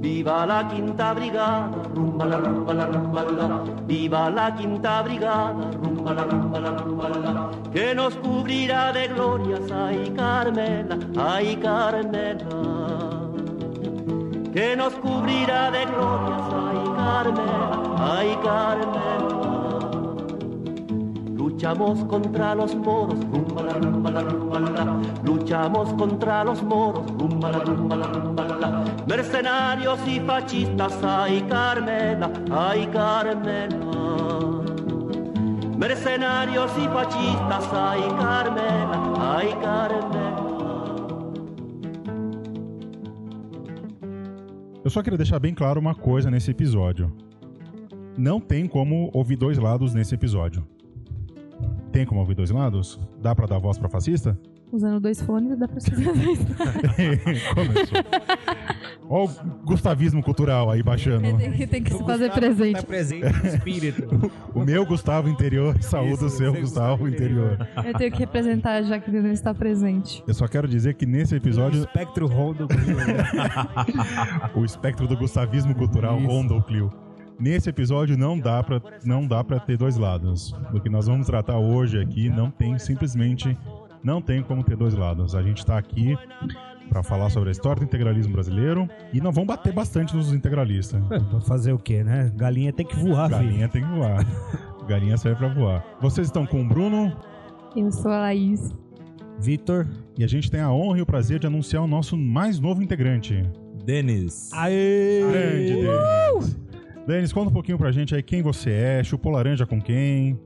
Viva la quinta brigada, rumba la rumba la rumba la. Viva la quinta brigada, rumba la rumba la rumba la. Que nos cubrirá de glorias, ay Carmela, ay Carmela. Que nos cubrirá de glorias, ay Carmela, ay Carmela. Luchamos contra los moros, rumba la rumba la rumba la. Luchamos contra los moros, rumba la rumba la rumba la. Mercenarios y fascistas, ay Carmela, ay Carmela. Mercenarios y fascistas, ay Carmela, ay Carmela. Eu só queria deixar bem claro uma coisa nesse episódio. Não tem como ouvir dois lados nesse episódio. Tem como ouvir dois lados? Dá pra dar voz pra fascista? Usando dois fones, dá pra escutar dois. Começou. Ó o gustavismo cultural aí baixando. tem, que, tem que se fazer presente. Tá presente no espírito. O meu Gustavo interior saúda o Isso, seu seu Gustavo Gustavo interior. Eu tenho que representar, já que ele não está presente. Eu só quero dizer que nesse episódio Espectro Rondo. né? Brasil. o espectro do gustavismo cultural Isso. ronda o Clio. Nesse episódio não dá pra não dá para ter dois lados. Do que nós vamos tratar hoje aqui não tem simplesmente não tem como ter dois lados. A gente tá aqui pra falar sobre a história do integralismo brasileiro e nós vamos bater bastante nos integralistas. Assim. É, pra Fazer o quê, né? Galinha tem que voar, filho. Galinha tem que voar. Galinha serve pra voar. Vocês estão com o Bruno Eu sou a Laís. Vitor. e a gente tem a honra e o prazer de anunciar o nosso mais novo integrante. Denis. Aê! Grande, Denis. Denis, conta um pouquinho pra gente aí quem você é, chupou laranja com quem.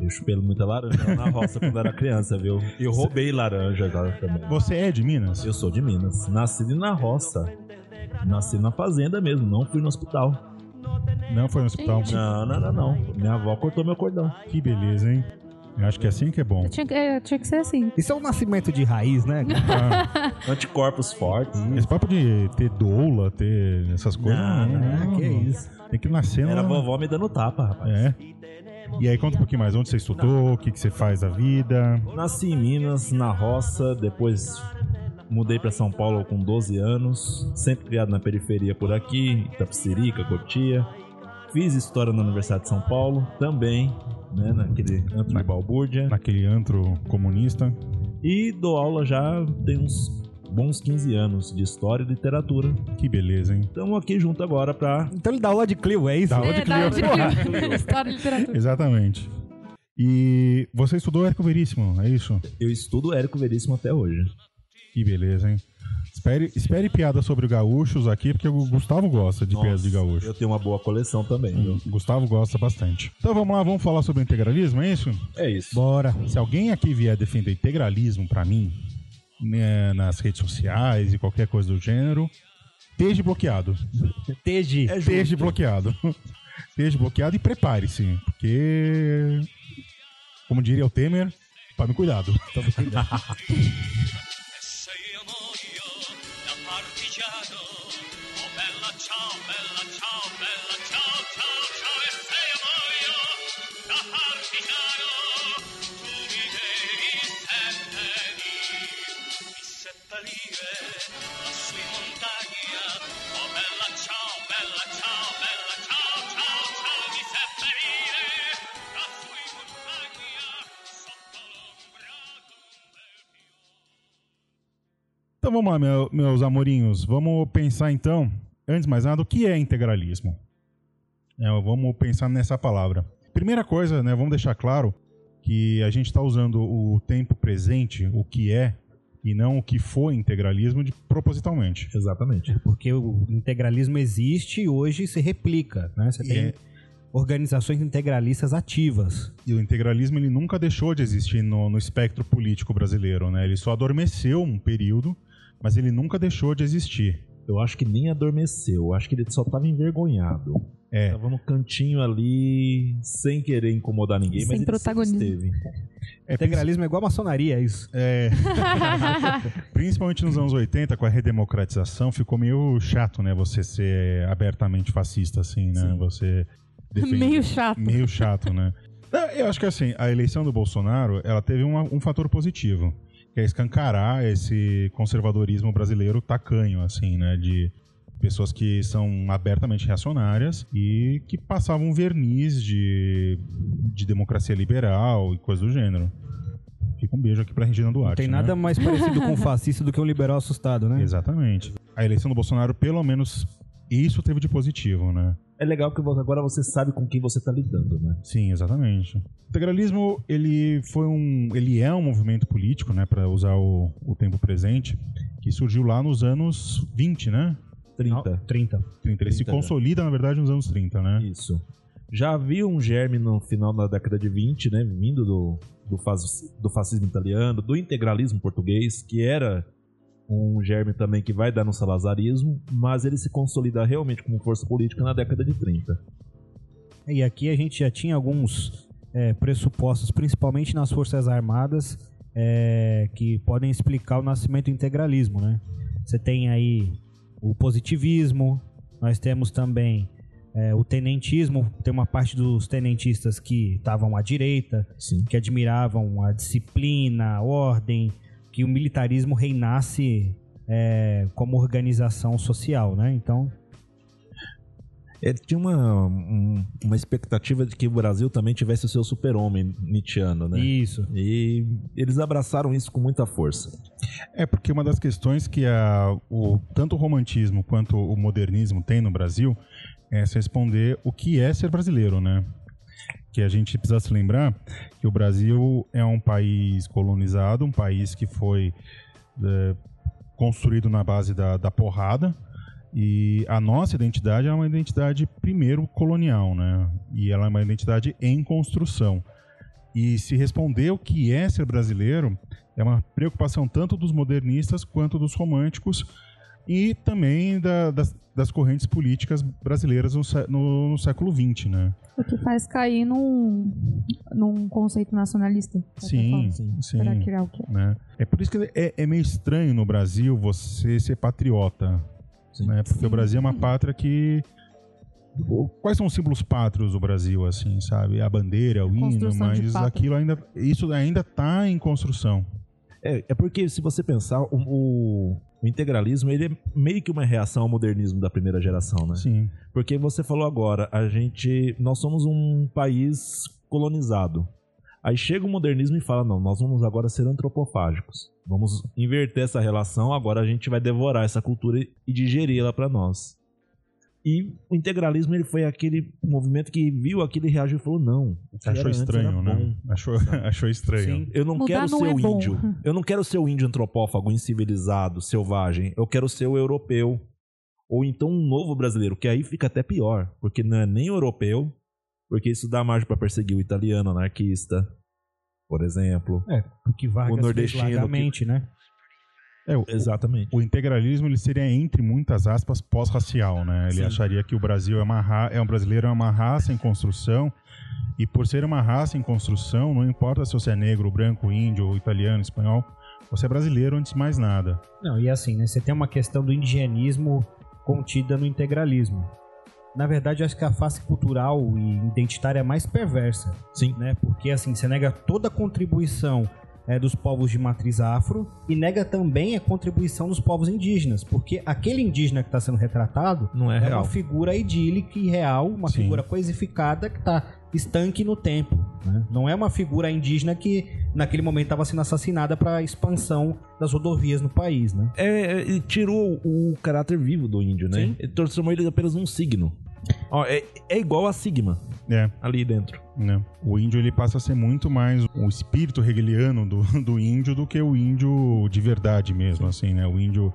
Eu chupei muita laranja na roça quando era criança, viu? Eu roubei laranja agora também. Você é de Minas? Eu sou de Minas. Nasci na roça. Nasci na fazenda mesmo, não fui no hospital. Não, foi no hospital. Não, não, não, não. Minha avó cortou meu cordão. Que beleza, hein? Eu acho que é assim que é bom. Eu tinha, que- é, tinha que ser assim. Isso é um nascimento de raiz, né? Ah, Anticorpos fortes. esse papo de ter doula, ter essas coisas. Não, não, que isso. Tem que nascer Ah, Era na- a vovó me dando tapa, rapaz. É. E aí, conta um pouquinho mais. Onde você estudou? O que, que você faz da vida? Nasci em Minas, na roça, depois mudei pra São Paulo com 12 anos, sempre criado na periferia por aqui, Itapecerica, Cotia. Fiz história na Universidade de São Paulo também, né, naquele antro de balbúrdia. Naquele antro comunista. E dou aula já tem uns bons 15 anos de história e literatura. Que beleza, hein? Estamos aqui junto agora pra Então ele dá aula de Clio, é isso? Dá aula de Clio. Clio. História e literatura. Exatamente. E você estudou Érico Veríssimo, é isso? Eu estudo Érico Veríssimo até hoje. Que beleza, hein? Espere, espere piada sobre gaúchos aqui, porque o Gustavo gosta de piada de gaúcho. Eu tenho uma boa coleção também, viu? O Gustavo gosta bastante. Então vamos lá, vamos falar sobre integralismo, é isso? É isso. Bora. Se alguém aqui vier defender integralismo pra mim, né, nas redes sociais e qualquer coisa do gênero, esteja bloqueado. Teji. É Esteja bloqueado. Esteja bloqueado e prepare-se, porque, como diria o Temer, tome cuidado. Tome cuidado. Sei omoio da partigiano Oh bella ciao, bella ciao, bella ciao, ciao, ciao E sei omoio da partigiano Tu mi devi sette lire di Sette lire lassù in montagna Oh bella ciao, bella ciao, bella ciao, ciao, ciao Di sette lire lassù in montagna Sotto l'ombra d'un bel fiore Então vamos lá, meu- meus amorinhos. Vamos pensar então, antes de mais nada, o que é integralismo? É, vamos pensar nessa palavra. Primeira coisa, né, vamos deixar claro que a gente está usando o tempo presente, o que é, e não o que foi integralismo, de, propositalmente. Exatamente. Porque o integralismo existe e hoje se replica, né? Você tem É. organizações integralistas ativas. E o integralismo ele nunca deixou de existir no, no espectro político brasileiro, né? Ele só adormeceu um período, mas ele nunca deixou de existir. Eu acho que nem adormeceu, eu acho que ele só tava envergonhado. É. Tava no cantinho ali, sem querer incomodar ninguém, Sem mas ele protagonismo. sempre esteve. então. É, Integralismo é igual a maçonaria, é isso. É, principalmente nos anos 80, com a redemocratização, ficou meio chato, né? Você ser abertamente fascista, assim, né? Sim. Você defende- Meio chato. meio chato, né? Não, Eu acho que assim, a eleição do Bolsonaro, ela teve uma- um fator positivo, que é escancarar esse conservadorismo brasileiro tacanho, assim, né? De pessoas que são abertamente reacionárias e que passavam um verniz de, de democracia liberal e coisa do gênero. Fica um beijo aqui pra Regina Duarte. Não tem né? nada mais parecido com um fascista do que um liberal assustado, né? Exatamente. A eleição do Bolsonaro, pelo menos, isso teve de positivo, né? É legal que vo- agora você sabe com quem você tá lidando, né? Sim, exatamente. O integralismo, ele foi um, ele é um movimento político, né, para usar o, o tempo presente, que surgiu lá nos anos 20, né? 30. 30. 30, ele se 30, né? consolida, na verdade, nos anos 30, né? Isso. Já havia um germe no final da década de 20, né? Vindo do, do, faz- do fascismo italiano, do integralismo português, que era um germe também que vai dar no salazarismo, mas ele se consolida realmente como força política na década de 30. E aqui a gente já tinha alguns é, pressupostos, principalmente nas Forças Armadas, é, que podem explicar o nascimento do integralismo, né? Você tem aí o positivismo, nós temos também é, o tenentismo, tem uma parte dos tenentistas que estavam à direita, Sim. que admiravam a disciplina, a ordem, que o militarismo reinasse é, como organização social, né? Então, Ele É, tinha uma, um- uma expectativa de que o Brasil também tivesse o seu super-homem Nietzscheano, né? isso. E eles abraçaram isso com muita força. É porque uma das questões que a, o, tanto o romantismo quanto o modernismo tem no Brasil é se responder o que é ser brasileiro, né? Que a gente precisa se lembrar que o Brasil é um país colonizado, um país que foi eh, construído na base da, da porrada. E a nossa identidade é uma identidade, primeiro, colonial, né? E ela é uma identidade em construção. E se responder o que é ser brasileiro é uma preocupação tanto dos modernistas quanto dos românticos e também da- das, das correntes políticas brasileiras no, sé- no- no século XX, né? O que faz cair num, num conceito nacionalista. de certa Sim, forma, assim, sim. Pra criar o que é. Assim, né? É por isso que é, é meio estranho no Brasil você ser patriota, Sim. né? Porque Sim. o Brasil é uma pátria que quais são os símbolos pátrios do Brasil assim, sabe? A bandeira, o hino, Construção de mas pátria. aquilo ainda isso ainda tá em construção. É, é porque se você pensar, o, o- o integralismo ele é meio que uma reação ao modernismo da primeira geração, né? Sim. Porque você falou agora, a gente, nós somos um país colonizado. Aí chega o modernismo e fala, não, nós vamos agora ser antropofágicos. Vamos inverter essa relação, agora a gente vai devorar essa cultura e- e digeri-la para nós. E o integralismo ele foi aquele movimento que viu aquilo e reagiu e falou, não. o que Achou era antes estranho, era bom. né? Achou, achou estranho. Sim. Eu não Mudar quero não ser é o bom. índio. Eu não quero ser o índio antropófago, incivilizado, selvagem. Eu quero ser o europeu. Ou então um novo brasileiro, que aí fica até pior, porque não é nem europeu, porque isso dá margem pra perseguir o italiano anarquista, por exemplo. O que Vargas O nordestino, fez largamente, né? É, o- Exatamente. O integralismo ele seria entre muitas aspas pós-racial, né? Ele Sim. acharia que o Brasil é uma ra... é um brasileiro é uma raça em construção e por ser uma raça em construção, não importa se você é negro, branco, índio, italiano, espanhol, você é brasileiro antes de mais nada. Não, e assim, né? Você tem uma questão do indigenismo contida no integralismo. Na verdade, eu acho que a face cultural e identitária é mais perversa, Sim. né? Porque assim, você nega toda a contribuição é, dos povos de matriz afro e nega também a contribuição dos povos indígenas, porque aquele indígena que está sendo retratado Não é, é real. uma figura idílica e real, uma Sim. figura coisificada que tá estanque no tempo. né? Não é uma figura indígena que naquele momento estava sendo assassinada para a expansão das rodovias no país, né? É, ele tirou o caráter vivo do índio, né? Sim. Ele transformou ele apenas num signo. Ó, é, é igual a Sigma É, ali dentro. né? O índio ele passa a ser muito mais o espírito hegeliano do, do índio do que o índio de verdade mesmo, assim, né? O índio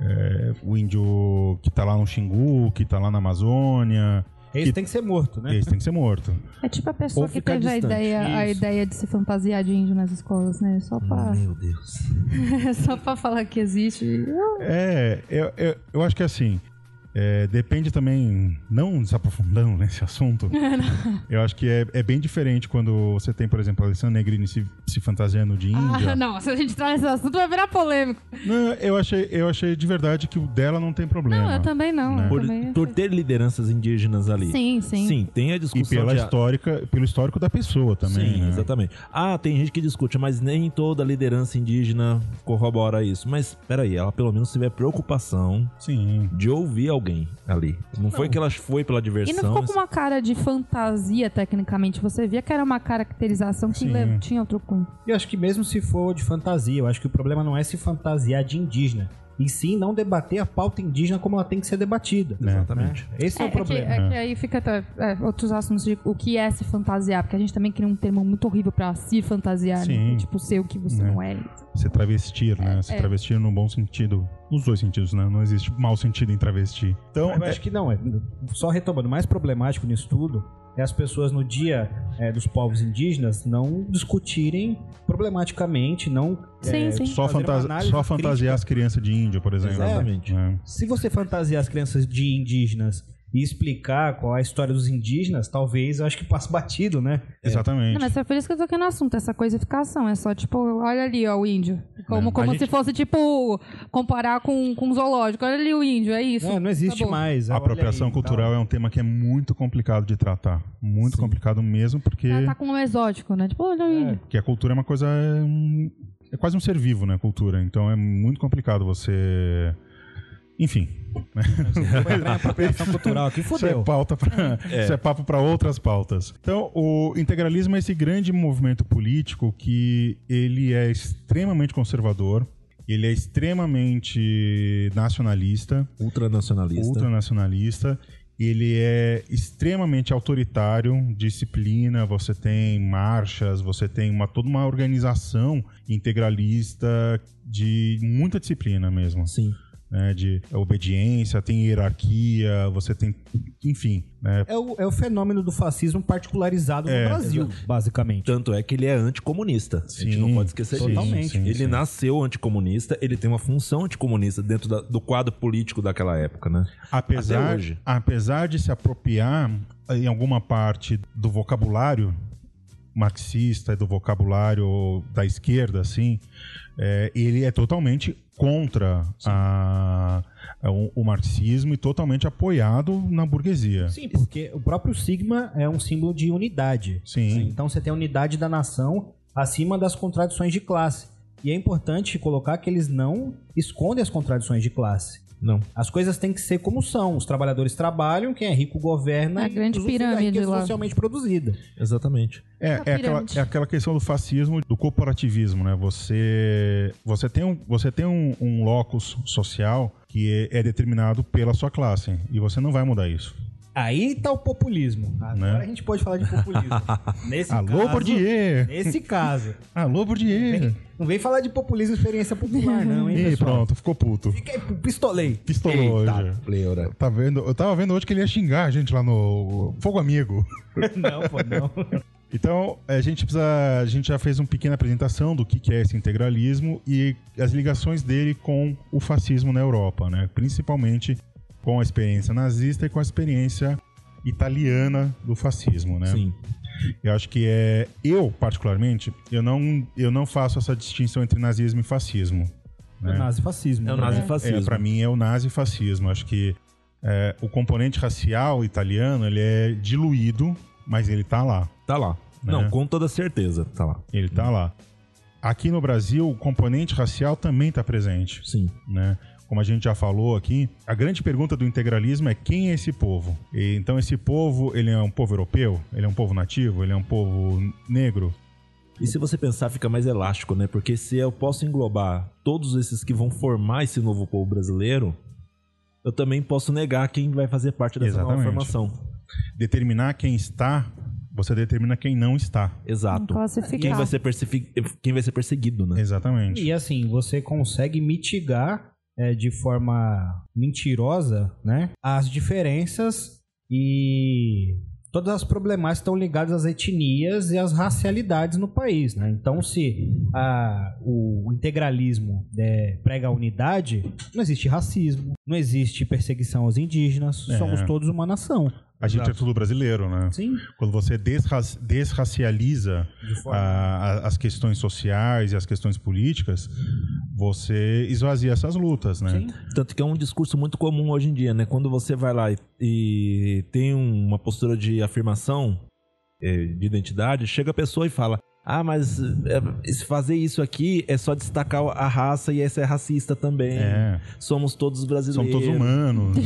é, o índio que tá lá no Xingu, que tá lá na Amazônia, Esse tem que ser morto, né? esse tem que ser morto. É tipo a pessoa Ou que ficar teve a distante, ideia, a isso. ideia de se fantasiar de índio nas escolas, né? Só pra, Meu Deus. só pra falar que existe. É, eu, eu, eu acho que assim, É, depende também, não se aprofundando nesse assunto, eu acho que é, é bem diferente quando você tem, por exemplo, a Alessandra Negrini se, se fantasiando de índia. Ah, não, se a gente entrar nesse assunto vai virar polêmico. Não, eu achei, eu achei de verdade que o dela não tem problema. Não, eu também não. Né? eu Por, também- por ter lideranças indígenas ali. Sim, sim. Sim, tem a E discussão pela de- histórica, pelo histórico da pessoa também. Sim, né? exatamente. Ah, tem gente que discute, mas nem toda liderança indígena corrobora isso. Mas, peraí, ela pelo menos teve a preocupação Sim. de ouvir alguém ali. Não, foi que ela foi pela E diversão. não ficou com uma cara de fantasia, tecnicamente. Você via que era uma caracterização que Sim. le- tinha outro cunho. E acho que mesmo se for de fantasia, eu acho que o problema não é se fantasiar de indígena. E sim não debater a pauta indígena como ela tem que ser debatida. Né? Exatamente. Esse é, o que, problema. é que aí fica até, é, outros assuntos de o que é se fantasiar, porque a gente também cria um termo muito horrível pra se fantasiar, né? Sim. Que é Tipo, ser o que você Né. não é. Se travestir, né? Se travestir no bom sentido. Nos dois sentidos, né? Não existe mau sentido em travestir. Então, Eu acho que não, é- só retomando, o mais problemático nisso tudo é as pessoas no dia é, dos povos indígenas não discutirem problematicamente, não. Sim, é, sim. só, fazer uma fanta- análise só crítica. fantasiar as crianças de índio, por exemplo. Exatamente. né? Se você fantasiar as crianças de indígenas e explicar qual é a história dos indígenas, talvez eu acho que passe batido, né? Exatamente. Não, mas é por isso que eu tô aqui no assunto, essa coisificação. É só, tipo, olha ali, ó, o índio. Como, É. como A se gente- fosse, tipo, comparar com, com um zoológico. Olha ali o índio, é isso. É, não existe Acabou. mais. A olha apropriação aí tá e tal. cultural é um tema que é muito complicado de tratar. Muito complicado mesmo, porque, Ela tá com um exótico, né? Tipo, olha o índio. porque a cultura é uma coisa. É, um- é quase um ser vivo, né? a Cultura. Então é muito complicado você. Enfim. Foi entrar em apropriação cultural aqui, Isso é, fodeu. pauta pra- isso é papo para outras pautas. Então, o integralismo é esse grande movimento político que ele é extremamente conservador, ele é extremamente nacionalista, Ultranacionalista. ultranacionalista, ele é extremamente autoritário, disciplina, você tem marchas, você tem uma, toda uma organização integralista de muita disciplina mesmo Sim. né, de obediência, tem hierarquia, você tem, enfim, né, É o, é o fenômeno do fascismo particularizado É, no Brasil, basicamente. Tanto é que ele é anticomunista. a gente Sim, não pode esquecer sim, disso. Totalmente. sim, ele sim. nasceu anticomunista, ele tem uma função anticomunista dentro da- do quadro político daquela época, né? apesar, Até hoje. apesar de se apropriar eh, em alguma parte do vocabulário marxista e do vocabulário da esquerda, assim, é, ele é totalmente contra a- a- o, o marxismo e totalmente apoiado na burguesia. Sim, porque o próprio sigma é um símbolo de unidade. Sim. Então você tem a unidade da nação acima das contradições de classe. E é importante colocar que eles não escondem as contradições de classe. Não. As coisas têm que ser como são. Os trabalhadores trabalham, quem é rico governa. A e grande usufrui da pirâmide riqueza lá. socialmente produzida. Exatamente. É, Uma é, aquela, pirâmide. é aquela questão do fascismo, do corporativismo, né? Você, você tem, um, você tem um, um locus social que é, é determinado pela sua classe e você não vai mudar isso. Aí tá o populismo. Agora Né? a gente pode falar de populismo. Nesse Alô, caso, Bourdieu! Nesse caso. Alô, Bourdieu! Não vem falar de populismo e experiência popular, não, hein, Ih, pessoal? é pronto, ficou puto. Fica aí, pistolei. Pistolou hoje. pleura. Tá vendo? Eu tava vendo hoje que ele ia xingar a gente lá no Fogo Amigo. Não, pô, não. Então, a gente precisa. A gente já fez uma pequena apresentação do que que é esse integralismo e as ligações dele com o fascismo na Europa, né? Principalmente com a experiência nazista e com a experiência italiana do fascismo, né? Sim. Eu acho que é. Eu, particularmente, eu não, eu não faço essa distinção entre nazismo e fascismo. É É. o nazifascismo. É o né? nazifascismo. É, para mim é o nazifascismo. Acho que é, o componente racial italiano ele é diluído, mas ele tá lá. Tá lá. Né? Não, com toda certeza, tá lá. Ele tá lá. Aqui no Brasil, o componente racial também está presente, Sim. né? Como a gente já falou aqui, a grande pergunta do integralismo é quem é esse povo? E, então esse povo, ele é um povo europeu? Ele é um povo nativo? Ele é um povo negro? E se você pensar, fica mais elástico, né? Porque se eu posso englobar todos esses que vão formar esse novo povo brasileiro, eu também posso negar quem vai fazer parte dessa nova Exatamente. formação. Determinar quem está, você determina quem não está. Exato. Classificar. Quem vai, ser persefi- quem vai ser perseguido, né? Exatamente. E assim, você consegue mitigar é, de forma mentirosa, né? As diferenças e todas as problemáticas estão ligadas às etnias e às racialidades no país. Né? Então, se a- o integralismo é, prega a unidade, não existe racismo, não existe perseguição aos indígenas, É. somos todos uma nação. A gente é tudo brasileiro, né? Sim, Quando você desra- desracializa de forma. Ah, a- a- as questões sociais e as questões políticas, você esvazia essas lutas, né? Sim. Tanto que é um discurso muito comum hoje em dia, né? Quando você vai lá e, e tem uma postura de afirmação eh, de identidade, chega a pessoa e fala: Ah, mas eh, se fazer isso aqui é só destacar a raça e essa é racista também. É, Somos todos são brasileiros. todos um humanos.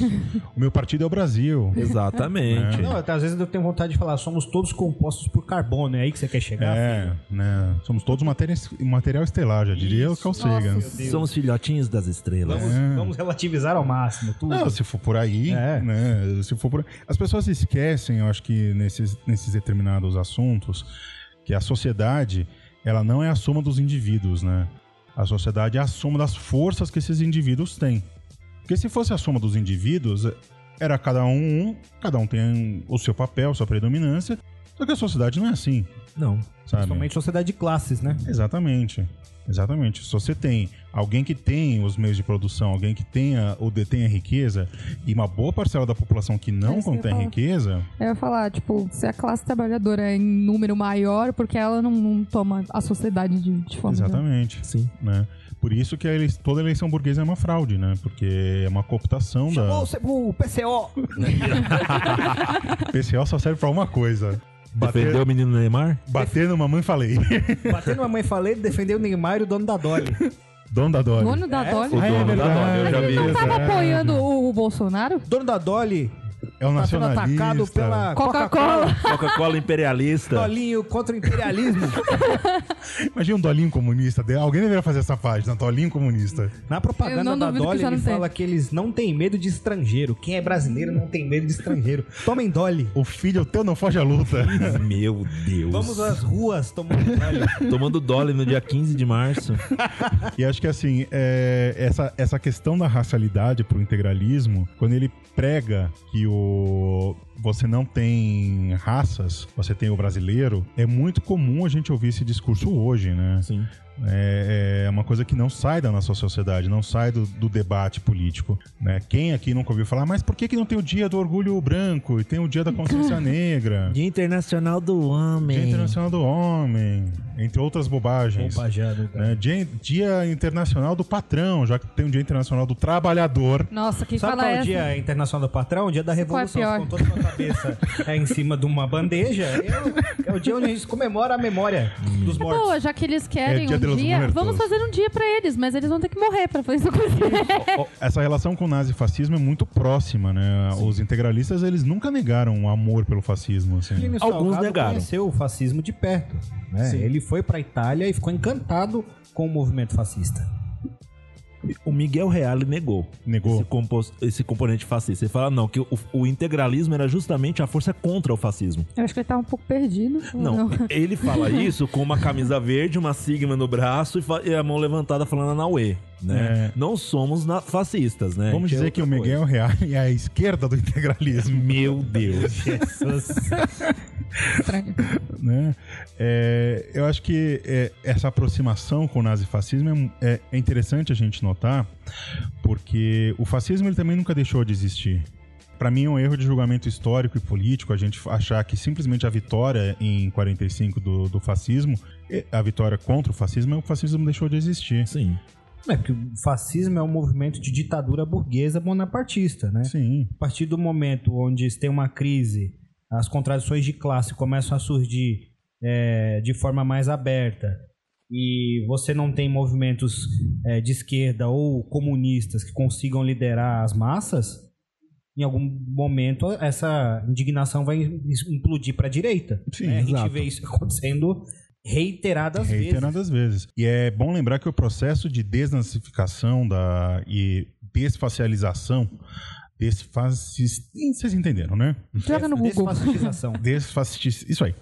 o meu partido é o Brasil. Ah, Exatamente. Não, às vezes eu tenho vontade de falar, somos todos compostos por carbono, é aí que você quer chegar? É, né? Somos todos matéria, material estelar, já diria o Carl Sagan. Nossa, Somos filhotinhos das estrelas. Né? Vamos, vamos relativizar ao máximo tudo. Não, se for por aí, É. né? Se for por aí. As pessoas esquecem, eu acho que nesses, nesses determinados assuntos, que a sociedade, ela não é a soma dos indivíduos, né? A sociedade é a soma das forças que esses indivíduos têm. Porque se fosse a soma dos indivíduos, era cada um, um cada um tem o seu papel, sua predominância. Só que a sociedade não é assim, Não. sabe? Principalmente sociedade de classes, né? Exatamente. Exatamente. Se você tem alguém que tem os meios de produção, alguém que tenha ou detém a riqueza, e uma boa parcela da população que É não isso que eu ia contém falar. riqueza, Eu ia falar, tipo, se a classe trabalhadora é em número maior, porque ela não, não toma a sociedade de, de forma. né? geral. exatamente. Sim. Né? Por isso que a ele- toda eleição burguesa é uma fraude, né? Porque é uma cooptação da. o PCO! O PCO só serve pra uma coisa. Defendeu Bater, o menino Neymar? bater no mamãe falei. Batendo a mãe falei, defendeu o Neymar e o dono da Dolly. Dono da Dori. Dono da Dolly. O Ah, é dono verdade, da Dolly, eu já é vi. verdade. Não tava Exato. apoiando o, o Bolsonaro? Dono da Dolly É o tá sendo nacionalista. atacado pela Coca-Cola. Coca-Cola imperialista. Dolinho contra o imperialismo. Imagina um dolinho comunista. Alguém deveria fazer essa página, dolinho comunista. Na Eu propaganda não da duvido que Dolly, já ele não tem. fala que eles não têm medo de estrangeiro. Quem é brasileiro não tem medo de estrangeiro. Tomem Dolly. O filho teu não foge à luta. Meu Deus. Vamos às ruas tomando Dolly. Tomando Dolly no dia 15 de março. E acho que assim, é, essa, essa questão da racialidade pro integralismo, quando ele prega que o você não tem raças, você tem o brasileiro, é muito comum a gente ouvir esse discurso hoje, né? Sim. É, é uma coisa que não sai da nossa sociedade, não sai do, do debate político. Né? Quem aqui nunca ouviu falar, mas por que, que não tem o dia do orgulho branco e tem o dia da consciência negra? Dia Internacional do Dia Homem. Internacional do Homem, entre outras bobagens. Né? Dia, Dia Internacional do Patrão, já que tem um Dia Internacional do Trabalhador. Nossa, quem Sabe fala qual é o essa? dia internacional do patrão? O dia da qual é revolução. pior? Com toda a sua cabeça é em cima de uma bandeja. É o, é o dia onde a gente comemora a memória Hum. dos mortos. Pô, já que eles querem É Dia de um los dia, Muertos. vamos fazer um dia pra eles, mas eles vão ter que morrer pra fazer isso acontecer. né? Essa relação com o nazifascismo é muito próxima, né? Os integralistas, eles nunca negaram o amor pelo fascismo, assim. Plínio Alguns Salgado negaram. conheceu o fascismo de perto. né? Sim. Ele foi para a Itália e ficou encantado com o movimento fascista. O Miguel Reale negou Negou. esse, compos- esse componente fascista. Ele fala, não, que o, o integralismo era justamente a força contra o fascismo. Eu acho que ele tá um pouco perdido. Não, ele fala isso com uma camisa verde, uma sigma no braço e, fa- e a mão levantada falando Anauê, né? Não somos na- fascistas, né? É. Vamos Que é dizer que o outra Miguel é um Real é a esquerda do integralismo. Meu Deus. tá Estranho. né? É, eu acho que é, essa aproximação com o nazifascismo é, é- é interessante a gente notar, porque o fascismo ele também nunca deixou de existir. Para mim é um erro de julgamento histórico e político a gente achar que simplesmente a vitória em 45 do, do fascismo, é- a vitória contra o fascismo, é o fascismo deixou de existir. Sim. É porque o fascismo é um movimento de ditadura burguesa bonapartista, né? Sim, A partir do momento onde se tem uma crise, as contradições de classe começam a surgir é, de forma mais aberta e você não tem movimentos é, de esquerda ou comunistas que consigam liderar as massas, em algum momento essa indignação vai implodir para a direita. Sim, né? A gente exato. vê isso acontecendo reiteradas, vezes. reiteradas vezes. E é bom lembrar que o processo de desnazificação da, e desfacialização, desfascis... vocês entenderam, né? Joga no Google. Desfascização. desfascis... Isso aí.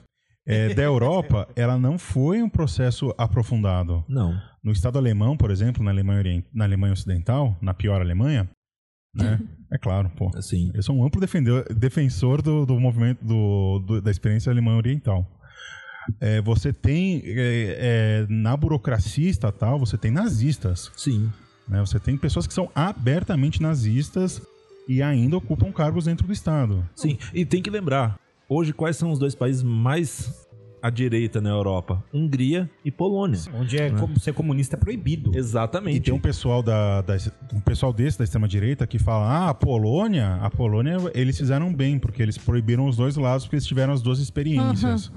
É, da Europa, ela não foi um processo aprofundado. Não. No Estado alemão, por exemplo, na Alemanha, Orien- na Alemanha Ocidental, na pior Alemanha, né, É claro, pô. Assim, Eu sou um amplo defendeu- defensor do, do movimento do, do- da experiência alemã oriental. É, você tem é, é, na burocracia estatal, você tem nazistas. sim. né? Você tem pessoas que são abertamente nazistas e ainda ocupam cargos dentro do Estado. Sim, e tem que lembrar, hoje quais são os dois países mais à direita na Europa? Hungria e Polônia. Onde é, como ser comunista é proibido. Exatamente. E tem um pessoal da, da- um pessoal desse da extrema direita que fala: "Ah, a Polônia, a Polônia eles fizeram bem porque eles proibiram os dois lados porque eles tiveram as duas experiências",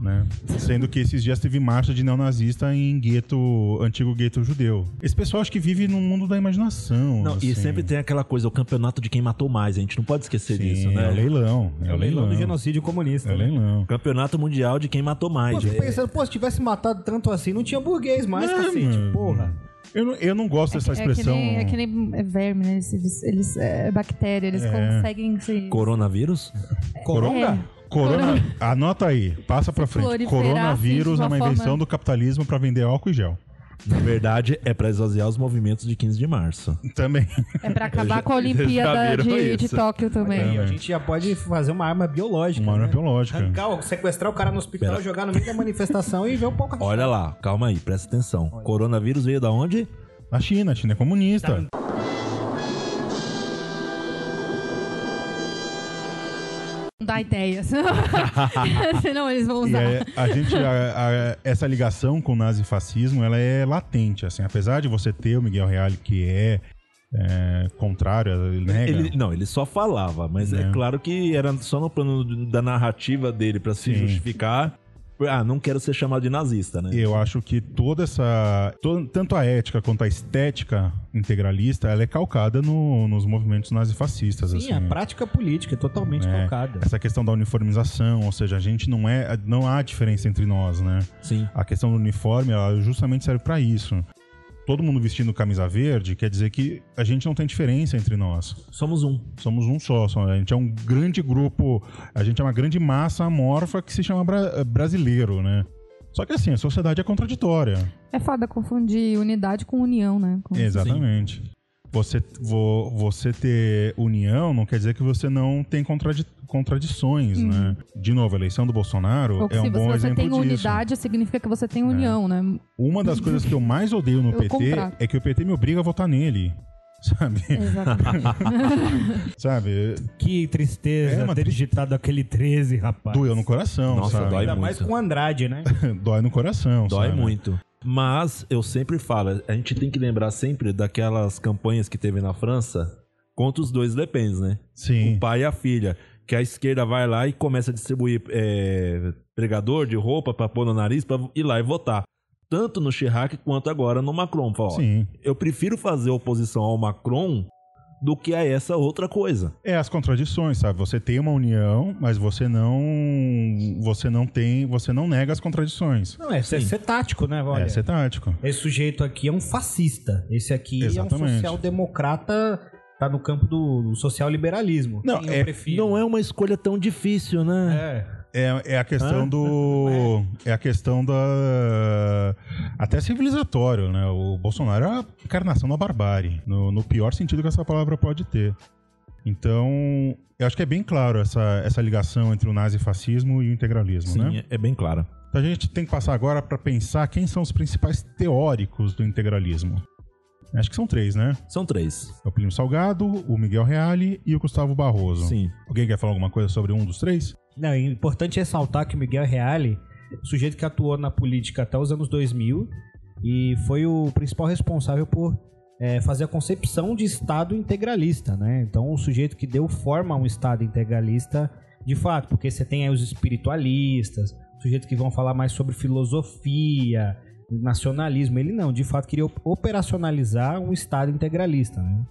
né? Sendo que esses dias teve marcha de neonazista em gueto, antigo gueto judeu. Esse pessoal acho que vive num mundo da imaginação. Não, assim. E sempre tem aquela coisa, o campeonato de quem matou mais, a gente não pode esquecer Sim, disso, É o né? leilão, é, É o leilão do genocídio comunista. É o né? leilão. Campeonato mundial de quem matou Pô, mais. fico É- pensando, pô, se tivesse matado tanto assim, não tinha burguês mais, cacete, mano. porra. Eu não, eu não gosto dessa é, que expressão. nem, é que nem é verme, né? Eles, eles, eles- é bactéria, eles conseguem se Coronavírus? Coronga? Corona, anota aí, passa pra frente. proliferar, assim, Coronavírus de é uma uma invenção forma- do capitalismo pra vender álcool e gel. Na verdade, é pra esvaziar os movimentos de 15 de março. Também. É pra acabar com a já Olimpíada viram de, de isso. Tóquio também. Aí, ó, É, a gente já pode fazer uma arma biológica. Uma arma né? biológica. Arrancar, ó, sequestrar o cara no hospital, Pera. jogar no meio da manifestação e ver um o pau Olha lá, calma aí, presta atenção. Coronavírus veio da onde? Na China, a China é Tá, comunista. Não dá ideias. Senão eles vão E usar. é- a gente, a- a- essa ligação com o nazifascismo, ela é latente, assim. Apesar de você ter o Miguel Reale, que é, é, contrário, ele nega. Ele- não, ele só falava, mas é. É. claro que era só no plano da narrativa dele pra Sim. se justificar. Ah, não quero ser chamado de nazista, né? Eu acho que toda essa. to- tanto a ética quanto a estética integralista, ela é calcada no- nos movimentos nazifascistas. Sim, assim. a prática política é totalmente É. calcada. essa questão da uniformização, ou seja, a gente não é, não há diferença entre nós, né? Sim. A questão do uniforme, ela justamente serve pra isso. Todo mundo vestindo camisa verde quer dizer que a gente não tem diferença entre nós. Somos um. Somos um só, só- a gente é um grande grupo, a gente é uma grande massa amorfa que se chama bra- eh, brasileiro, né? Só que assim, a sociedade é contraditória. É foda confundir unidade com união, né? Com- É, Exatamente. Você, vo- você ter união não quer dizer que você não tem contradi- contradições, né? De novo, a eleição do Bolsonaro Ou que é se um bom Uhum. você exemplo tem disso. É. unidade, significa que você tem união, né? Uma das coisas que eu mais odeio no Eu PT contrato. é que o PT me obriga a votar nele. Sabe? Exatamente. sabe? Que tristeza É, mas- ter digitado aquele 13, rapaz. Doeu no coração, Nossa, sabe? dói Ainda mais muito. com o Andrade, né? Dói no coração, Dói sabe? muito. Mas eu sempre falo, a gente tem que lembrar sempre daquelas campanhas que teve na França contra os dois Lepens, né? O Sim. pai e a filha. Que a esquerda vai lá e começa a distribuir é, pregador de roupa pra pôr no nariz pra ir lá e votar. Tanto no Chirac quanto agora no Macron. Fala, ó, Sim. eu prefiro fazer oposição ao Macron do que a essa outra coisa. É as contradições, sabe? Você tem uma união, mas você não. Você não tem. Você não nega as contradições. Não, é ser, Sim. ser tático, né? Olha, é ser tático. Esse sujeito aqui é um fascista. Esse aqui é um Exatamente. social-democrata, tá no campo do, do social-liberalismo. Não, Quem eu é- prefiro. Não é uma escolha tão difícil, né? É. É, é a questão do. É. a questão da. Até civilizatório, né? O Bolsonaro é a encarnação da barbárie, no, no pior sentido que essa palavra pode ter. Então, eu acho que é bem claro essa, essa ligação entre o nazifascismo e o integralismo, né? Sim, é bem clara. Então a gente tem que passar agora para pensar quem são os principais teóricos do integralismo. Acho que são três, né? São três. É o Plínio Salgado, o Miguel Reale e o Gustavo Barroso. Sim. Alguém quer falar alguma coisa sobre um dos três? Não, é importante ressaltar que o Miguel Reale, sujeito que atuou na política até os anos 2000, e foi o principal responsável por é, fazer a concepção de Estado integralista, né? Então, o sujeito que deu forma a um Estado integralista, de fato, porque você tem aí os espiritualistas, sujeitos que vão falar mais sobre filosofia, nacionalismo. Ele não, de fato, queria op- operacionalizar um Estado integralista, né?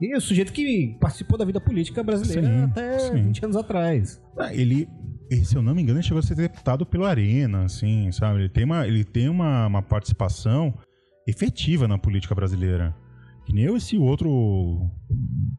E é o sujeito que participou da vida política brasileira Sim, até sim. 20 anos atrás. Ah, ele, ele, se eu não me engano, ele chegou a ser deputado pelo Arena, assim, sabe? Ele tem uma, ele tem uma, uma participação efetiva na política brasileira. Que nem eu esse outro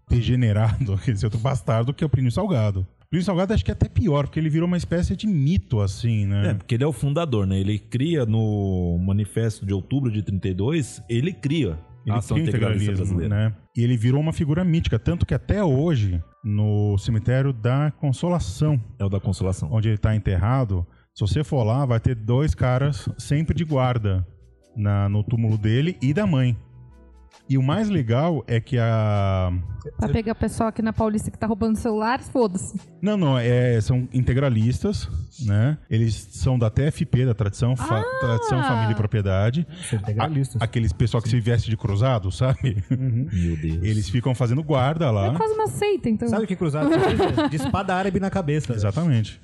degenerado, esse outro bastardo que é o Plínio Salgado. O Plínio Salgado acho que é até pior, porque ele virou uma espécie de mito, assim, É, né? porque ele é o fundador, né? Ele cria no Manifesto de Outubro de 32, ele cria Ele A ação cria o integralista integralismo, brasileira. né? E ele virou uma figura mítica, tanto que até hoje, no cemitério da Consolação, É o da consolação. onde ele está enterrado, se você for lá, vai ter dois caras sempre de guarda na- no túmulo dele e da mãe. E o mais legal é que a. Pra pegar o pessoal aqui na Paulista que tá roubando celular, foda-se. Não, não, é- são integralistas, né? Eles são da TFP, da tradição, fa- tradição Família e Propriedade. São integralistas. A- aqueles pessoal que se veste de cruzado, sabe? Meu Deus. Eles ficam fazendo guarda lá. É quase uma seita, então. Sabe o que cruzado faz? De espada árabe na cabeça. Exatamente.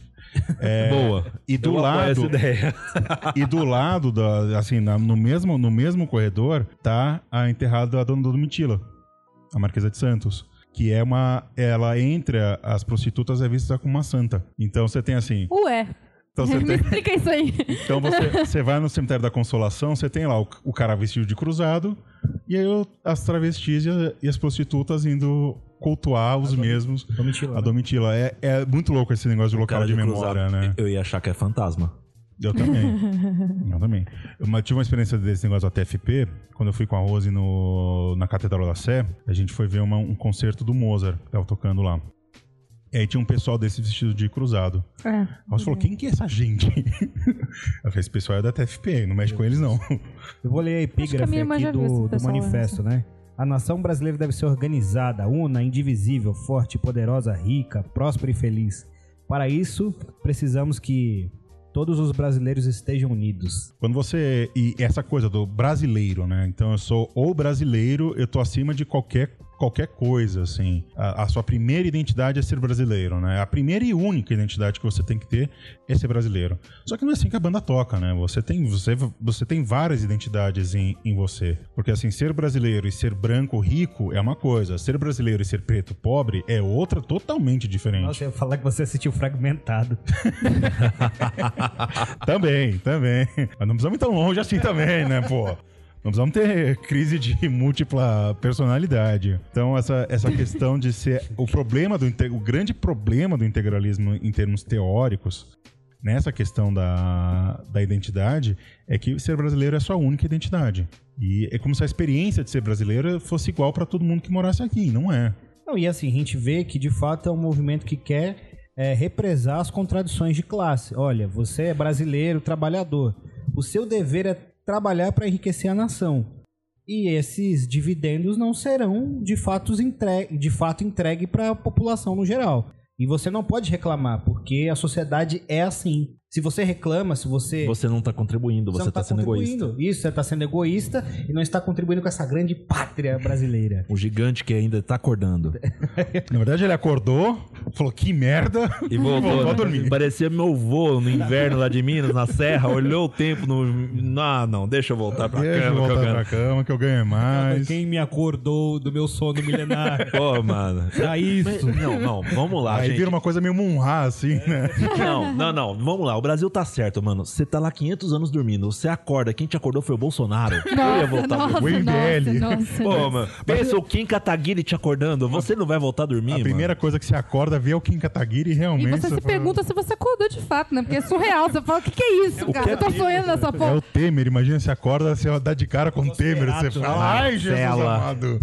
É, Boa. E do Eu apoio lado, essa ideia. e do lado da, assim, na- no mesmo no mesmo corredor tá a enterrada a dona Domitila, a Marquesa de Santos, que é uma ela entre as prostitutas é vista como uma santa. Então você tem assim, Ué, então você me tem explica isso aí. Então você, você vai no cemitério da Consolação, você tem lá o, o cara vestido de cruzado, e aí o- as travestis e, a- e as prostitutas indo cultuar os mesmos. Domitila, A né? Domitila. É, é muito louco esse negócio de local de, memória, cruzado. né? Eu ia achar que é fantasma. Eu também. eu também. Eu ma- tive uma experiência desse negócio da TFP, quando eu fui com a Rose no, na Catedral da Sé, a gente foi ver uma- um concerto do Mozart, que tava tocando lá. E aí tinha um pessoal desse vestido de cruzado. É. A Rose falou, quem que é essa gente? Eu falei, esse pessoal é da TFP, não mexe com eles não. Eu vou ler a que a epígrafe minha irmã aqui já viu esse do, do pessoal, manifesto, né? A nação brasileira deve ser organizada, una, indivisível, forte, poderosa, rica, próspera e feliz. Para isso, precisamos que todos os brasileiros estejam unidos. Quando você. E essa coisa do brasileiro, né? Então eu sou o brasileiro, eu tô acima de qualquer, qualquer coisa, assim. A, a sua primeira identidade é ser brasileiro, né? A primeira e única identidade que você tem que ter é ser brasileiro. Só que não é assim que a banda toca, né? Você tem, você, você tem várias identidades em, em você. Porque, assim, ser brasileiro e ser branco rico é uma coisa, ser brasileiro e ser preto pobre é outra totalmente diferente. Nossa, eu ia falar que você assistiu fragmentado. Também, também. Mas não precisamos ir tão longe assim também, né, pô? Não precisamos ter crise de múltipla personalidade. Então, essa, essa questão de ser. O problema do. inte- O grande problema do integralismo em termos teóricos, nessa questão da, da identidade, é que ser brasileiro é a sua única identidade. E é como se a experiência de ser brasileiro fosse igual para todo mundo que morasse aqui. Não é. Não, e assim, a gente vê que de fato é um movimento que quer é, represar as contradições de classe. Olha, você é brasileiro, trabalhador. O seu dever é trabalhar para enriquecer a nação. E esses dividendos não serão de fato entregue, de fato entregue para a população no geral. E você não pode reclamar, porque a sociedade é assim. Se você reclama, se você Você não tá contribuindo, você, não tá, sendo contribuindo. egoísta. Isso, você tá sendo egoísta e não está contribuindo com essa grande pátria brasileira. O Um gigante que ainda tá acordando. Na verdade, ele acordou, falou: que merda. E vou, Vou- vou dormir. Parecia meu vô no inverno lá de Minas, na serra, olhou o tempo no. Ah, não, deixa eu voltar pra Deixa eu cama. que eu voltar pra ganho. cama que eu ganho mais. Quem me acordou do meu sono milenar? Ô, mano. Pra isso. Não, não, vamos lá, Aí gente. vira uma coisa meio Munra, assim, né? Não, não, não, vamos lá. O Brasil tá certo, mano. Você tá lá 500 anos dormindo, você acorda, quem te acordou foi o Bolsonaro. eu ia Nossa, voltar nossa, dormir. O nossa, IBL. nossa, Pô, mano, pensa o Kim Kataguiri te acordando, você não vai voltar a dormir, a primeira coisa que você acorda, vê o Kim Kataguiri e E realmente. um- você se fala, pergunta se você acordou de fato, né? Porque é surreal. Você fala, o que, que é isso, cara? eu tô sonhando nessa É porra. o Temer, imagina, você acorda, você dá de cara com o Temer, você Nosferatu, fala, ai, Jesus Marcela." amado.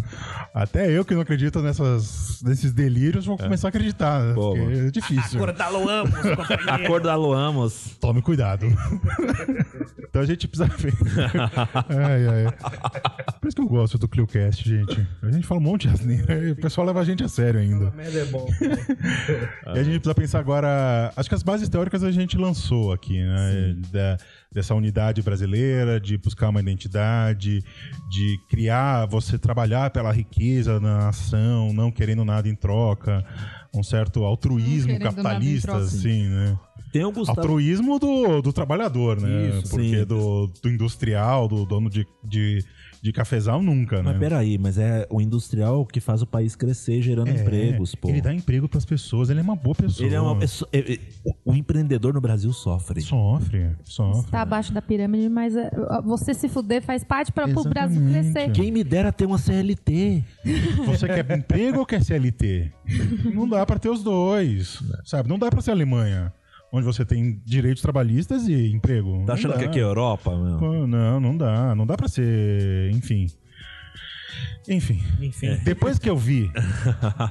Até eu que não acredito nessas, nesses delírios vou começar a acreditar, né? Pô, porque mano. é difícil. mano. Acorda, Aloamos. Tome cuidado. então a gente precisa ver. ai, ai. Por isso que eu gosto do ClioCast, gente. A gente fala um monte de asneira e o pessoal leva a gente a sério ainda. Merda é bom. E a gente precisa pensar agora. Acho que as bases teóricas a gente lançou aqui, né? Da- dessa unidade brasileira, de buscar uma identidade, de criar, você trabalhar pela riqueza na nação, não querendo nada em troca. Um certo altruísmo Não querendo nada em capitalista, troca. assim, né? Tem o Gustavo Altruísmo do, do trabalhador, né? Isso, Porque sim. do, do industrial, do dono de, de, de cafezal, nunca, Mas né? peraí, mas é o industrial que faz o país crescer gerando empregos, pô. É, Ele dá emprego pras pessoas, ele é uma boa pessoa. Ele é uma pessoa. é- é- o, o empreendedor no Brasil sofre. Sofre, sofre. Tá abaixo da pirâmide, mas é, você se fuder faz parte para o Brasil Exatamente. crescer. É. Quem me dera ter uma CLT. Você quer emprego ou quer CLT? Não dá pra ter os dois, sabe? Não dá pra ser a Alemanha, onde você tem direitos trabalhistas e emprego. Tá achando não que dá. aqui é Europa, mano? Pô, Não, não dá. Não dá pra ser, enfim. Enfim. Enfim. É. Depois que eu vi,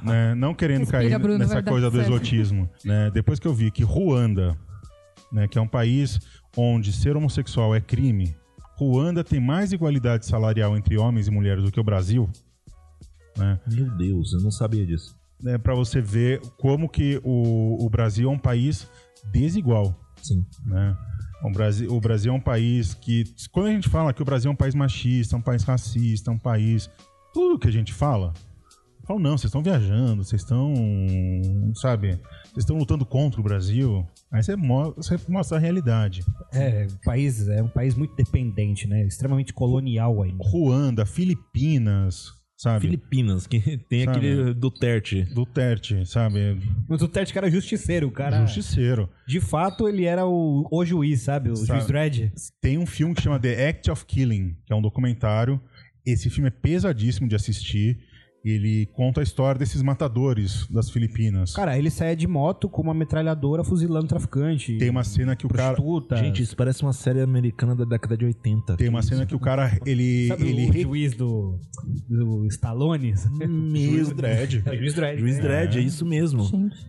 né, não querendo Respira, cair Bruno, nessa vai dar coisa do certo. exotismo, né, depois que eu vi que Ruanda, né, que é um país onde ser homossexual é crime, Ruanda tem mais igualdade salarial entre homens e mulheres do que o Brasil, né, Meu Deus, eu não sabia disso. né, para você ver como que o, o Brasil é um país desigual. Sim. né? O Brasil, o Brasil é um país que. Quando a gente fala que o Brasil é um país machista, um país racista, um país. Tudo que a gente fala. eu falo, não, vocês estão viajando, vocês estão. Sabe? Vocês estão lutando contra o Brasil. Aí você, mo- você mostra a realidade. É, o país é um país muito dependente, né? Extremamente colonial ainda. Ruanda, Filipinas, sabe? Filipinas, que tem Sabe? aquele Duterte. Duterte, sabe? Mas o Tete que era justiceiro, o cara. Justiceiro. De fato, ele era o, o juiz, sabe? O Sabe. juiz Dredd. Tem um filme que chama The Act of Killing, que é um documentário. Esse filme é pesadíssimo de assistir. Ele conta a história desses matadores das Filipinas. Cara, ele saia de moto com uma metralhadora fuzilando traficante. tem uma cena que o cara prostituta. Gente, isso parece uma série americana da década de 80. tem uma cena que o cara ele sabe ele o juiz do, do Stallone? juiz dread. É, juiz Dredd. Juiz Dredd, é isso mesmo. Gente.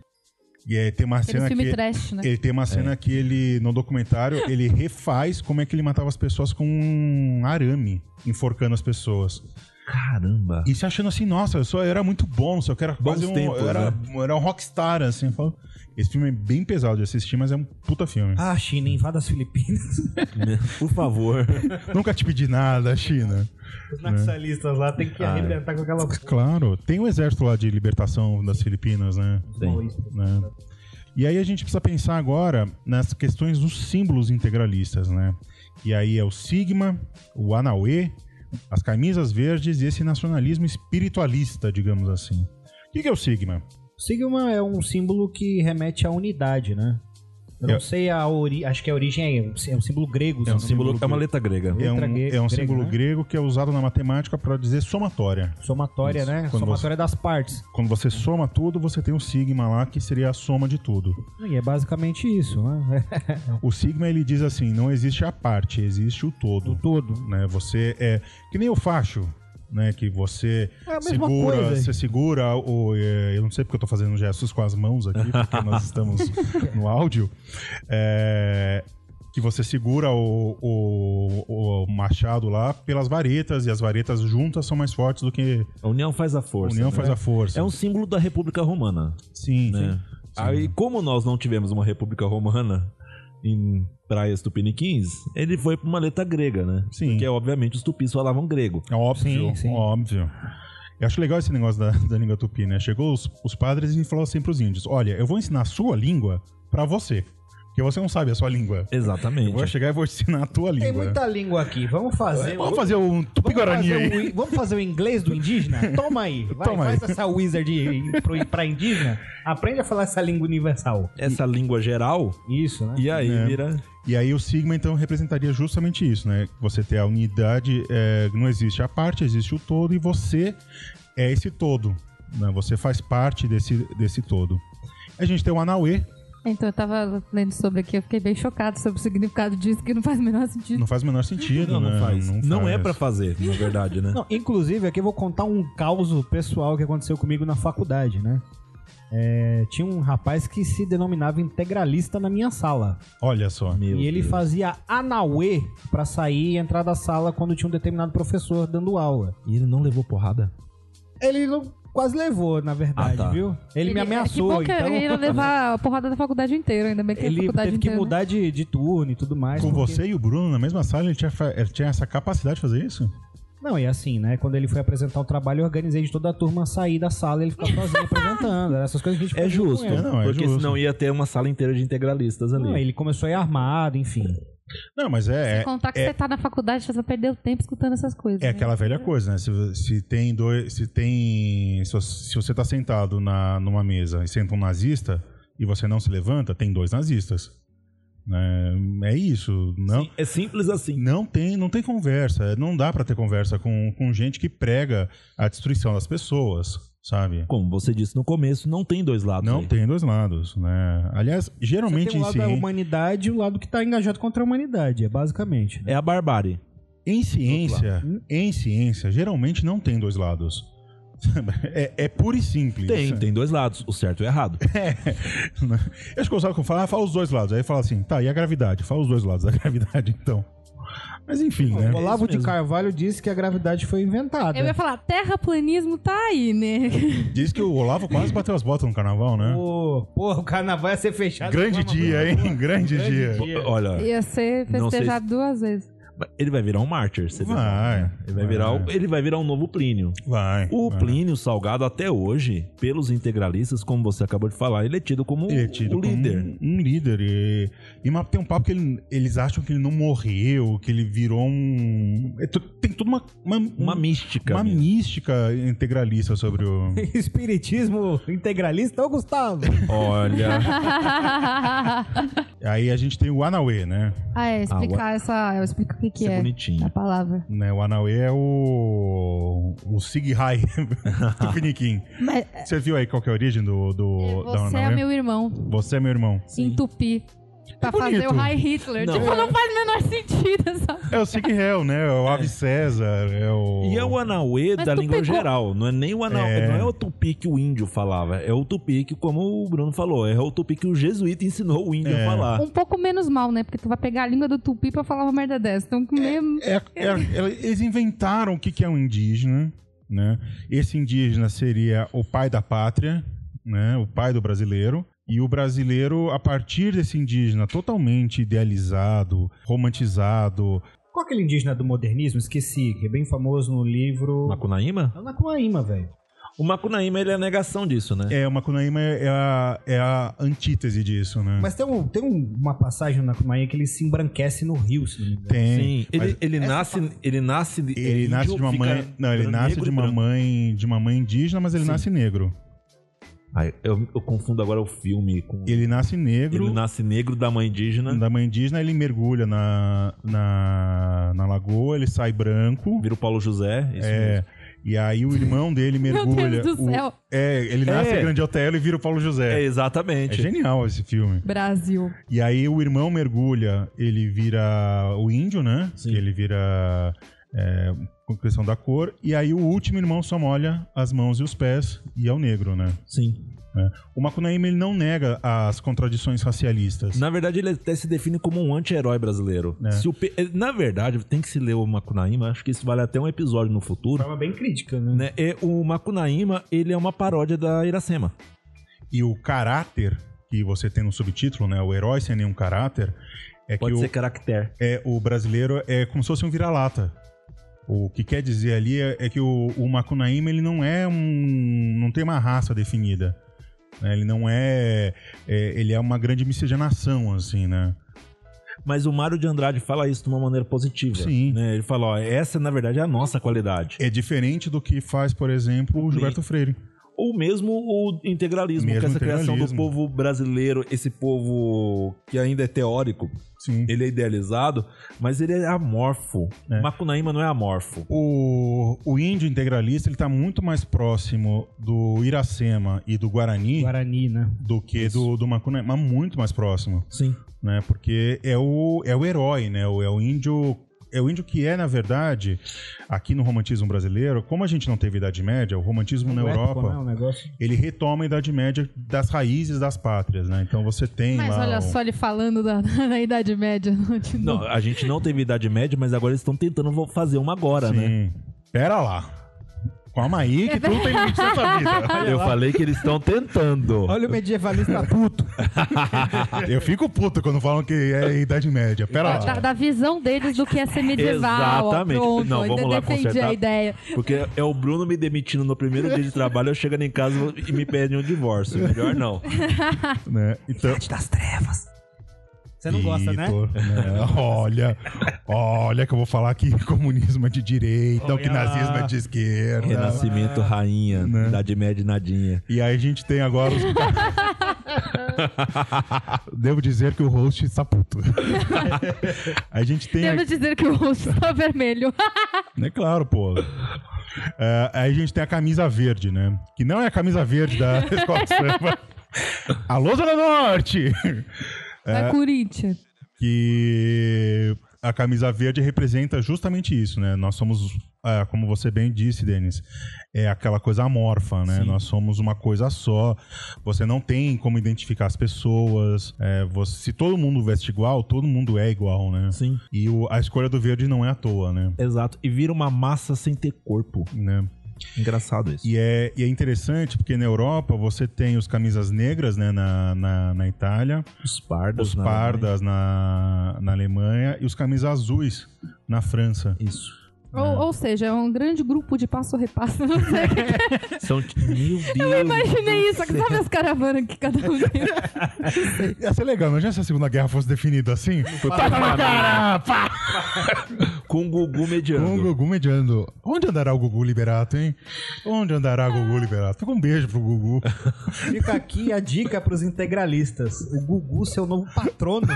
E é, tem uma Aquele cena filme que trash, né? ele tem uma É. cena que ele no documentário ele refaz como é que ele matava as pessoas com um arame, enforcando as pessoas. Caramba. E se achando assim, nossa, eu só era muito bom, não sei, eu quero Bons fazer um. tempos, né?" eu era, eu era um rockstar, assim. eu falo, Esse filme é bem pesado de assistir, mas é um puta filme. Ah, China, invada as Filipinas. né, Por favor. Nunca te pedi nada, China. Os nacionalistas lá tem que Ah, é. arrebentar com aquela. Claro, tem o exército lá de libertação das Filipinas, né? Tem. né? E aí a gente precisa pensar agora nas questões dos símbolos integralistas, né? E aí é o Sigma, o Anauê, as camisas verdes e esse nacionalismo espiritualista, digamos assim. O que que é o Sigma? Sigma é um símbolo que remete à unidade, né? Eu É. não sei a origem. Acho que a origem é, é um símbolo grego. se um eu não me Símbolo- engano. é uma letra grega. É um, Letra gre- é um grego, símbolo né? grego que é usado na matemática para dizer somatória. Somatória, Isso, né? quando Somatória das partes. Quando você soma tudo, você tem o sigma lá, que seria a soma de tudo. E é basicamente isso, né? O sigma, ele diz assim, não existe a parte, existe o todo. Tudo. né? Você é que nem o facho, né? Que você É a mesma segura, coisa. você segura o, é, eu não sei porque eu tô fazendo gestos com as mãos aqui, porque nós estamos no áudio, É, que você segura o, o- o machado lá pelas varetas e as varetas juntas são mais fortes do que A união faz a força. a união né? faz a força. É um símbolo da República Romana. sim, né? sim. Aí, como nós não tivemos uma República Romana em praias tupiniquins, ele foi pra uma letra grega, né? Sim. Porque, obviamente, os tupis falavam grego. É óbvio, Sim, sim. óbvio. Eu acho legal esse negócio da, da língua tupi, né? Chegou os, os padres e falou assim pros índios: Olha, eu vou ensinar a sua língua pra você. Porque você não sabe a sua língua. Eu vou Exatamente. chegar e vou ensinar a tua língua. Tem muita língua aqui. Vamos fazer. Vamos fazer um tupi-guarani fazer aí. o- vamos fazer o inglês do indígena? Toma aí. Vai, Toma faz essa wizard aí pro- pra indígena. Aprende a falar essa língua universal. Essa língua geral, Isso, né? e aí É. vira... E aí o sigma, então, representaria justamente isso, né? Você ter a unidade, é, não existe a parte, existe o todo, e você é esse todo. Né? Você faz parte desse, desse todo. A gente tem o Anauê, Então, eu tava lendo sobre aqui, eu fiquei bem chocada sobre o significado disso, que não faz o menor sentido. não faz o menor sentido, Não, né? não faz. Não, é faz. pra fazer, na verdade, né? Não, inclusive, aqui eu vou contar um caos pessoal que aconteceu comigo na faculdade, né? É, tinha um rapaz que se denominava integralista na minha sala. Olha só. Meu e ele Deus. fazia anauê pra sair e entrar da sala quando tinha um determinado professor dando aula. E ele não levou porrada? Ele não- quase levou, na verdade, Ah, tá. viu? Ele, me ameaçou, é Que bom que então. ele ia levar a porrada da faculdade inteira, ainda bem que é a Ele faculdade teve que inteira. né? mudar de, de turno e tudo mais. Com porque- você e o Bruno na mesma sala, ele tinha, fa- ele tinha essa capacidade de fazer isso? Não, e assim, né? Quando ele foi apresentar o trabalho, eu organizei de toda a turma sair da sala e ele ficava sozinho apresentando. Era essas coisas que a gente É fazia com justo, ele. É, não, é porque justo. senão ia ter uma sala inteira de integralistas ali. Não, ele começou a ir armado, enfim. Não, mas é, é, Sem contar que é- você tá na faculdade, você vai perder o tempo escutando essas coisas. é né? aquela velha coisa, né? Se, se tem dois. Se tem. Se, você- se você tá sentado na, numa mesa e senta um nazista e você não se levanta, tem dois nazistas. É, é isso. Não, É simples assim. não tem não tem conversa. Não dá pra ter conversa com, com gente que prega a destruição das pessoas, sabe? Como você disse no começo, não tem dois lados. Não aí. tem dois lados, né? Aliás, Você geralmente tem o em lado da ciência- humanidade e o lado que tá engajado contra a humanidade, é basicamente. né? É a barbárie. Em ciência, Hum? em ciência, geralmente não tem dois lados. É, é puro e simples. Né? Tem, tem dois lados, o certo e o errado. Eu acho que o Salco fala, ah, fala os dois lados. Aí fala assim, tá, e a gravidade? Fala os dois lados da gravidade, então. Mas enfim, né? O Olavo de mesmo. Carvalho disse que a gravidade foi inventada. Eu ia falar, terraplanismo tá aí, né? Diz que o Olavo quase bateu as botas no carnaval, né? Pô, pô, o carnaval ia ser fechado. Grande Vamos, né? dia, vamos. hein? Grande dia. Olha, Ia ser Não sei festejado duas vezes. ele vai virar um mártir, você vê. Vai. Ele vai virar, o- ele vai virar um novo Plínio. Vai. O vai. Plínio Salgado, até hoje, pelos integralistas, como você acabou de falar, ele é tido como Ele é tido o como líder. Um, um líder. E, e mas tem um papo que ele- eles acham que ele não morreu, que ele virou um. é tu- tem toda uma. Uma, um, Uma mística. uma mesmo. mística integralista sobre o. Espiritismo integralista, ô Gustavo. Olha. Aí a gente tem o Anauê, né? Ah, é, explicar essa. Eu explico o que, que Isso é é. bonitinho. A palavra. né? O Anauê é o. O Sig High do Finiquim. Mas, Você viu aí qual que é a origem do, do da você é Anauê? meu irmão. Você é meu irmão. Entupi. Pra fazer bonito. o High Hitler. É Não. é. Tipo, não faz o menor sentido essa. É o Sig Hell, né? É o Ave César, é o. E é o Anauê Mas da tu língua pegou- geral. Não é nem o Anauê. É. Não é o tupi que o índio falava. É o tupi que, como o Bruno falou, é o tupi que o jesuíta ensinou o índio É. a falar. Um pouco menos mal, né? Porque tu vai pegar a língua do tupi pra falar uma merda dessa. Então, meio. É, é- é- eles inventaram o que, que é um indígena, né? Esse indígena seria o pai da pátria, né? O pai do brasileiro. E o brasileiro, a partir desse indígena totalmente idealizado, romantizado, Qual aquele indígena do modernismo? Esqueci, que é bem famoso no livro. Macunaíma? É o Macunaíma, velho. O Macunaíma ele é a negação disso, né? é o Macunaíma é a, é a antítese disso, né? Mas tem, um- tem um- uma passagem na Macunaíma que ele se embranquece no rio, se não me engano. Tem. Sim. mas Ele, ele nasce. Ele nasce. de- Ele é nasce índio, de uma fica mãe. Não, ele branco, nasce negro de e uma branco. mãe. De uma mãe indígena, mas ele nasce negro. Ai, eu, eu confundo agora o filme com. Ele nasce negro. Ele nasce negro da mãe indígena, Da mãe indígena, ele mergulha na, na, na lagoa, ele sai branco. vira o Paulo José. Isso É, e aí o irmão dele Meu mergulha. Deus do o- céu. é, ele nasce É. grande hotel e vira o Paulo É, José. É, exatamente. genial esse filme. Brasil. E aí o irmão mergulha, ele vira o índio, né? Sim. Que Ele vira. É, com questão da cor. E aí o último irmão só molha as mãos e os pés e é o negro, né? Sim. O Macunaíma ele não nega as contradições racialistas. Na verdade, ele até se define como um anti-herói brasileiro. É. Se o pe- ele- Na verdade, tem que se ler o Macunaíma, acho que isso vale até um episódio no futuro. Forma bem crítica, né? Né? E o Macunaíma, ele é uma paródia da Iracema. E o caráter que você tem no subtítulo, né? O herói sem nenhum caráter, é Pode que o, ser caractere. é, o brasileiro é como se fosse um vira-lata. O que quer dizer ali é, é que o, o Macunaíma ele não é um. não tem uma raça definida. né? Ele não é, é- Ele é uma grande miscigenação, assim, né? Mas o Mário de Andrade fala isso de uma maneira positiva. Sim. né? Ele fala, ó, essa na verdade é a nossa qualidade. É diferente do que faz, por exemplo, o Gilberto Freire. Ou mesmo o integralismo, Mesmo que é essa criação do integralismo. povo brasileiro, esse povo que ainda é teórico, Sim. ele é idealizado, mas ele é amorfo. É. Macunaíma não é amorfo. O, o índio integralista ele tá muito mais próximo do Iracema e do Guarani Guarani, né? do que do, do Macunaíma, mas muito mais próximo. Sim. né? Porque é o, é o herói, né? O- É o índio. É o índio que é, na verdade, aqui no romantismo brasileiro, como a gente não teve Idade Média, o romantismo na O épico, Europa, né, o negócio. ele retoma a Idade Média das raízes das pátrias, né? Então você tem Mas lá olha o- só ele falando da, da Idade Média. tipo, Não, de Não, a gente não teve Idade Média, mas agora eles estão tentando vo- fazer uma agora, né? Sim. Pera lá. Calma É aí, que tudo tem limite nessa vida. Eu falei que eles estão tentando. Olha o medievalista puto. Eu fico puto quando falam que é Idade Média. Pera da, lá. da visão deles do que é ser medieval. ó, Exatamente. Pronto, Não, ainda vamos lá defendi consertar. a ideia. Porque é o Bruno me demitindo no primeiro dia de trabalho, eu chegando em casa e me pedem um divórcio. Melhor não. tá. Né? Então, Você não gosta, né? Vitor, Olha, olha que eu vou falar que comunismo é de direita, Olha que nazismo é de esquerda. Renascimento, rainha, Né? Idade Média, nadinha. E aí a gente tem agora os. Devo dizer que o host está puto. a gente tem. Devo aqui- dizer que o rosto tá vermelho. É claro, pô. É, aí a gente tem a camisa verde, né? Que não é a camisa verde da escola de samba. Alô, Zona Norte! É. É Da Corinthians. que a- a camisa verde representa justamente isso, né? Nós somos, ah, como você bem disse, Denis, é aquela coisa amorfa, né? Nós somos uma coisa só. Você não tem como identificar as pessoas. É, você- se todo mundo veste igual, todo mundo é igual, né? Sim. E o- a escolha do verde não é à toa, né? Exato. E vira uma massa sem ter corpo. Né? Engraçado isso. E é, e é interessante porque na Europa você tem os camisas negras, né, na, na, na Itália, os pardas. os na pardas na, na Alemanha e os camisas azuis na França. Alemanha. Isso. Ou, ou seja, é um grande grupo de passo-repasso. Não sei o que que São. tipo, t- Meu Deus. eu imaginei isso. Sabe as caravanas que cada um tem? Ia ser legal, imagina se a Segunda Guerra fosse definida assim. Foi pra cara, Com o Gugu mediando. Com o Gugu mediando. Onde andará o Gugu Liberato, hein? Onde andará o Gugu Liberato? Fica um beijo pro Gugu. Fica aqui a dica pros integralistas. O Gugu, seu novo patrono.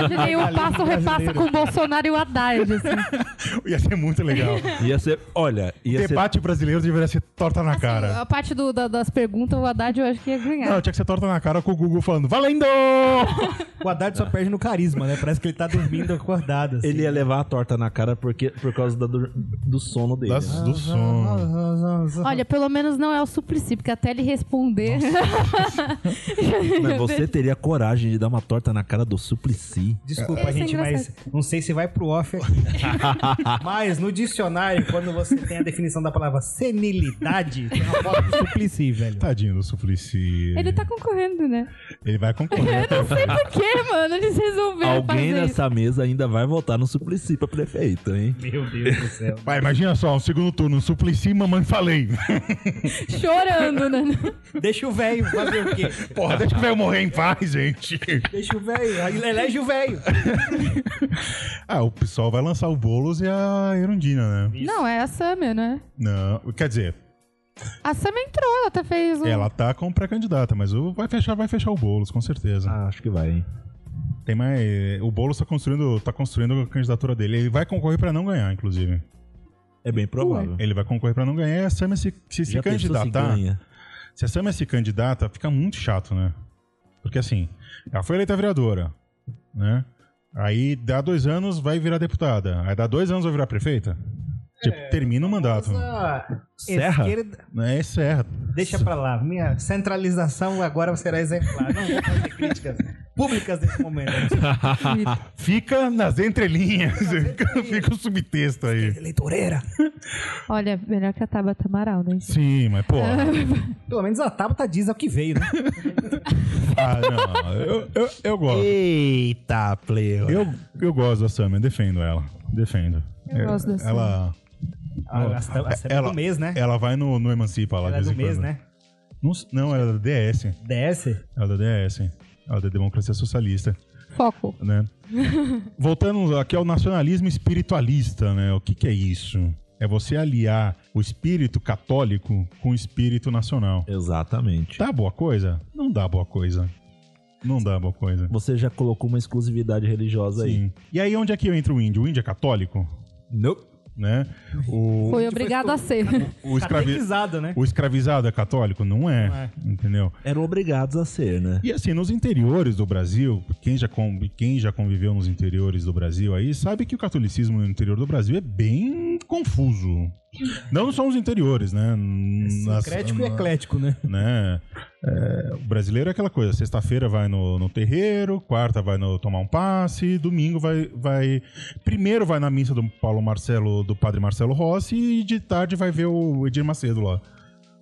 Imaginei um passo-repassa com o Bolsonaro e o Haddad. Assim. Ia ser muito legal. Ia ser. Olha, ia ser. Debate brasileiro deveria ser torta na cara. A parte do- da- das perguntas, o Haddad Assim, eu acho que ia ganhar. Não, tinha que ser torta na cara com o Gugu falando, valendo! O Haddad só perde no carisma, né? Parece que ele tá dormindo acordado. assim. é- Ele ia levar a torta na cara porque, por causa da dor- do sono dele. né? Das, do Ah, som. Olha, pelo menos não é o Suplicy, porque até ele responder. Mas você teria coragem de dar uma torta na cara do Suplicy? Desculpa, Esse é gente, mas não sei se vai pro off aqui. mas no dicionário, quando você tem a definição da palavra senilidade, tem uma foto do Suplicy, velho. Tadinho do Suplicy. ele tá concorrendo, né? Ele vai concorrer. Sei por quê, mano. Eles resolveram Alguém fazer isso. nessa mesa ainda vai votar no Suplicy pra prefeito, hein? Meu Deus do céu. Vai, imagina só, um segundo turno, Suplicy, mamãe falei. Chorando, né? Deixa o velho fazer o quê? Porra, deixa que o velho morrer em paz, gente. Deixa o velho, elege o velho. Ah, o pessoal vai lançar o Boulos e a Erundina, né? Não, é a Samia, né? Não, quer dizer, A Samia entrou, ela até fez um... ela tá como pré-candidata, mas o- vai fechar, vai fechar o Boulos, com certeza. Ah, acho que vai, hein? Tem mais. O Boulos tá construindo, tá construindo a candidatura dele. Ele vai concorrer pra não ganhar, inclusive. É bem provável. Ele vai concorrer pra não ganhar e a Samia se, se, se Já pensou candidatar. ganha? Se a Samia se candidata, fica muito chato, né? Porque assim, ela foi eleita vereadora, né? Aí dá dois anos, vai virar deputada. Aí dá dois anos, vai virar prefeita. Tipo, termina o mandato. é. Nossa, Serra? esquerda- Né? É certo. Deixa pra lá. Minha centralização agora será exemplar. Não vou fazer críticas públicas nesse momento. Fica nas entrelinhas. fica o subtexto aí. Eleitoreira. Olha, melhor que a Tabata Amaral, né? Sim, mas pô. Pelo menos a Tabata diz ao que veio, né? ah, não. Eu, eu, eu gosto. Eita, player. Eu, eu gosto da Samia, defendo ela. Defendo. Eu gosto da Samia. Ela, A, a, a, ela- do mês, né? ela vai no, no Emancipa lá Ela é de vez do em mês, quando. né? Não, não, ela é da DS. Desce. Ela é da DS. Ela é da Democracia Socialista, Foco. né? Voltando aqui ao nacionalismo espiritualista, né? O que, que é isso? É você aliar o espírito católico com o espírito nacional. Exatamente. Dá boa coisa? Não dá boa coisa. Não dá boa coisa. Você já colocou uma exclusividade religiosa aí. Sim. E aí, onde é que entra o índio? O índio é católico? Nope. Né? O, Foi obrigado a ser. o, escravi- Catequizado, né? o escravizado é católico? Não é, Não é. Entendeu? Eram obrigados a ser, né? E assim, nos interiores do Brasil, quem já, con- quem já conviveu nos interiores do Brasil aí, sabe que o catolicismo no interior do Brasil é bem confuso. Não só nos interiores, né? Nas- É Sincrético e na- eclético, né? né? É, o brasileiro é aquela coisa: sexta-feira vai no, no terreiro, quarta vai no tomar um passe, domingo vai, vai. Primeiro vai na missa do Paulo Marcelo, do padre Marcelo Rossi, e de tarde vai ver o Edir Macedo lá.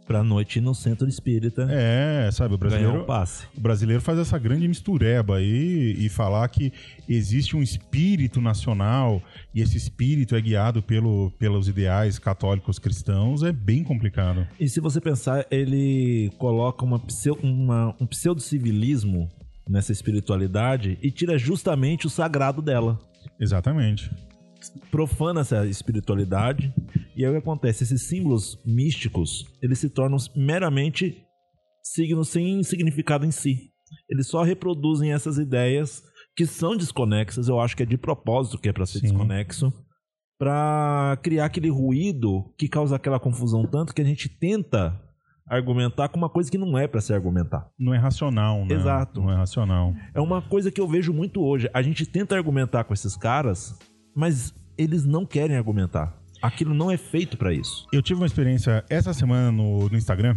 Pra noite ir no centro espírita É, sabe, o ganhar brasileiro. um passe. O brasileiro faz essa grande mistureba aí e falar que existe um espírito nacional e esse espírito é guiado pelo, pelos ideais católicos cristãos é bem complicado. E se você pensar, ele coloca uma pseu- uma- um pseudocivilismo nessa espiritualidade e tira justamente o sagrado dela. Exatamente. Profana essa espiritualidade. E aí o que acontece? Esses símbolos místicos, eles se tornam meramente signos sem significado em si. Eles só reproduzem essas ideias que são desconexas. Eu acho que é de propósito que é pra ser Sim. desconexo. Pra criar aquele ruído que causa aquela confusão tanto que a gente tenta argumentar com uma coisa que não é pra se argumentar. Não é racional, né? Exato. Não é racional. É uma coisa que eu vejo muito hoje. A gente tenta argumentar com esses caras, mas eles não querem argumentar. Aquilo não é feito pra isso. Eu tive uma experiência essa semana no, no Instagram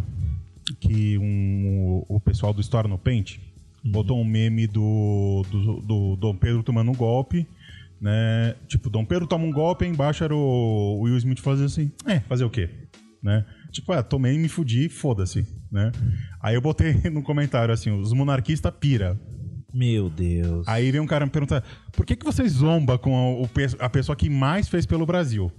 que um, o pessoal do Store no Paint botou um meme do, do, do Dom Pedro tomando um golpe, né? Tipo, Dom Pedro toma um golpe, aí embaixo era o, o Will Smith fazendo assim, é, fazer o quê? Né? Tipo, ah, tomei, me fudi, foda-se, né? Aí eu botei no comentário assim, os monarquistas pira. Meu Deus. Aí vem um cara me perguntar, por que, que você zomba com a, o pe- a pessoa que mais fez pelo Brasil?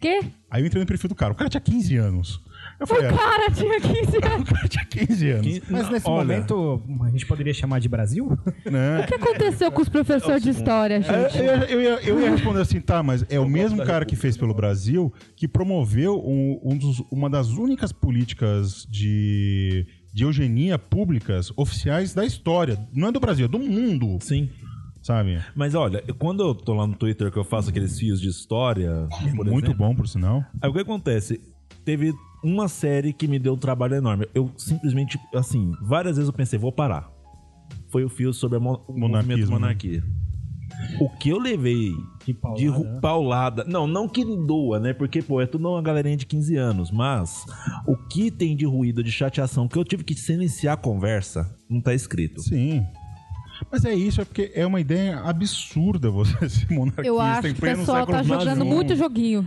Quê? Aí eu entrei no perfil do cara. O cara tinha 15 anos. Eu falei, O "Ah, cara tinha 15 anos. o cara tinha 15 anos. Mas nesse Olha, momento, a gente poderia chamar de Brasil? Né? O que aconteceu com os professores de história, gente? É, Eu, ia- eu ia, eu ia responder assim, tá, mas é o mesmo cara que fez pelo Brasil que promoveu um- um dos- uma das únicas políticas de, de eugenia públicas oficiais da história. Não é do Brasil, é do mundo, Sim. sabe? Mas olha, quando eu tô lá no Twitter que eu faço aqueles fios de história, por Muito exemplo, bom, por sinal. Aí o que acontece? Teve uma série que me deu um trabalho enorme. Eu simplesmente, assim, várias vezes eu pensei, vou parar. Foi o fio sobre a mo o movimento Monarquismo, né? monarquia. O que eu levei Que paulada, de ru- né? paulada. Não, não que doa, né? Porque, pô, é tudo uma galerinha de 15 anos. Mas o que tem de ruído, de chateação, que eu tive que silenciar a conversa, não tá escrito. Sim. Mas é isso, é porque é uma ideia absurda você ser monarquista Eu acho em que o pleno pessoal tá século um. jogando um. XXI. muito joguinho.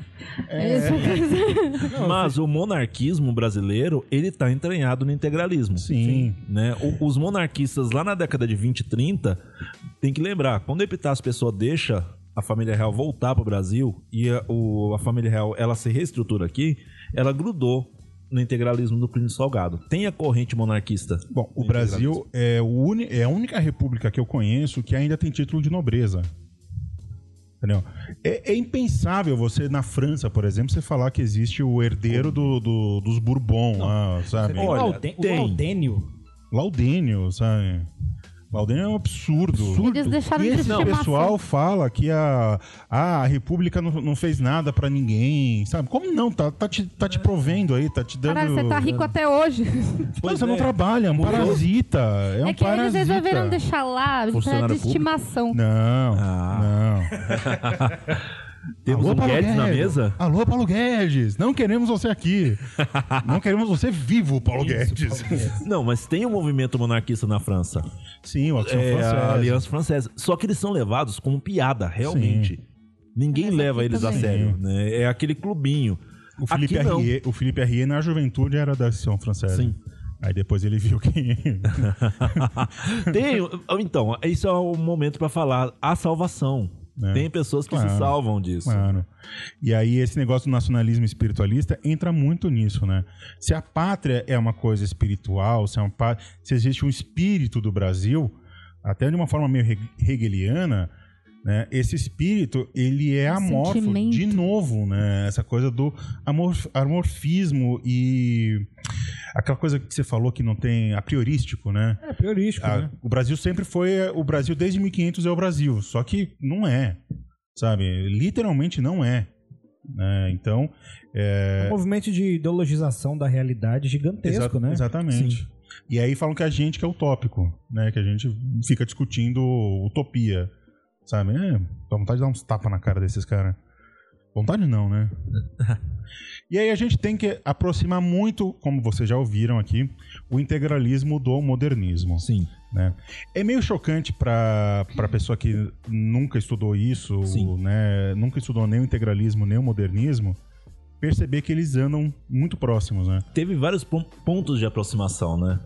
É. Isso que eu quis dizer. Mas o monarquismo brasileiro, ele tá entranhado no integralismo. Sim. Né? O- os monarquistas lá na década de 20 e 30, tem que lembrar, quando a Epitácio Pessoa deixa a família real voltar pro Brasil e a, o- a família real ela se reestrutura aqui, ela grudou no integralismo do Plínio Salgado. Tem a corrente monarquista. Bom, o Brasil é, o uni- é a única república que eu conheço que ainda tem título de nobreza. Entendeu? É, é impensável você, na França, por exemplo, você falar que existe o herdeiro do, do- dos Bourbon lá, sabe? Olha, o Alden- tem. o Aldênio. Laudênio, sabe? Laudênio é um absurdo. Eles deixaram E de assim. esse estimação. pessoal fala que a, ah, a República não, não fez nada pra ninguém, sabe? Como não? Tá, tá, te, tá te provendo aí, tá te dando... Caralho, você tá rico até hoje. Não, Pois você é. não trabalha, é um parasita. É, um É que eles parasita. resolveram deixar lá, eles deixaram de Funcionário público? estimação. Não, não. Temos Alô, Ah. um Paulo Guedes na Guedes. mesa? Alô, Paulo Guedes! Não queremos você aqui. não queremos você vivo, Paulo Guedes. Não, mas tem o movimento monarquista na França. Sim, o Action É, a Francesa. Aliança Francesa. Só que eles são levados como piada, realmente. Ninguém Mas leva aqui eles a também. sério, né? É aquele clubinho. O Felipe, Aqui não. Arrier, o Felipe Arrier, na juventude, era da Ação Francesa. Sim. Aí depois ele viu quem... né? Tem, então, isso é o momento pra falar a salvação. É. Tem pessoas que se Claro. salvam disso. Claro. E aí esse negócio do nacionalismo espiritualista entra muito nisso, né? Se a pátria é uma coisa espiritual, se, é uma pá- se existe um espírito do Brasil, até de uma forma meio he- hegeliana, né? Esse espírito, ele é Um amorfo sentimento. de novo, né? Essa coisa do amorf- amorfismo e aquela coisa que você falou que não tem a priorístico, né? É priorístico, Ah, né? O Brasil sempre foi. O Brasil desde 1500 é o Brasil. Só que não é. Sabe? Literalmente não é. né? Então. é. Um movimento de ideologização da realidade gigantesco, exa- né? Exatamente. Sim. E aí falam que a gente que é utópico, né? Que a gente fica discutindo utopia. Sabe? É, dá vontade de dar uns tapas na cara desses caras. Vontade não, né? e aí a gente tem que aproximar muito, como vocês já ouviram aqui, o integralismo do modernismo. Sim. né? É meio chocante pra pra pessoa que nunca estudou isso, Sim. né? Nunca estudou nem o integralismo, nem o modernismo, perceber que eles andam muito próximos, né? Teve vários pon- pontos de aproximação, né?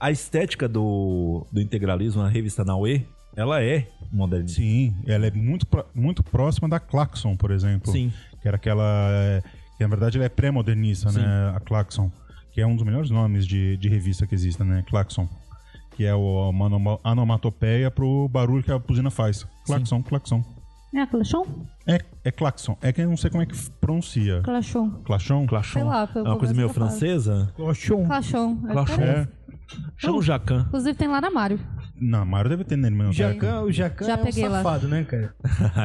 A estética do, do integralismo na revista Naue, ela é modernista. Sim, ela é muito, pró- muito próxima da Claxon, por exemplo. Que era aquela. é, Que na verdade ela é pré-modernista, Sim. né? A Claxon. Que é um dos melhores nomes de, de revista que existe, né? Claxon. Que é o- uma anoma- onomatopeia pro barulho que a buzina faz. Claxon, claxon. É, Clachon? É, é claxon. É que eu não sei como é que pronuncia. Clachon. Clachon? Clachon. Sei lá, foi é o uma que coisa eu meio gosto de francesa. Oxum. Clachon. É Clachon. parecido. É. Chama o Jacan. Inclusive tem lá na Mário. Não, Mário deve ter na Jacan, hermanoteca. o Jacan Já é um peguei lá. safado, né, cara?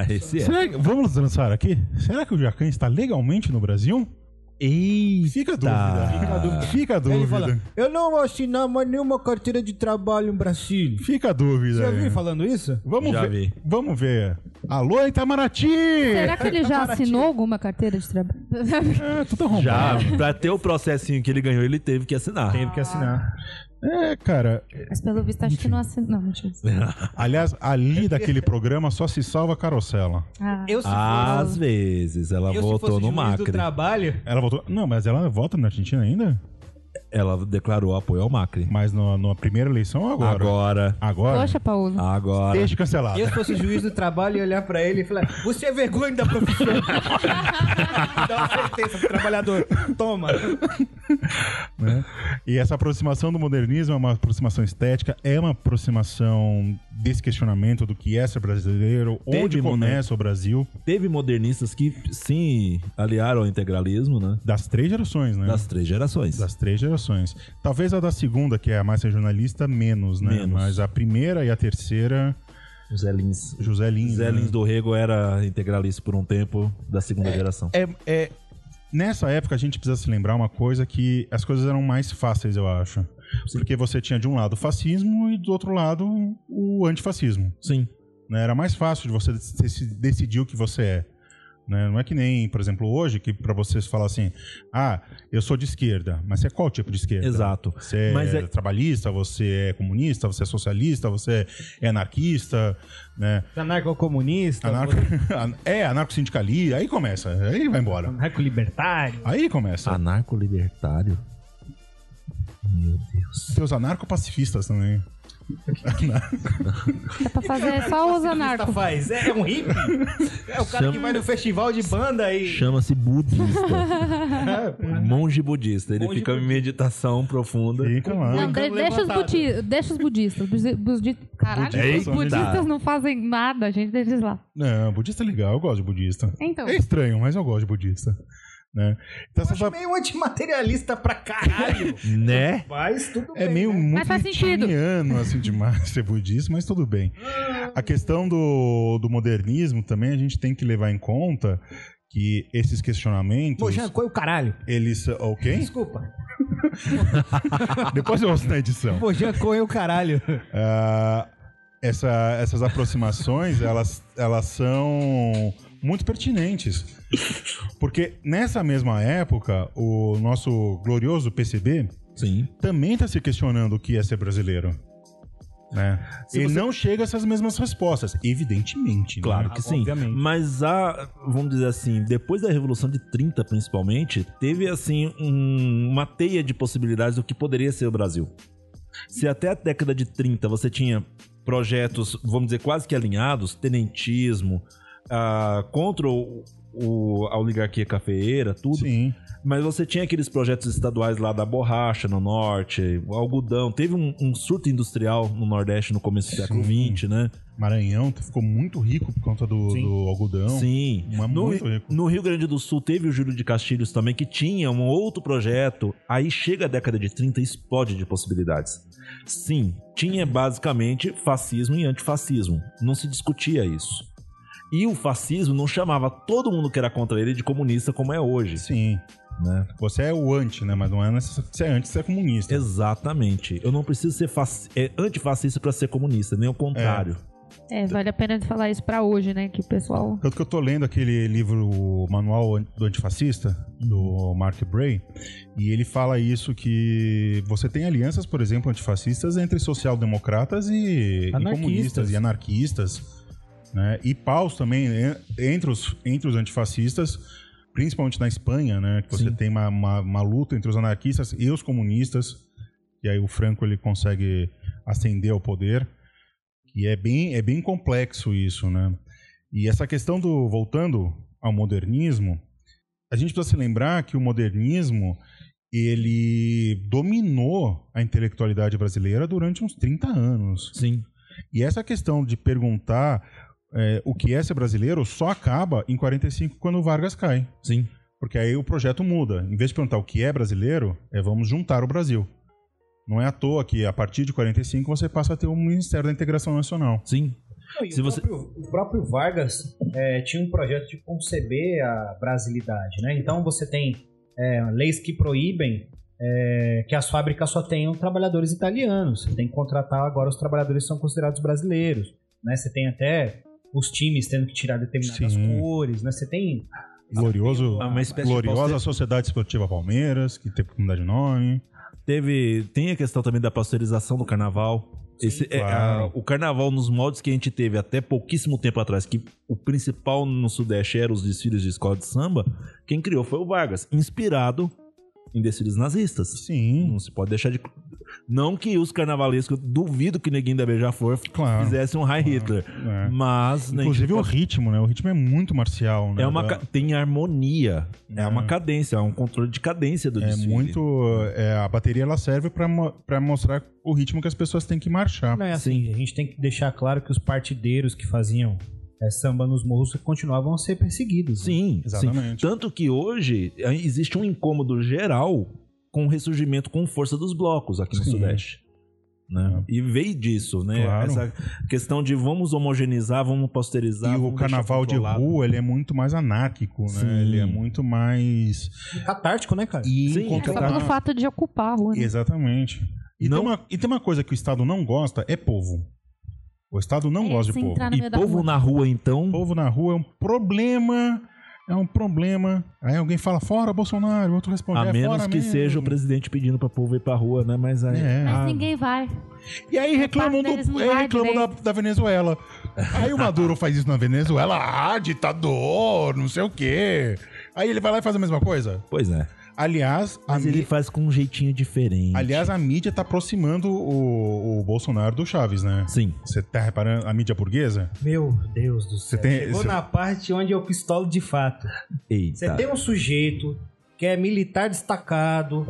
Esse é. Será que, vamos dançar aqui? Será que o Jacan está legalmente no Brasil? Eita. Fica a dúvida. Fica a dúvida. Fica a dúvida. Ele fala, eu não vou assinar mais nenhuma carteira de trabalho em Brasília. Fica a dúvida. É. Você aí. ouviu falando isso? Vamos Já ver. vi. Vamos ver. Alô, Itamaraty! Será que ele já assinou alguma carteira de trabalho? É, tudo arrombado. Já, pra ter o processinho que ele ganhou, ele teve que assinar. Teve que assinar. É, cara. Mas pelo visto acho que não assinou. Não, mentira. Aliás, ali daquele programa só se salva a carocela. Ah, Eu se Às fosse, vezes, ela eu, se voltou fosse juiz no do Macri. trabalho, Ela voltou. Não, mas ela volta na Argentina ainda? Ela declarou apoio ao Macri. Mas no- na primeira eleição ou agora? Agora. Agora? poxa, Paulo. Ah. Agora. Deixa cancelado. eu se fosse juiz do trabalho e olhar pra ele e falar, você é vergonha da profissão. Dá uma sentença pro trabalhador. Toma. né? E essa aproximação do modernismo é uma aproximação estética, é uma aproximação desse questionamento do que é ser brasileiro, Teve onde momento. começa o Brasil, Teve modernistas que, sim, aliaram ao integralismo, né? das três gerações, né? É. Das três gerações. Das três gerações. Talvez a da segunda, que é a mais regionalista, menos, né? Menos. Mas a primeira e a terceira, José Lins. José Lins. José né? Lins do Rego era integralista por um tempo, da segunda geração. É, é- nessa época a gente precisa se lembrar uma coisa que as coisas eram mais fáceis, eu acho. Porque você tinha de um lado o fascismo e do outro lado o antifascismo. Sim. né? Era mais fácil de você dec- se decidir o que você é. né? Não é que nem, por exemplo, hoje, que pra você falar assim, ah, eu sou de esquerda, mas você é qual tipo de esquerda? Exato. Você Mas é, é- trabalhista, você é comunista, você é socialista, você é anarquista, né? Anarcocomunista, Anarco... an- é, anarco-sindicalista, aí começa, aí vai embora. anarco-libertário. Aí começa. Ah. Anarco-libertário? Tem os anarco-pacifistas também. Dá pra fazer só os anarcos. faz? É, é um hippie? É o cara Chama- que vai no festival de banda e. Chama-se budista. Um Monge budista. Ele fica em meditação profunda. Fica lá. Não, de- deixa, os buti- deixa os budistas. Busi- busi- Caralho, Budistas os são budistas militares. não fazem nada, gente. Deixa eles lá. Não, budista é legal, eu gosto de budista. Então. É estranho, mas eu gosto de budista. Né? Então, essa Eu acho meio antimaterialista pra caralho. Né? Mas tudo É bem, meio né? muito Mas faz sentido. nietzscheano, assim, demais ser budista, mas tudo bem. A questão do, do modernismo também a gente tem que levar em conta que esses questionamentos, Pô, Jean, qual é o caralho? eles... Ok? Desculpa. Depois eu ouço na edição. Pô, Jean, qual é o caralho? Ah, essa- essas aproximações, elas, elas são muito pertinentes. Porque nessa mesma época, o nosso glorioso PCB Sim. também está se questionando o que é ser brasileiro. Né? Se E você- não chega a essas mesmas respostas, evidentemente. né? Claro que sim. obviamente. Mas a, vamos dizer assim, depois da Revolução de 30, principalmente, teve assim um- uma teia de possibilidades do que poderia ser o Brasil. Se até a década de 30 você tinha projetos, vamos dizer, quase que alinhados, tenentismo, ah, contra o, o- a oligarquia cafeeira, tudo, Sim. mas você tinha aqueles projetos estaduais lá da borracha no norte, o algodão, teve um, um surto industrial no Nordeste no começo do século Sim. XX, né? Maranhão tá, ficou muito rico por conta do, do algodão. Sim. Mas No, muito rico. no Rio Grande do Sul teve o Júlio de Castilhos também, que tinha um outro projeto. Aí chega a década de 30 e explode de possibilidades. Sim, tinha basicamente fascismo e antifascismo. Não se discutia isso. E o fascismo não chamava todo mundo que era contra ele de comunista como é hoje. Sim. Né? Você é o anti, né? Mas não é necessário. Você é anti, você é comunista. Exatamente. Eu não preciso ser faci- é, antifascista para ser comunista, nem o contrário. É, Tá. vale a pena de falar isso pra hoje, né? Que o pessoal. Tanto que eu tô lendo aquele livro, o Manual An- do Antifascista, do Mark Bray, e ele fala isso: que você tem alianças, por exemplo, antifascistas entre social-democratas e, e Anarquistas. comunistas e anarquistas, né? E paus também en- entre os, entre os antifascistas, principalmente na Espanha, né? Que você Sim. tem uma, uma, uma luta entre os anarquistas e os comunistas, e aí o Franco ele consegue ascender ao poder. E é bem, é bem complexo isso, né? E essa questão do voltando ao modernismo, a gente precisa se lembrar que o modernismo ele dominou a intelectualidade brasileira durante uns 30 anos. Sim. E essa questão de perguntar eh, o que é ser brasileiro só acaba em 45 quando o Vargas cai. Sim. Porque aí o projeto muda. Em vez de perguntar o que é brasileiro, é vamos juntar o Brasil. Não é à toa que a partir de 45 você passa a ter o Ministério da Integração Nacional. Sim. Não, e Se o, você- próprio, o próprio Vargas é, tinha um projeto de conceber a brasilidade, né? Então você tem é, leis que proíbem é, que as fábricas só tenham trabalhadores italianos. Você tem que contratar agora os trabalhadores que são considerados brasileiros. Né? Você tem até os times tendo que tirar determinadas Sim. cores. Né? Você tem Glorioso, É uma espécie de gloriosa pausete. Sociedade Esportiva Palmeiras, que teve que mudar de nome. Teve. Tem a questão também da pasteurização do carnaval. Esse- é, claro. a- o carnaval, nos moldes que a gente teve até pouquíssimo tempo atrás, que o principal no Sudeste era os desfiles de escola de samba, quem criou foi o Vargas, inspirado em desfiles nazistas. Sim, Não se pode deixar de. Não que os carnavalescos, duvido que Neguinho da Beija-Flor claro. fizesse um High Hitler. Ah. É. Mas. né, Inclusive o ritmo, né? O ritmo é muito marcial, né? é uma, ca- tem harmonia, é, É. uma cadência, é um controle de cadência do É desfile. muito. é, a bateria ela serve pra, mo- pra mostrar o ritmo que as pessoas têm que marchar. Não, é assim, assim, a gente tem que deixar claro que os partideiros que faziam é, samba nos morros continuavam a ser perseguidos. né? Sim, sim. Exatamente. Tanto que hoje eh, existe um incômodo geral com o ressurgimento com força dos blocos aqui no Sim. É. Sudeste. Né? E veio disso, né? Claro. Essa questão de vamos homogeneizar, vamos posterizar. E o vamos carnaval deixar de controlado. rua, ele é muito mais anárquico, Sim. né? Ele é muito mais. catártico, né, cara? E Sim. Só encontrar- pelo fato de ocupar a rua. Né? então tá. Exatamente. E, Não- tem uma, e tem uma coisa que o Estado não gosta: é povo. O Estado não É, gosta você de povo. entrar no meio E da povo rua. na rua, então. Povo na rua é um problema. É um problema. Aí alguém fala, fora Bolsonaro, o outro responde, A "É, menos fora que mesmo." seja o presidente pedindo pra povo ir pra rua, né? Mas aí. É. Ah, Mas ninguém vai. E aí reclamam, parte né? deles do, não aí vai reclamam da, direito. da Venezuela. Aí o Maduro faz isso na Venezuela, ah, ditador, não sei o quê. Aí ele vai lá e faz a mesma coisa. Pois é. Aliás, a, Mas ele mí- faz com um jeitinho diferente. aliás, a mídia tá aproximando o, o Bolsonaro do Chaves, né? Sim. Você tá reparando a mídia burguesa? Meu Deus do céu. tem- Chegou você- na parte onde eu pistolo de fato. Você Eita. tem um sujeito que é militar destacado,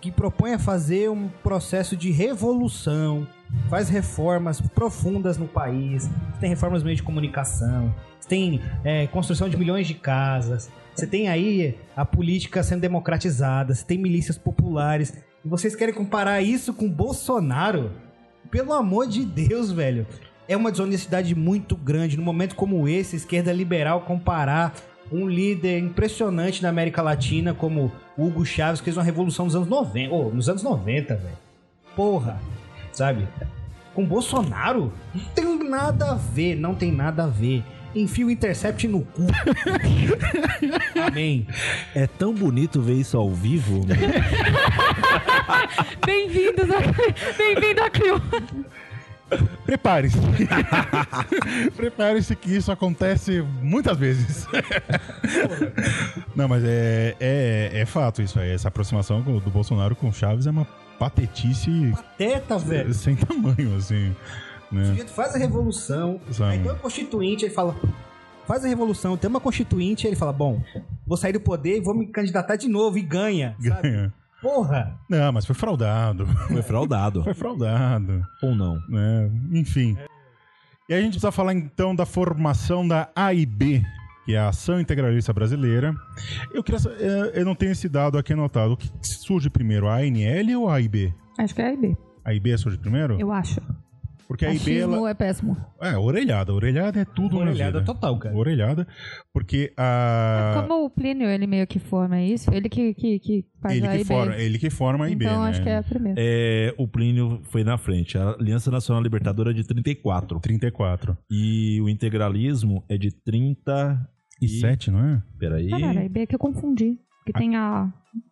que propõe a fazer um processo de revolução, faz reformas profundas no país, você tem reformas no meio de comunicação, você tem é, construção de milhões de casas, você tem aí a política sendo democratizada, você tem milícias populares, e vocês querem comparar isso com Bolsonaro? Pelo amor de Deus, velho. É uma desonestidade muito grande. Num momento como esse, a esquerda liberal comparar um líder impressionante da América Latina como Hugo Chávez, que fez uma revolução nos anos 90. ô, nos anos 90, velho. Porra, sabe? Com Bolsonaro? Não tem nada a ver, não tem nada a ver. Enfia o Intercept no cu. Amém. É tão bonito ver isso ao vivo. né? Bem-vindos a... Bem-vindo a Clio. Prepare-se. Prepare-se que isso acontece muitas vezes. Não, mas é, é, é fato isso aí. Essa aproximação com- do Bolsonaro com o Chaves é uma patetice Pateta, velho. sem tamanho, assim. O Né? sujeito faz a revolução, Sabe? Aí tem uma constituinte, ele fala. Faz a revolução, tem uma constituinte, ele fala: Bom, vou sair do poder e vou me candidatar de novo e ganha. Sabe? Ganha. Porra! Não, mas foi fraudado. Foi fraudado. Foi fraudado. Ou não. Né? Enfim. E aí a gente precisa falar então da formação da AIB, que é a Ação Integralista Brasileira. Eu, queria, sa- eh, eu eu não tenho esse dado aqui anotado. O que surge primeiro, a ANL ou a AIB? Acho que é a IB, A IB surge primeiro? eu acho. Porque a IB, Achismo ela... é péssimo. É, orelhada. Orelhada é tudo na Olhada vida. total, cara. Orelhada. Porque a... Como o Plínio, ele meio que forma isso, ele que, que, que faz Ele a que, IB. forma, ele que forma a IB, então né? acho que é a primeira. É, o Plínio foi na frente. A Aliança Nacional Libertadora é de 34. 34. E o integralismo é de 30. E 7, não é? Peraí. Ah, cara, a IB que eu confundi. Que tem a...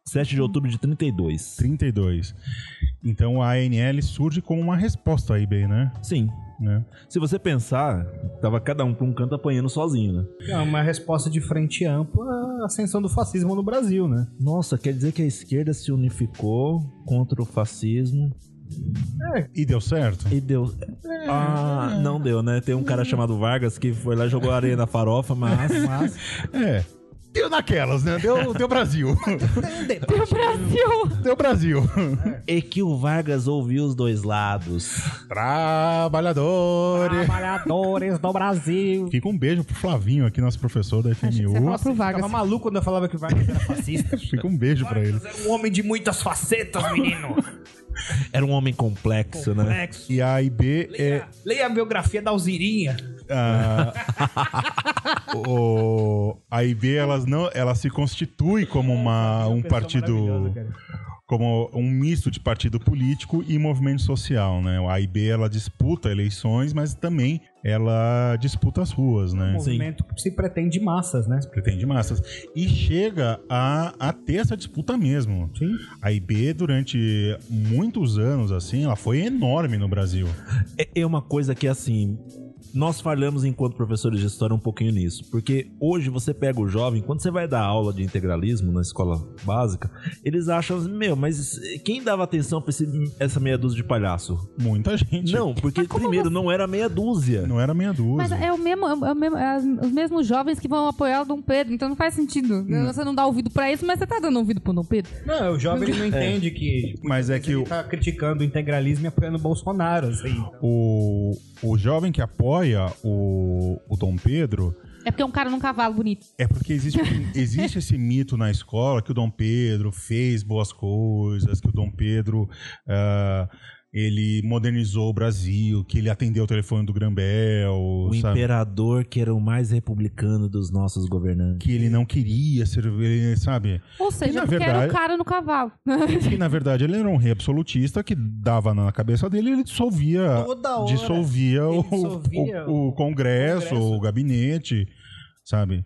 7 de outubro de 32. 32. Então a ANL surge como uma resposta à IB, né? Sim. né? Se você pensar, tava cada um pra um canto apanhando sozinho, né? É uma resposta de frente ampla à ascensão do fascismo no Brasil, né? Nossa, quer dizer que a esquerda se unificou contra o fascismo E deu certo? e deu. Ah, não deu, né? Tem um cara chamado Vargas que foi lá e jogou areia na farofa, mas. mas... É. Deu naquelas, né? Deu, deu Brasil. Tem o Brasil! deu Brasil. E que o Vargas ouviu os dois lados. Trabalhadores. Trabalhadores do Brasil. Fica um beijo pro Flavinho aqui, nosso professor da Acho que você FMU. fala pro Eu Tava Vargas. É um maluco quando eu falava que o Vargas era fascista. Fica um beijo pra ele. Vargas era um homem de muitas facetas, menino. Era um homem complexo, né? Complexo. E a IB é, Leia a biografia da Alzirinha. Ah, o, a IB elas não, ela se constitui como uma, um partido, como um misto de partido político e movimento social, né? A IB ela disputa eleições, mas também ela disputa as ruas, né? Um movimento que se pretende massas, né? Pretende massas. E chega a, a ter essa disputa mesmo. Sim. A IB, durante muitos anos, assim, ela foi enorme no Brasil. É- É uma coisa que, assim, nós falhamos enquanto professores de história um pouquinho nisso. Porque hoje você pega o jovem, quando você vai dar aula de integralismo na escola básica, eles acham, assim, meu, mas quem dava atenção pra esse- essa meia dúzia de palhaço? Muita gente. Não, porque primeiro, não era meia dúzia. Não era meia Mas dúzia. é, o mesmo, é, o mesmo- é as- os mesmos jovens que vão apoiar o Dom Pedro, então não faz sentido. Hum. Você não dá ouvido pra isso, mas você tá dando ouvido pro Dom Pedro. Não, o jovem É. ele não entende que Mas é que ele o, tá criticando o integralismo e apoiando o Bolsonaro, assim. o, o jovem que apoia o, o Dom Pedro É porque é um cara num cavalo bonito. é porque existe, existe esse mito na escola que o Dom Pedro fez boas coisas, que o Dom Pedro ah, ele modernizou o Brasil, que ele atendeu o telefone do Grambel, O sabe? imperador que era o mais republicano dos nossos governantes. que ele não queria ser, ele- sabe? É Ou seja, na porque era verdade- um cara no cavalo. Que na verdade ele era um rei absolutista que dava na cabeça dele, ele dissolvia Toda hora. dissolvia, o, Ele dissolvia o- o congresso, o Congresso. o gabinete, sabe?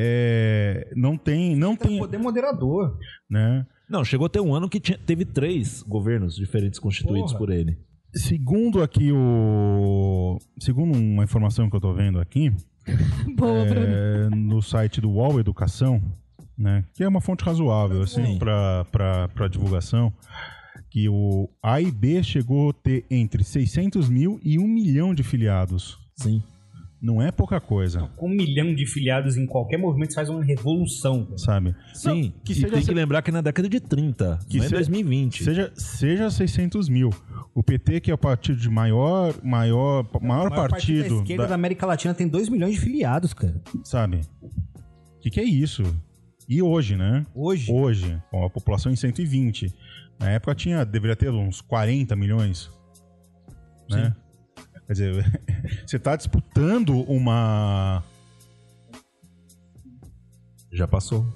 É, não tem, não Tem um tem, poder moderador. né? Não, chegou a ter um ano que tinha- teve três governos diferentes constituídos Porra. por ele. Segundo aqui o, segundo uma informação que eu tô vendo aqui, Boa, Bruno. é, no site do UOL Educação, né, que é uma fonte razoável assim Sim. para divulgação, que o A e B chegou a ter entre 600 mil e 1 milhão de filiados. Sim. Não é pouca coisa, Com um milhão de filiados em qualquer movimento, você faz uma revolução. velho. sabe? Sim. que e seja tem se- que lembrar que na década de 30, Que não é se- 2020. Seja, seja 600 mil. O PT, que é o partido de maior, maior, maior, A maior parte da partido, esquerda da- da América Latina tem 2 milhões de filiados, cara. sabe? O que, que é isso? E hoje, né? Hoje. Hoje, com a população em 120. Na época tinha, deveria ter uns 40 milhões, né? Quer dizer, você tá disputando uma... Já passou.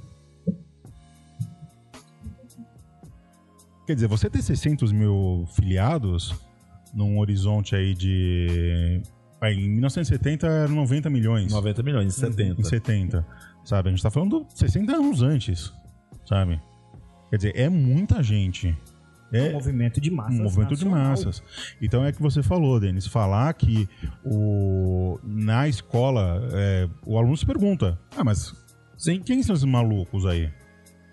Quer dizer, você ter 600 mil filiados num horizonte aí de... aí, Em 1970 eram 90 milhões. 90 milhões, em 70. Em 70. Sabe? A gente tá falando 60 anos antes. Sabe? Quer dizer, é muita gente. É um É movimento de massas. um movimento de nacional. massas. Então é que você falou, Denis. Falar que o, na escola é, o aluno se pergunta: Ah, mas Sim. quem são esses malucos aí?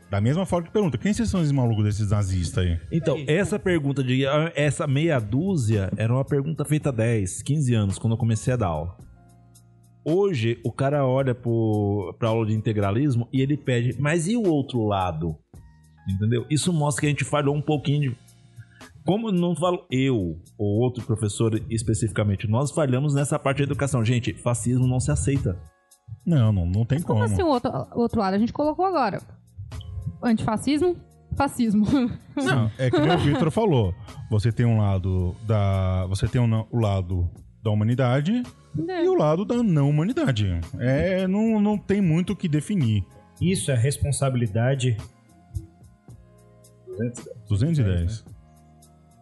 Da mesma forma que pergunta: Quem são esses malucos desses nazistas aí? Então, essa pergunta de ah, essa meia dúzia era uma pergunta feita há 10, 15 anos, quando eu comecei a dar aula. Hoje, o cara olha pro, pra aula de integralismo e ele pede, mas e o outro lado? Entendeu? Isso mostra que a gente falhou um pouquinho de. Como eu não falo eu ou outro professor especificamente, nós falhamos nessa parte da educação. Gente, fascismo não se aceita. Não, não, não tem Como como. assim o outro, o outro lado? A gente colocou agora. Antifascismo, fascismo. Não, é que nem o Victor falou. Você tem um lado da. Você tem um- o lado da humanidade Né? e o lado da não humanidade. É, não, não tem muito o que definir. Isso é responsabilidade. 210.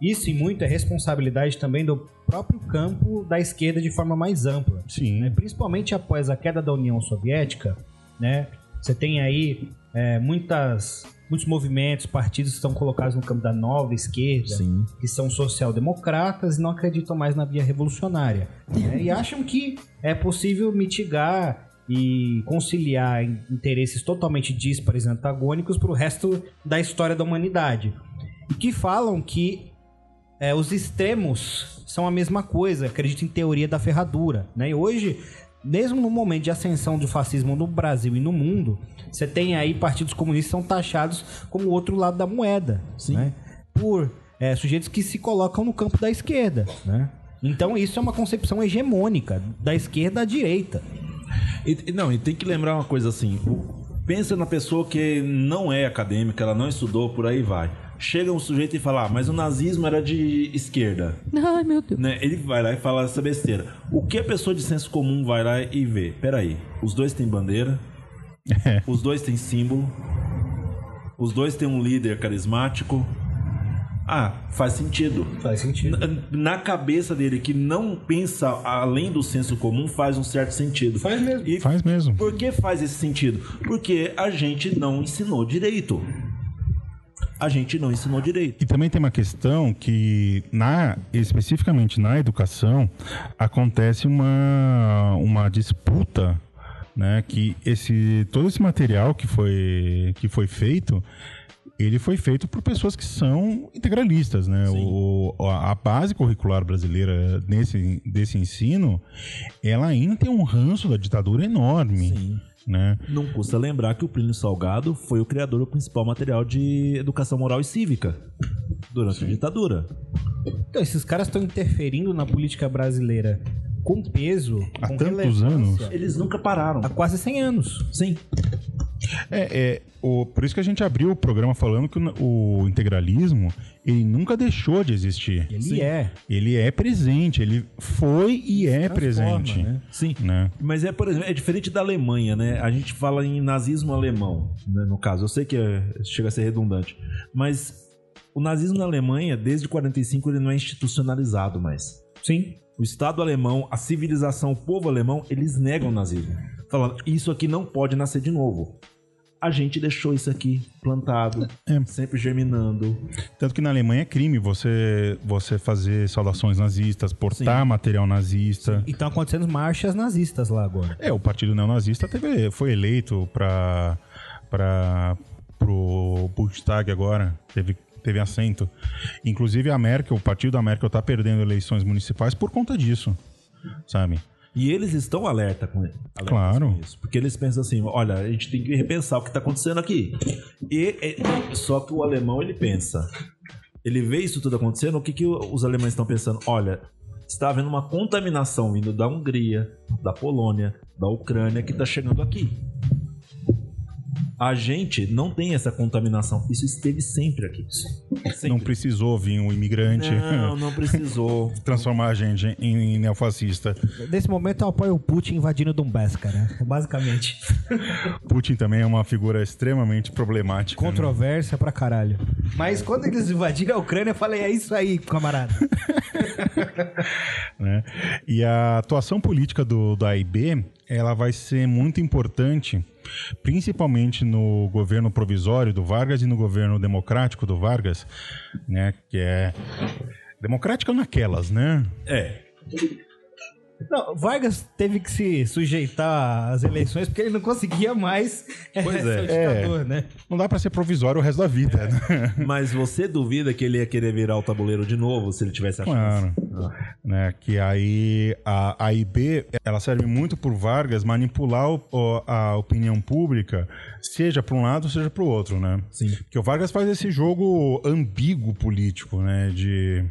Isso e muito é responsabilidade também do próprio campo da esquerda de forma mais ampla. né? Sim. principalmente após a queda da União Soviética, né? Você tem aí é, muitas, muitos movimentos, partidos que estão colocados no campo da nova esquerda, Sim. que são social-democratas e não acreditam mais na via revolucionária. né? E acham que é possível mitigar e conciliar in- interesses totalmente díspares e antagônicos para o resto da história da humanidade. E que falam que é, os extremos são a mesma coisa, acreditam em teoria da ferradura. Né? E hoje, mesmo no momento de ascensão do fascismo no Brasil e no mundo, você tem aí partidos comunistas que são taxados como o outro lado da moeda. Sim. né? Por é, sujeitos que se colocam no campo da esquerda. Né? Então isso é uma concepção hegemônica, da esquerda à direita. E- e não, e tem que lembrar uma coisa assim. o- Pensa na pessoa que não é acadêmica, ela não estudou, por aí vai. Chega um sujeito e fala, ah, mas o nazismo era de esquerda. Ai, meu Deus. né? Ele vai lá e fala essa besteira. O que a pessoa de senso comum vai lá e vê? Peraí, os dois têm bandeira, os dois têm símbolo, os dois têm um líder carismático. Ah, faz sentido. Faz sentido. Na- Na cabeça dele, que não pensa além do senso comum, faz um certo sentido. Faz mesmo. E É, Faz mesmo. por que faz esse sentido? Porque a gente não ensinou direito. A gente não ensinou direito. E também tem uma questão que, na, especificamente na educação, acontece uma, uma disputa, né? Que esse, todo esse material que foi, que foi feito, ele foi feito por pessoas que são integralistas, né? O, a a base curricular brasileira nesse, desse ensino, ela ainda tem um ranço da ditadura enorme, Sim. né? Não custa lembrar que o Plínio Salgado foi o criador do principal material de educação moral e cívica durante a ditadura. Então, esses caras estão interferindo na política brasileira com peso, Há com tantos relevância, anos. Eles nunca pararam. Há quase 100 anos. Sim. É, é o, por isso que a gente abriu o programa falando que o, o integralismo ele nunca deixou de existir. Ele é. Ele é presente, ele foi e é presente. né? Sim. né? Mas é, por exemplo, é diferente da Alemanha, né? A gente fala em nazismo alemão, né, no caso. Eu sei que é- chega a ser redundante. Mas o nazismo na Alemanha, desde 45, ele não é institucionalizado mais. Sim. O Estado alemão, a civilização, o povo alemão, eles negam o nazismo. Falam, isso aqui não pode nascer de novo. A gente deixou isso aqui plantado, É. sempre germinando. Tanto que na Alemanha é crime você, você fazer saudações nazistas, portar material nazista. E estão acontecendo marchas nazistas lá agora. É, o partido neonazista teve, foi eleito para para pro Bundestag agora, teve teve assento. Inclusive a Merkel, o partido da Merkel tá perdendo eleições municipais por conta disso, sabe? E eles estão alerta com alertas Claro. com isso. Porque eles pensam assim, olha, a gente tem que repensar o que está acontecendo aqui. E, e- só que o alemão, ele pensa. Ele vê isso tudo acontecendo, o que, que os alemães estão pensando? Olha, está havendo uma contaminação vindo da Hungria, da Polônia, da Ucrânia, que está chegando aqui. A gente não tem essa contaminação. Isso esteve sempre aqui. Sempre. Não precisou vir um imigrante Não, não precisou. transformar a gente em, em neofascista. Nesse momento eu apoio o Putin invadindo Donbass, cara. É Basicamente. Putin também é uma figura extremamente problemática. né? Controvérsia pra caralho. Mas quando eles invadiram a Ucrânia, eu falei, é isso aí, camarada. né? E a atuação política do, da AIB ela vai ser muito importante, principalmente no governo provisório do Vargas e no governo democrático do Vargas, né? Que é democrático naquelas, né? É. Não, Vargas teve que se sujeitar às eleições porque ele não conseguia mais Pois ser é. o ditador, né? Não dá pra ser provisório o resto da vida. né? Mas você duvida que ele ia querer virar o tabuleiro de novo se ele tivesse a chance? Claro. Né? Que aí a AIB ela serve muito por Vargas manipular o- o- a opinião pública, seja para um lado, seja para o outro, né? Sim. Porque o Vargas faz esse jogo ambíguo político, né? De.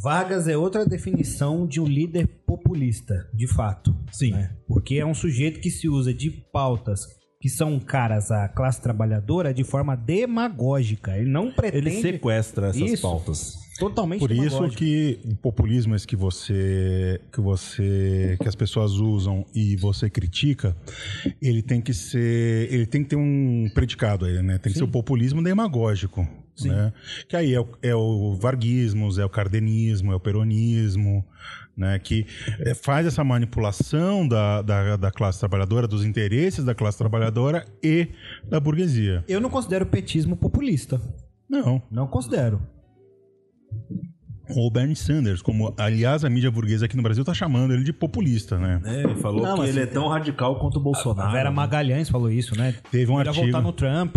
Vargas é outra definição de um líder populista, de fato. Sim. né? Porque é um sujeito que se usa de pautas que são caras à classe trabalhadora de forma demagógica. Ele não pretende Ele sequestra essas Isso. pautas. totalmente Por isso demagógico. que o populismo é esse que você. que você. que as pessoas usam e você critica, ele tem que ser. ele tem que ter um predicado aí, né? Tem que ser o populismo demagógico. Né? Que aí é o, é o varguismo, é o cardenismo, é o peronismo, né? que eh, faz essa manipulação da, da, da classe trabalhadora, dos interesses da classe trabalhadora e da burguesia. Eu não considero o petismo populista. Não. Não considero. ou o Bernie Sanders, como aliás a mídia burguesa aqui no Brasil tá chamando ele de populista, né? É, ele falou Não, que assim, ele é tão radical quanto o A Bolsonaro. Vera Magalhães falou isso, né? Teve um Ele ia artigo, voltar no Trump.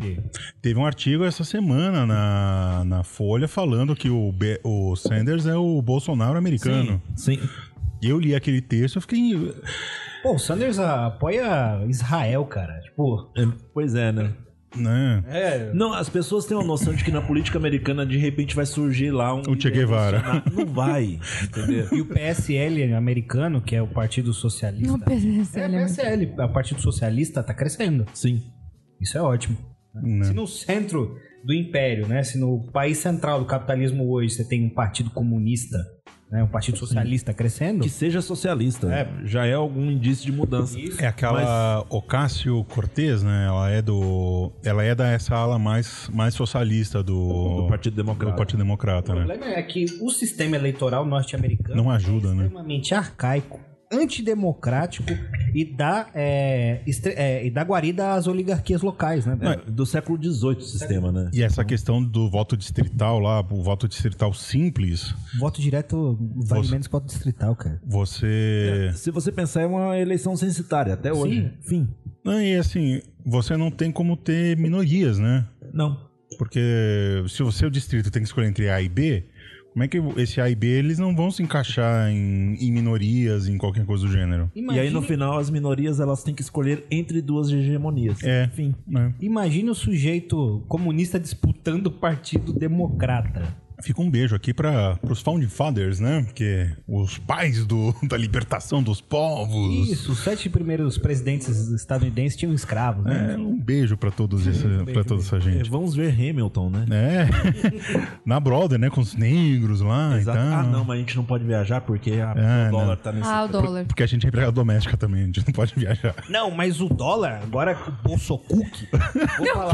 teve um artigo essa semana na, na Folha falando que o, Be- o Sanders é o Bolsonaro tá americano. Sim. E eu li aquele texto, eu fiquei Pô, o Sanders apoia Israel, cara. Tipo, É, Pois é, né? né? é. Não, as pessoas têm uma noção de que na política americana de repente vai surgir lá um. O Che Guevara. revolucionário. Não vai, entendeu? E o PSL americano, que é o Partido Socialista. Não, PSL. É, PSL. O Partido Socialista tá crescendo. Sim. Isso é ótimo. Não. Se no centro do império, né? Se no país central do capitalismo hoje você tem um partido comunista, né? Um partido socialista crescendo. Que seja socialista. Já é algum indício de mudança. É aquela Ocasio Cortez, né? Ela é do. Ela é da essa ala mais, mais socialista do, Do Partido Democrata. do Partido Democrata, O né? problema é que o sistema eleitoral norte-americano Não ajuda, é né? extremamente arcaico, antidemocrático e dá, é, estre- é, e dá guarida às oligarquias locais, né? É, do século XVIII o sistema, né? E essa questão do voto distrital lá, o voto distrital simples, Voto direto vale É. Você- menos que voto distrital, cara. você. Se você pensar, é uma eleição censitária até hoje. Enfim. Não, e assim, você não tem como ter minorias, né? Não. Porque se o seu distrito tem que escolher entre A e B, como é que esse A e B eles não vão se encaixar em, em minorias, em qualquer coisa do gênero? E aí, no final, as minorias elas têm que escolher entre duas hegemonias. É. Enfim. né? Imagina o sujeito comunista disputando o Partido Democrata. Fica um beijo aqui para os Founding Fathers, né? Porque os pais do, da libertação dos povos. Isso, os sete primeiros presidentes estadunidenses tinham escravos, né? É, um beijo para todos esse- pra toda essa É, gente. vamos ver Hamilton, né? É. Na Brother, né? Com os negros lá Exato. e tal. Ah, não, mas a gente não pode viajar porque a- Ah, o dólar não. tá nesse. Ah, o dólar. Porque a gente é empregada doméstica também, a gente não pode viajar. Não, mas o dólar, agora o Bolsocuque. Vou falar.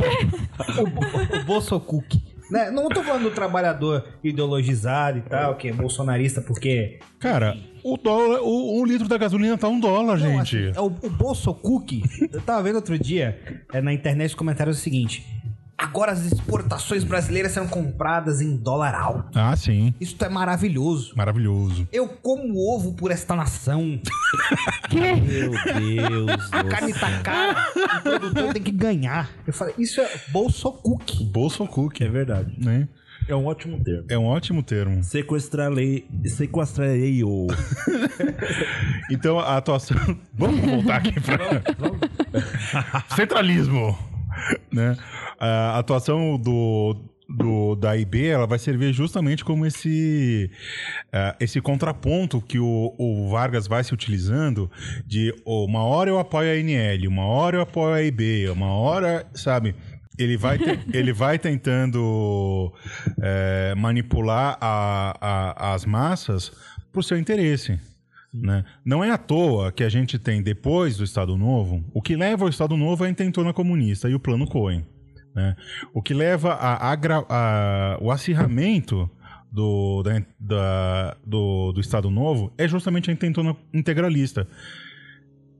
O, Bo- o Bolsocuque. Né? Não tô falando do trabalhador ideologizado e tal, que é bolsonarista, porque. Cara, o dólar, o, um litro da gasolina tá um dólar, Não, gente. assim, é o, o Bolsocuque, eu tava vendo outro dia é, na internet os comentários o seguinte: agora as exportações brasileiras serão compradas em dólar alto. Ah, sim. Isto é maravilhoso. Maravilhoso. Eu como ovo por esta nação. Meu Deus. A carne tá cara. o produtor tem que ganhar. Eu falei, isso é Bolsocuque. Bolso cook, É verdade. né? É um ótimo termo. É um ótimo termo. Sequestrarei. Sequestrarei o. Então, a atuação... Vamos voltar aqui pra... Centralismo! Né? A atuação do... Do, da IB, ela vai servir justamente como esse ah, esse contraponto que o, o Vargas vai se utilizando de oh, uma hora eu apoio a NL, uma hora eu apoio a IB, uma hora, sabe? Ele vai, te- ele vai tentando eh, manipular a- a- as massas para o seu interesse. Né? Não é à toa que a gente tem, depois do Estado Novo, o que leva ao Estado Novo é a intentona comunista e o Plano Cohen. né? O que leva a, agra- a- o acirramento do, da- da- do, do Estado Novo é justamente a intentona integralista.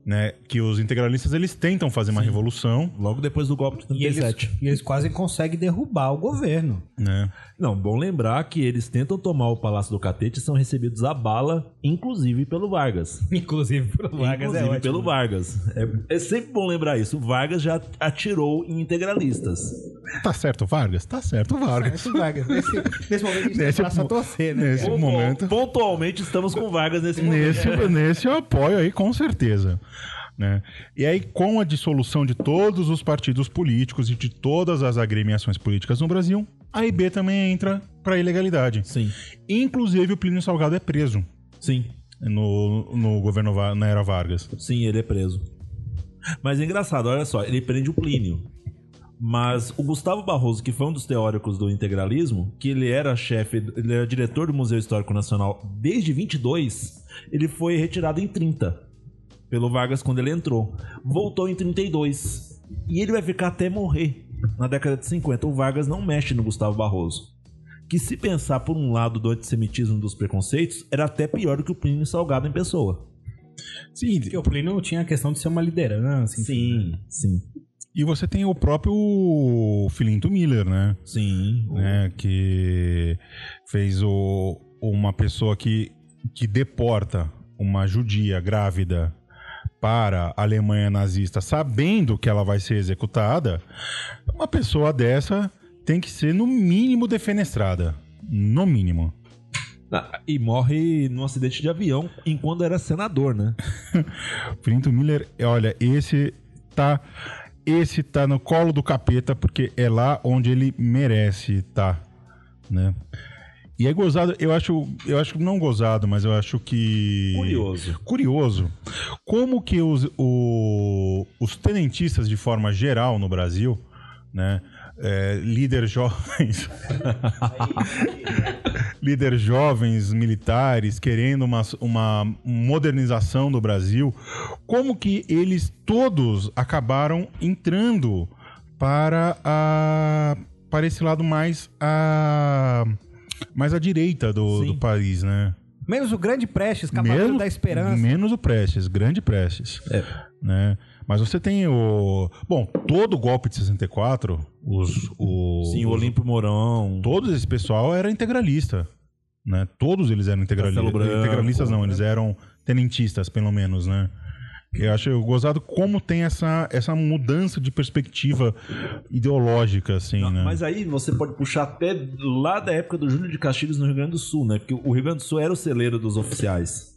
né? Que os integralistas eles tentam fazer uma revolução. Logo depois do golpe de E eles, 37. e eles quase conseguem derrubar o governo. Né? Não, bom lembrar que eles tentam tomar o Palácio do Catete e são recebidos a bala, inclusive pelo Vargas. Inclusive pelo inclusive pelo Vargas. É, é sempre bom lembrar isso. O Vargas já atirou em integralistas. Tá certo, Vargas? Tá certo, Vargas. Vargas. Nesse, nesse momento a gente Nesse tem braço a mo- torcer, né? Nesse Pontu- momento. Pontualmente estamos com o Vargas nesse momento. Nesse, nesse eu apoio aí, com certeza. Né? E aí, com a dissolução de todos os partidos políticos e de todas as agremiações políticas no Brasil, a IB também entra para ilegalidade. Sim, Inclusive, o Plínio Salgado é preso sim, no, no governo Va- na era Vargas. sim, ele é preso. Mas é engraçado, olha só, ele prende o Plínio. Mas o Gustavo Barroso, que foi um dos teóricos do integralismo, que ele era chefe, ele era diretor do Museu Histórico Nacional desde 22, ele foi retirado em 30 pelo Vargas quando ele entrou. Voltou em 32. E ele vai ficar até morrer na década de 50. O Vargas não mexe no Gustavo Barroso. Que se pensar por um lado do antissemitismo e dos preconceitos, era até pior do que o Plínio Salgado em pessoa. Sim, Porque o Plínio tinha a questão de ser uma liderança. enfim. Sim, sim, e você tem o próprio Filinto Miller, né? sim. é. né, que fez o- uma pessoa que, que deporta uma judia grávida para a Alemanha nazista, sabendo que ela vai ser executada, uma pessoa dessa tem que ser no mínimo defenestrada, no mínimo. Ah, E morre num acidente de avião enquanto era senador, né? Frinto Miller, é, olha, esse tá esse tá no colo do capeta porque é lá onde ele merece estar, né? E é gozado, eu acho, eu acho não gozado, mas eu acho que Curioso. curioso como que os, o- os tenentistas de forma geral no Brasil né? É, líder jovens. líder jovens, militares, querendo uma, uma modernização do Brasil. Como que eles todos acabaram entrando para, a, para esse lado mais a, mais à direita do, Sim. do país, né? Menos o grande Prestes, Cavaleiro da Esperança. Menos o Prestes, grande Prestes. É. Né? Mas você tem o. Bom, todo golpe de 64, os. O, Sim, o Olímpio Mourão. Todos esse pessoal era integralista. Né? Todos eles eram integralistas. Castelo Branco, integralistas não, né? eles eram tenentistas, pelo menos, né? Eu acho gozado como tem essa, essa mudança de perspectiva ideológica, assim, né? Mas aí você pode puxar até lá da época do Júlio de Castilhos no Rio Grande do Sul, né? Porque o Rio Grande do Sul era o celeiro dos oficiais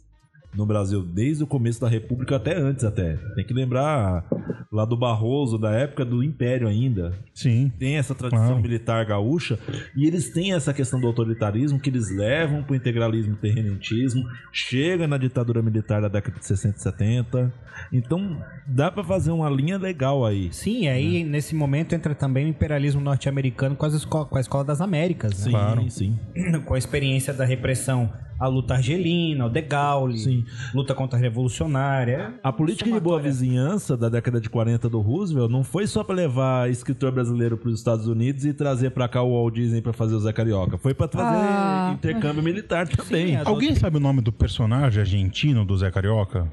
no Brasil, desde o começo da República até antes até. Tem que lembrar lá do Barroso, da época do Império ainda. Sim. Tem essa tradição Claro. militar gaúcha e eles têm essa questão do autoritarismo que eles levam pro integralismo terrenentismo, chega na ditadura militar da década de 60 e 70. Então, dá pra fazer uma linha legal aí. Sim, aí nesse momento entra também o imperialismo norte-americano com, as esco- com a Escola das Américas, né? Claro. sim. com a experiência da repressão à luta argelina, ao De Gaulle, Sim. luta contra a revolucionária. A política de boa vizinhança da década de 40 do Roosevelt não foi só pra levar escritor brasileiro pros Estados Unidos e trazer pra cá o Walt Disney pra fazer o Zé Carioca. Foi pra trazer Ah. é, intercâmbio militar também. Sim, as Alguém sabe o nome do personagem argentino do Zé Carioca?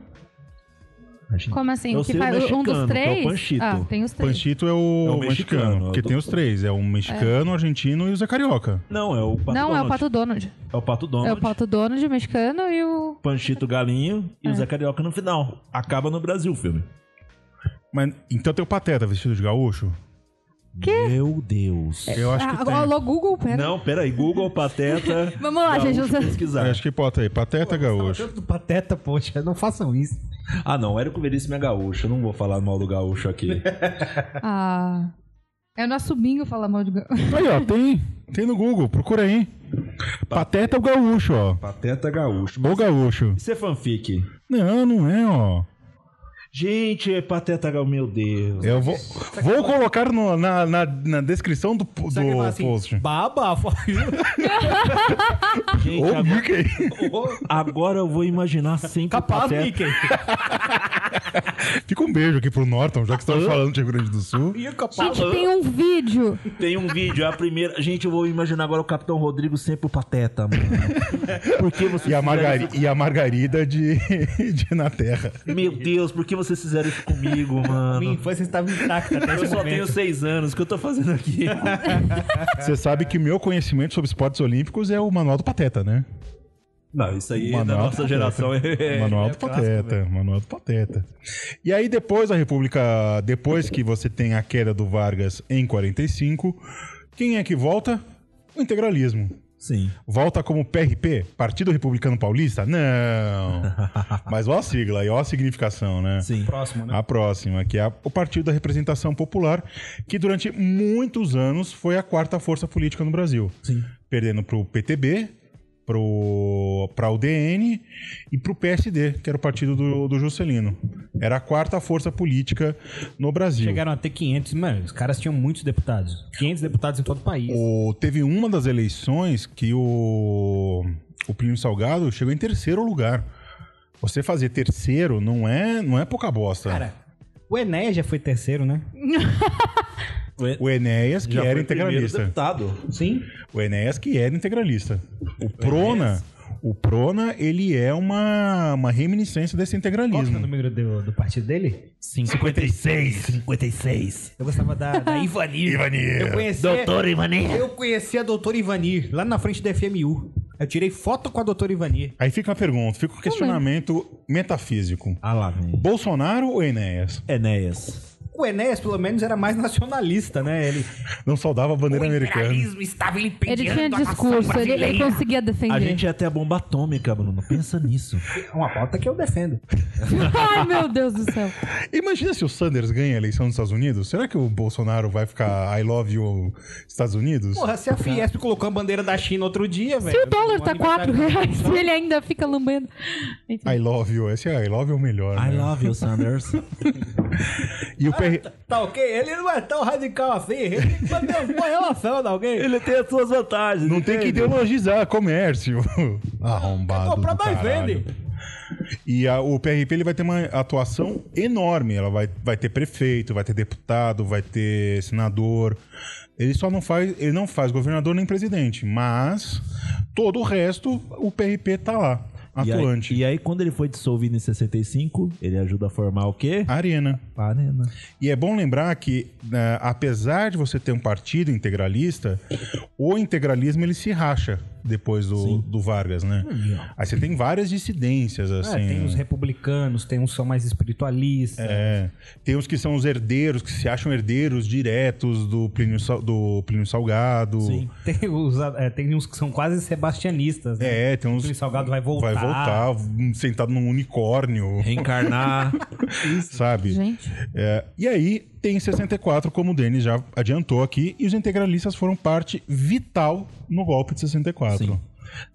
Como assim? Eu que sei o faz um mexicano, dos que é o três? Panchito. Ah, tem os três. Panchito é o, É o mexicano, mexicano, é o porque do- tem os três. É o mexicano, o argentino e o Zé Carioca. Não, é o Pato Não, é o Donald. Pato Donald. É o Pato Donald. É o Pato Donald, o mexicano e o... Panchito Galinho e o Zé Carioca no final. Acaba no Brasil o filme. Mas, então tem o Pateta vestido de gaúcho? Meu Deus. Eu acho ah, que tem. alô, Google, pera. Não, peraí. Google, Pateta... Vamos lá, Ah, gente. Gaúcho, você- pesquisar. Eu acho que bota aí, Pateta é Gaúcho. Tanto do Pateta, poxa, não façam isso. Ah, não. Érico Veríssimo é gaúcho. Eu não vou falar mal do gaúcho aqui. Ah... É o nosso bingo falar mal de... Aí, ó, tem. Tem no Google, procura aí. Pateta é o Gaúcho, ó. Pateta gaúcho. O Gaúcho. Isso é fanfic. Não, não é, ó. Gente, é Pateta Gal, meu Deus. Eu vou, vou colocar no- na, na, na descrição do, do Será que ele fala assim, post. Babafo. Gente, Ô, agora, Mickey. agora eu vou imaginar sempre Capaz, Pateta. Mickey. Fica um beijo aqui pro Norton, já que estamos falando de Rio Grande do Sul. Ih, capaz. Gente, tem um vídeo. Tem um vídeo, é a primeira. Gente, eu vou imaginar agora o Capitão Rodrigo sempre o Pateta, mano. Por que vocês E a, fizeram Margari- e a Margarida de, de Na Terra. isso? Meu Deus, por que vocês fizeram isso comigo, Minha mano? infância estava intacta até esse Eu só tenho momento. seis anos, o que eu tô fazendo aqui? Você sabe que o meu conhecimento sobre esportes olímpicos é o Manual do Pateta, né? Não, isso aí Manoel da nossa Pateta. geração é. Manual do Pateta, Manual do Pateta. E aí depois da República, depois que você tem a queda do Vargas em 45, quem é que volta? O integralismo. Sim. Volta como PRP, Partido Republicano Paulista? Não. Mas ó a sigla e ó a significação, né? Sim. Próximo, né? A próxima, que é a- o Partido da Representação Popular, que durante muitos anos foi a quarta força política no Brasil. Sim. Perdendo pro PTB, pro, pra UDN e pro PSD, que era o partido do, do Juscelino. Era a quarta força política no Brasil. Chegaram a ter 500, mano, os caras tinham muitos deputados. 500 deputados em todo o país. O- teve uma das eleições que o, o Plínio Salgado chegou em terceiro lugar. Você fazer terceiro não é, não é pouca bosta. Cara, o Enéas já foi terceiro, né? o Enéas, que Já era foi o primeiro integralista. deputado. Sim. O Enéas que era integralista. O Prona, o Prona, ele é uma, uma reminiscência desse Qual que é o integralismo. número do, do partido dele? 56. 56. Eu gostava da, da Ivanir. Ivanir. Eu conhecia, Doutora Ivanir. Eu conheci a doutora Ivanir lá na frente da FMU. Eu tirei foto com a doutora Ivanir. Aí fica a pergunta, fica o questionamento metafísico. Ah lá, vem. Bolsonaro ou Enéas? Enéas. O Enéas, pelo menos, era mais nacionalista, né? Ele, Não saudava a bandeira americana. estava Ele tinha discurso, ele, ele conseguia defender. A gente ia até a bomba atômica, Bruno. Pensa nisso. Uma pauta que eu defendo. Ai, meu Deus do céu. Imagina se o Sanders ganha a eleição nos Estados Unidos. Será que o Bolsonaro vai ficar I love you Estados Unidos? Porra, se a Fiesp colocou a bandeira da China outro dia, velho. Se o dólar no tá 4 aniversário- reais e ele ainda fica lambendo. Então, Enfim. I love you. Esse é I love you é o melhor. I né? love you, Sanders. E o Ah, é, Tá ok? Ele não é tão radical assim. Ele tem que fazer alguma relação tá de alguém. Ele tem as suas vantagens. não tem que entende? ideologizar comércio. Arrombado. comprar do mais caralho. vende. E a- o PRP ele vai ter uma atuação enorme. Ela vai, vai ter prefeito, vai ter deputado, vai ter senador. Ele só não faz, ele não faz governador nem presidente, mas todo o resto o PRP tá lá, E aí- atuante. E aí, quando ele foi dissolvido em 65, ele ajuda a formar o quê? Arena. A Arena. E é bom lembrar que, né, apesar de você ter um partido integralista, o integralismo ele se racha depois do, do Vargas, né? Aí você tem várias dissidências, assim. É, tem os republicanos, tem uns que são mais espiritualistas. É. Tem os que são os herdeiros, que se acham herdeiros diretos do Plínio, Sal- do Plínio Salgado. Sim. Tem, os, é, tem uns que são quase sebastianistas, né? É, tem uns. O Salgado vai voltar. Vai voltar, um sentado num unicórnio, Reencarnar. sabe? Gente, É, e aí tem 64, como o Denis já adiantou aqui, e os integralistas foram parte vital no golpe de 64. Sim.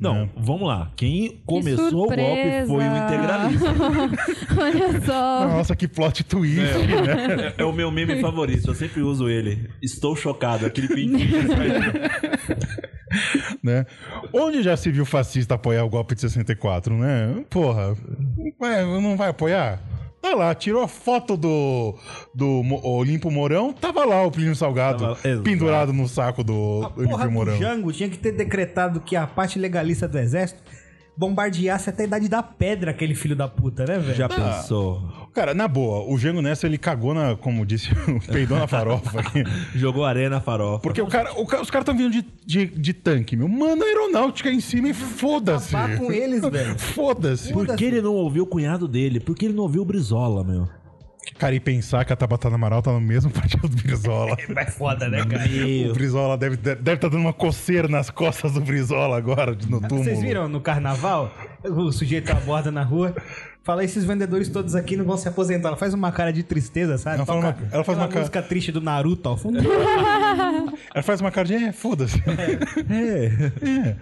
Não, É. vamos lá. Quem começou o golpe surpresa! foi o integralista. olha só. Nossa, que plot twist, né? É, é o meu meme favorito, eu sempre uso ele. Estou chocado, aquele pintinho. né? Onde já se viu fascista apoiar o golpe de 64, né? Porra, ué, não vai apoiar? Tá lá, tirou a foto do, do Mo- Olimpo Mourão, tava lá o Plínio Salgado Tava- exato. pendurado no saco do A porra Olímpio do Mourão. Jango tinha que ter decretado que a parte legalista do exército bombardeasse até a idade da pedra aquele filho da puta, né, velho? Já pensou? Cara, na boa, o Jango Nessa ele cagou na, como disse, peidou na farofa aqui. Jogou arena farofa. Porque o cara, o ca- os caras estão vindo de, de, de tanque, meu. Manda a aeronáutica em cima e foda-se. Acabar com eles, velho. Foda-se. Por que ele não ouviu o cunhado dele? Por que ele não ouviu o Brizola, meu? Cara, e pensar que a Tabata Amaral tá no mesmo partido do Brizola. É foda, né, cara? O Brizola deve estar deve tá dando uma coceira nas costas do Brizola agora, de- no túmulo. Vocês viram no carnaval? O sujeito aborda na rua. Fala, esses vendedores todos aqui não vão se aposentar. Ela faz uma cara de tristeza, sabe? Ela fala Toca uma- ela faz uma aquela cara- música triste do Naruto ao fundo. Ela faz uma cara de, é, foda-se. É, é,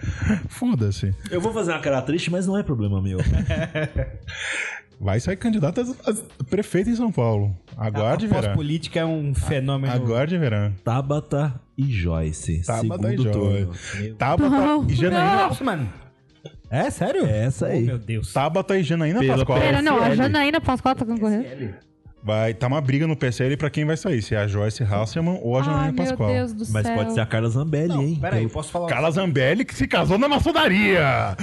foda-se. Eu vou fazer uma cara triste, mas não é problema meu. Vai sair candidato a, a prefeito em São Paulo. Aguarde a verão. pós-política é um fenômeno. Aguarde verão. Tabata e Joyce. Tabata e segundo turno. Joyce. Tabata e Janaína. Nossa, mano. É, sério? Essa Oh, aí. meu Deus. Tabata e Janaína Pela Pascoal. Pera, não, a PSL. Janaína Pascoal tá concorrendo. Vai, tá uma briga no PSL pra quem vai sair, se é a Joyce Hasselman ou a Ai, Janaína meu Pascoal. Deus do Mas céu. pode ser a Carla Zambelli, hein? Peraí, posso falar Carla Zambelli que se casou na maçonaria.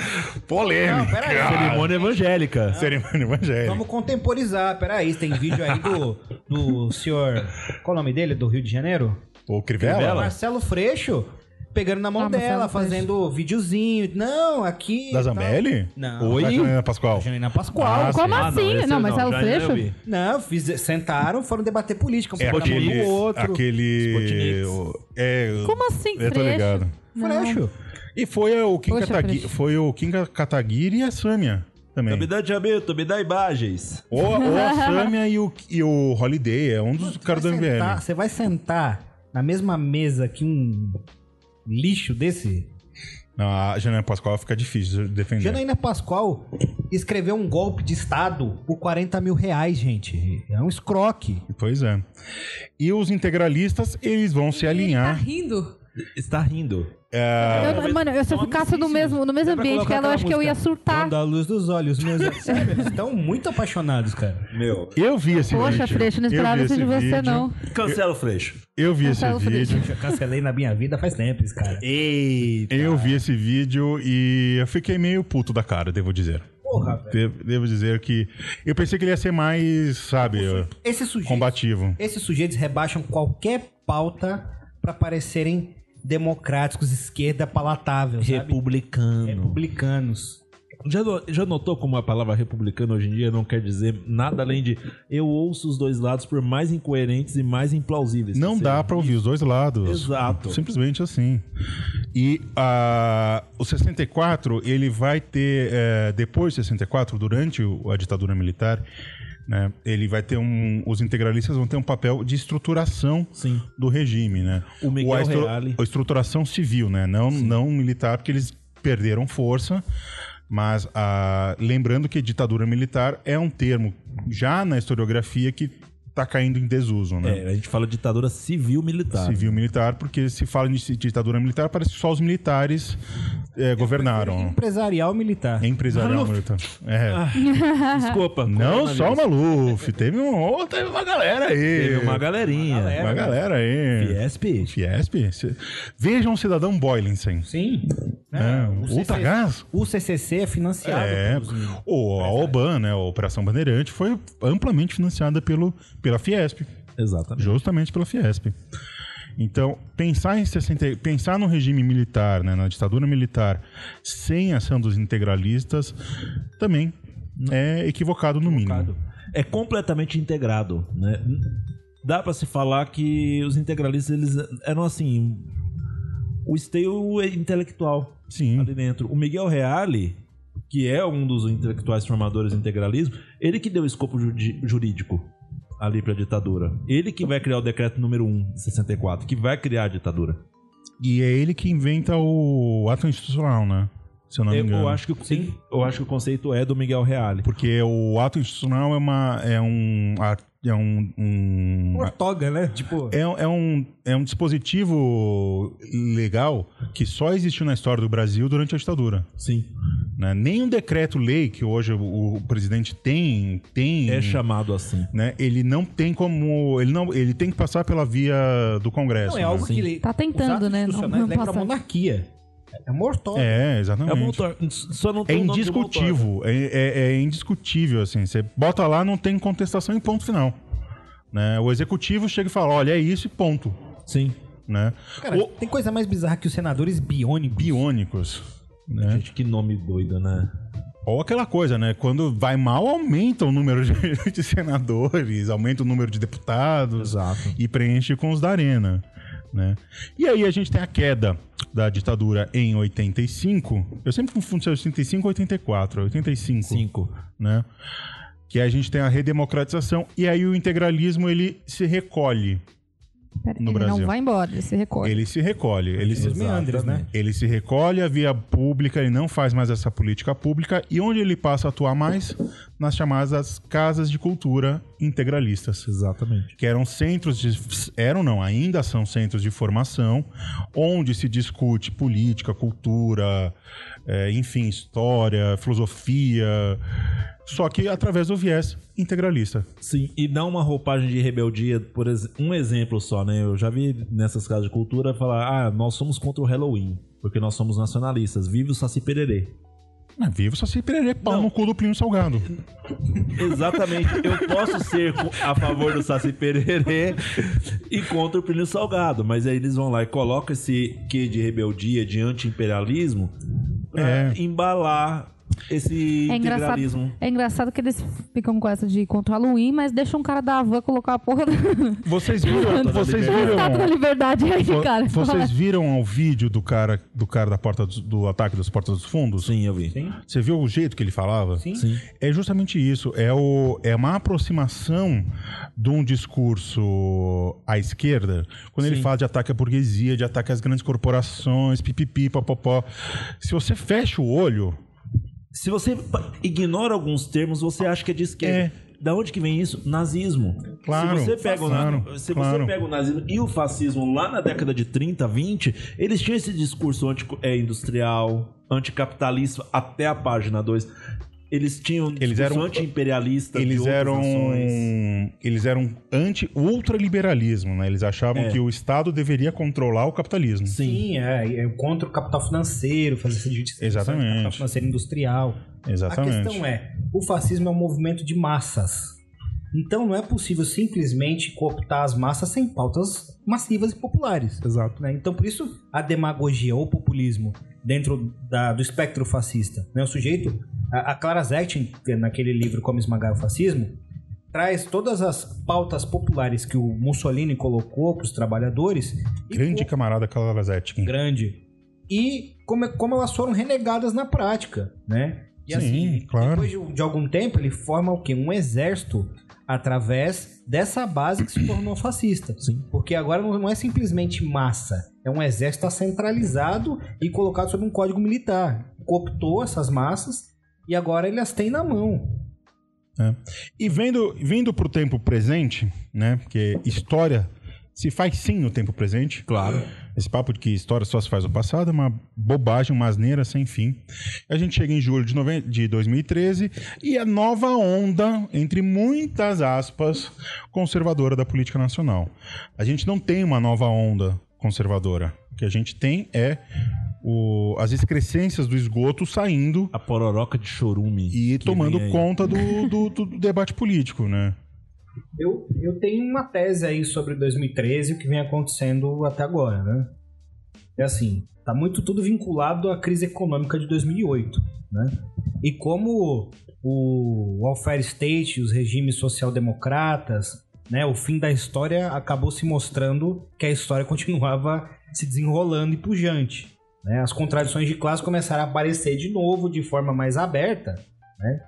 Polêmica. Não, peraí. Cerimônia evangélica. Cerimônia evangélica. Vamos contemporizar. Peraí, tem vídeo aí do, do senhor. Qual o nome dele? Do Rio de Janeiro? O Crivella? Crivella? Marcelo Freixo. Pegando na mão Ah, Marcelo dela, Freixo. fazendo videozinho. Não, aqui. Da e tal. Zambelli? Não. Ou Da Oi? Janaína Pascoal? Janaína Pascoal. Ah, Como sim. assim? esse não, eu mas é o já eu Freixo? vi. Não, fiz- sentaram, foram debater política. Um É pegou na mão do aquele... outro. Aquele... Sputniks. o- É... Como assim, Eu tô Freixo? ligado. Não. Freixo. E foi o Kim Poxa, Kataguiri... Freixo. Foi o Kim Kataguiri e a Sâmia também. Me dá diabeto, me dá imagens. Ou, ou a Sâmia e o, e o Holiday. É um dos caras do Vai sentar- MBL. Você vai sentar na mesma mesa que um lixo desse? Não, a Janaína Pascoal fica difícil de defender. Janaína Pascoal escreveu um golpe de Estado por 40 mil reais, gente. É um escroque. Pois é. E os integralistas, eles vão se Tá alinhar. rindo. Está rindo. Eu- mano, eu, se eu ficasse no mesmo, no mesmo Dá pra ambiente que colocar ela, eu acho que aquela eu ia música. surtar. Quando a luz dos olhos, meus olhos. Sério, eles estão muito apaixonados, cara. Meu. Eu vi esse vídeo. Poxa, Freixo, não Eu vi esperava isso esse de você, vídeo. não. Cancela o Freixo. Eu vi esse Cancela o Freixo. vídeo. Eu cancelei na minha vida faz tempo, esse cara. Eita. Eu vi esse vídeo e eu fiquei meio puto da cara, devo dizer. Porra, velho. Devo, devo dizer que. Eu pensei que ele ia ser mais, sabe, Esse sujeito. combativo. Esses sujeitos rebaixam qualquer pauta pra parecerem democráticos, esquerda palatável, sabe? Republicano. Republicanos. Já, no- já notou como a palavra republicano hoje em dia não quer dizer nada além de eu ouço os dois lados por mais incoerentes e mais implausíveis? que Não dá sejam. pra ouvir os dois lados. Exato. Simplesmente assim. E ah, o 64, ele vai ter, eh, depois de 64, durante o- a ditadura militar, né, ele vai ter um. Os integralistas vão ter um papel de estruturação Sim. do regime, né? O Miguel Ou a Reale. a estruturação civil, né? Não, não militar, porque eles perderam força. Mas ah, lembrando que ditadura militar é um termo já na historiografia que tá caindo em desuso, né? É, a gente fala ditadura civil-militar. Civil-militar, porque se fala de ditadura militar, parece que só os militares é, governaram. Empresarial militar. Empresarial militar. É. Ah, Desculpa. Não só o coronavírus. Maluf, teve, um, oh, teve uma galera aí. Teve uma galerinha. é Uma galera aí. Fiesp. Fiesp. se- Vejam o cidadão Boylinson. Sim. Né? É, O o CCC Ultragás? O CCC é financiado É. pelos mil- Ou a OBAN, né? A Operação Bandeirante, foi amplamente financiada pelo, pela Fiesp. Exatamente. justamente pela Fiesp. Então, pensar em 60, e- pensar no regime militar, né, na ditadura militar, sem ação dos integralistas, também é equivocado no mínimo. É completamente integrado, né? Dá pra se falar que os integralistas eles eram assim o esteio intelectual Sim, ali dentro. O Miguel Reale, que é um dos intelectuais formadores do integralismo, ele que deu o escopo judi- jurídico ali pra ditadura. Ele que vai criar o decreto número 1 de 64, que vai criar a ditadura. e é ele que inventa o ato institucional, né? Se eu não me Eu, engano. acho que o, eu acho que o conceito é do Miguel Reale. Porque o ato institucional é uma é um é um, um Ortoga, né? Tipo, É, é um, é um dispositivo legal que só existiu na história do Brasil durante a ditadura. Sim. né? Nem um decreto-lei que hoje o, o presidente tem, tem É chamado assim. né? ele não tem como. Ele, não, ele tem que passar pela via do Congresso. não é né? algo que... Tá tentando, os né? atos Não- institucionais não lembra passa. a monarquia. É uma ortoga. É, É, exatamente. Voltaire. Só não É tem o nome de Voltaire. indiscutível, é, é- é indiscutível, assim. Você bota lá, não tem contestação e ponto final. Né? O executivo chega e fala, olha, é isso e ponto. Sim. Né? Cara, O- tem coisa mais bizarra que os senadores biônicos. biônicos. Né? É. Gente, que nome doido, né? Ou aquela coisa, né? Quando vai mal, aumenta o número de, de senadores, aumenta o número de deputados e preenche com os da Arena. Né? E aí a gente tem a queda da ditadura em 85. Eu sempre confundo se é 85 ou 84. 85, Cinco. né? Que a gente tem a redemocratização e aí o integralismo ele se recolhe. Pera, No ele Brasil. não vai embora, ele se recolhe. Ele se recolhe. Ele se, Esses meandres, né? ele se recolhe à via pública, ele não faz mais essa política pública. E onde ele passa a atuar mais? Nas chamadas casas de cultura integralistas. Exatamente. Que eram centros de. Eram não, ainda são centros de formação, onde se discute política, cultura, eh, enfim, história, filosofia. Só que através do viés integralista. Sim, e dá uma roupagem de rebeldia, por ex... um exemplo só, né? Eu já vi nessas casas de cultura falar, ah, nós somos contra o Halloween, porque nós somos nacionalistas. Vive o Saci Pererê. Mas vivo só se pererê pau Não. no cu do Plínio Salgado. Exatamente. Eu posso ser co- a favor do Saci Pererê e contra o Plínio Salgado, mas aí eles vão lá e colocam esse quê de rebeldia, de anti-imperialismo, pra É. embalar esse É engraçado, integralismo. é engraçado que eles ficam com essa de contra o Halloween, mas deixam um cara da Havan colocar a porra da É. Vocês viram? vocês Liberdade. viram? estátua da liberdade aí, Vo- cara. "Tá Vocês viram o vídeo do cara do cara da porta dos- do, ataque das portas dos fundos? Sim, eu vi. Você viu o jeito que ele falava? Sim. É justamente isso. É, o, é uma aproximação de um discurso à esquerda, quando ele fala de ataque à burguesia, de ataque às grandes corporações, pipipi, papopó. Se você fecha o olho, Se você pa- ignora alguns termos, você acha que é de esquerda. Da onde que vem isso? Nazismo. Claro, se você pega, o, claro, se claro. você pega o nazismo e o fascismo lá na década de 30, 20, eles tinham esse discurso anti, é, industrial, anticapitalista até a página 2. Eles tinham um Eles discurso eram- anti-imperialista de eles outras eram nações. eles eram anti-ultraliberalismo, né? Eles achavam É. que o Estado deveria controlar o capitalismo. Sim, é, é contra o capital financeiro, fazer essa justiça. Exatamente. Capital financeiro industrial. Exatamente. A questão é, o fascismo é um movimento de massas. Então não é possível simplesmente cooptar as massas sem pautas massivas e populares. Exato. Então por isso a demagogia ou populismo dentro da- do espectro fascista. né? O sujeito, a, a Clara Zetkin, que é naquele livro Como Esmagar o Fascismo, traz todas as pautas populares que o Mussolini colocou para os trabalhadores. e Grande camarada Clara Zetkin. grande. E como, como elas foram renegadas na prática, né? E Sim, claro. depois de, de algum tempo, ele forma o quê? Um exército através dessa base que se tornou fascista. Sim. Porque agora não não é simplesmente massa, é um exército centralizado e colocado sob um código militar. Cooptou essas massas e agora ele as tem na mão. né? E vendo, vindo para o tempo presente, né? Porque história se faz sim no tempo presente. Claro. Esse papo de que história só se faz no passado é uma bobagem, uma asneira sem fim. A gente chega em julho de, noven- de 2013 e a nova onda, entre muitas aspas, conservadora da política nacional. A gente não tem uma nova onda conservadora. O que a gente tem é o- as excrescências do esgoto saindo A pororoca de chorume. e que tomando vem aí. conta do, do- do debate político, né? Eu, eu tenho uma tese aí sobre 2013 e o que vem acontecendo até agora, né? É assim, tá muito tudo vinculado à crise econômica de 2008, né? E como o welfare state, os regimes social-democratas, né, o fim da história acabou se mostrando que a história continuava se desenrolando e pujante. Né? As contradições de classe começaram a aparecer de novo, de forma mais aberta, né?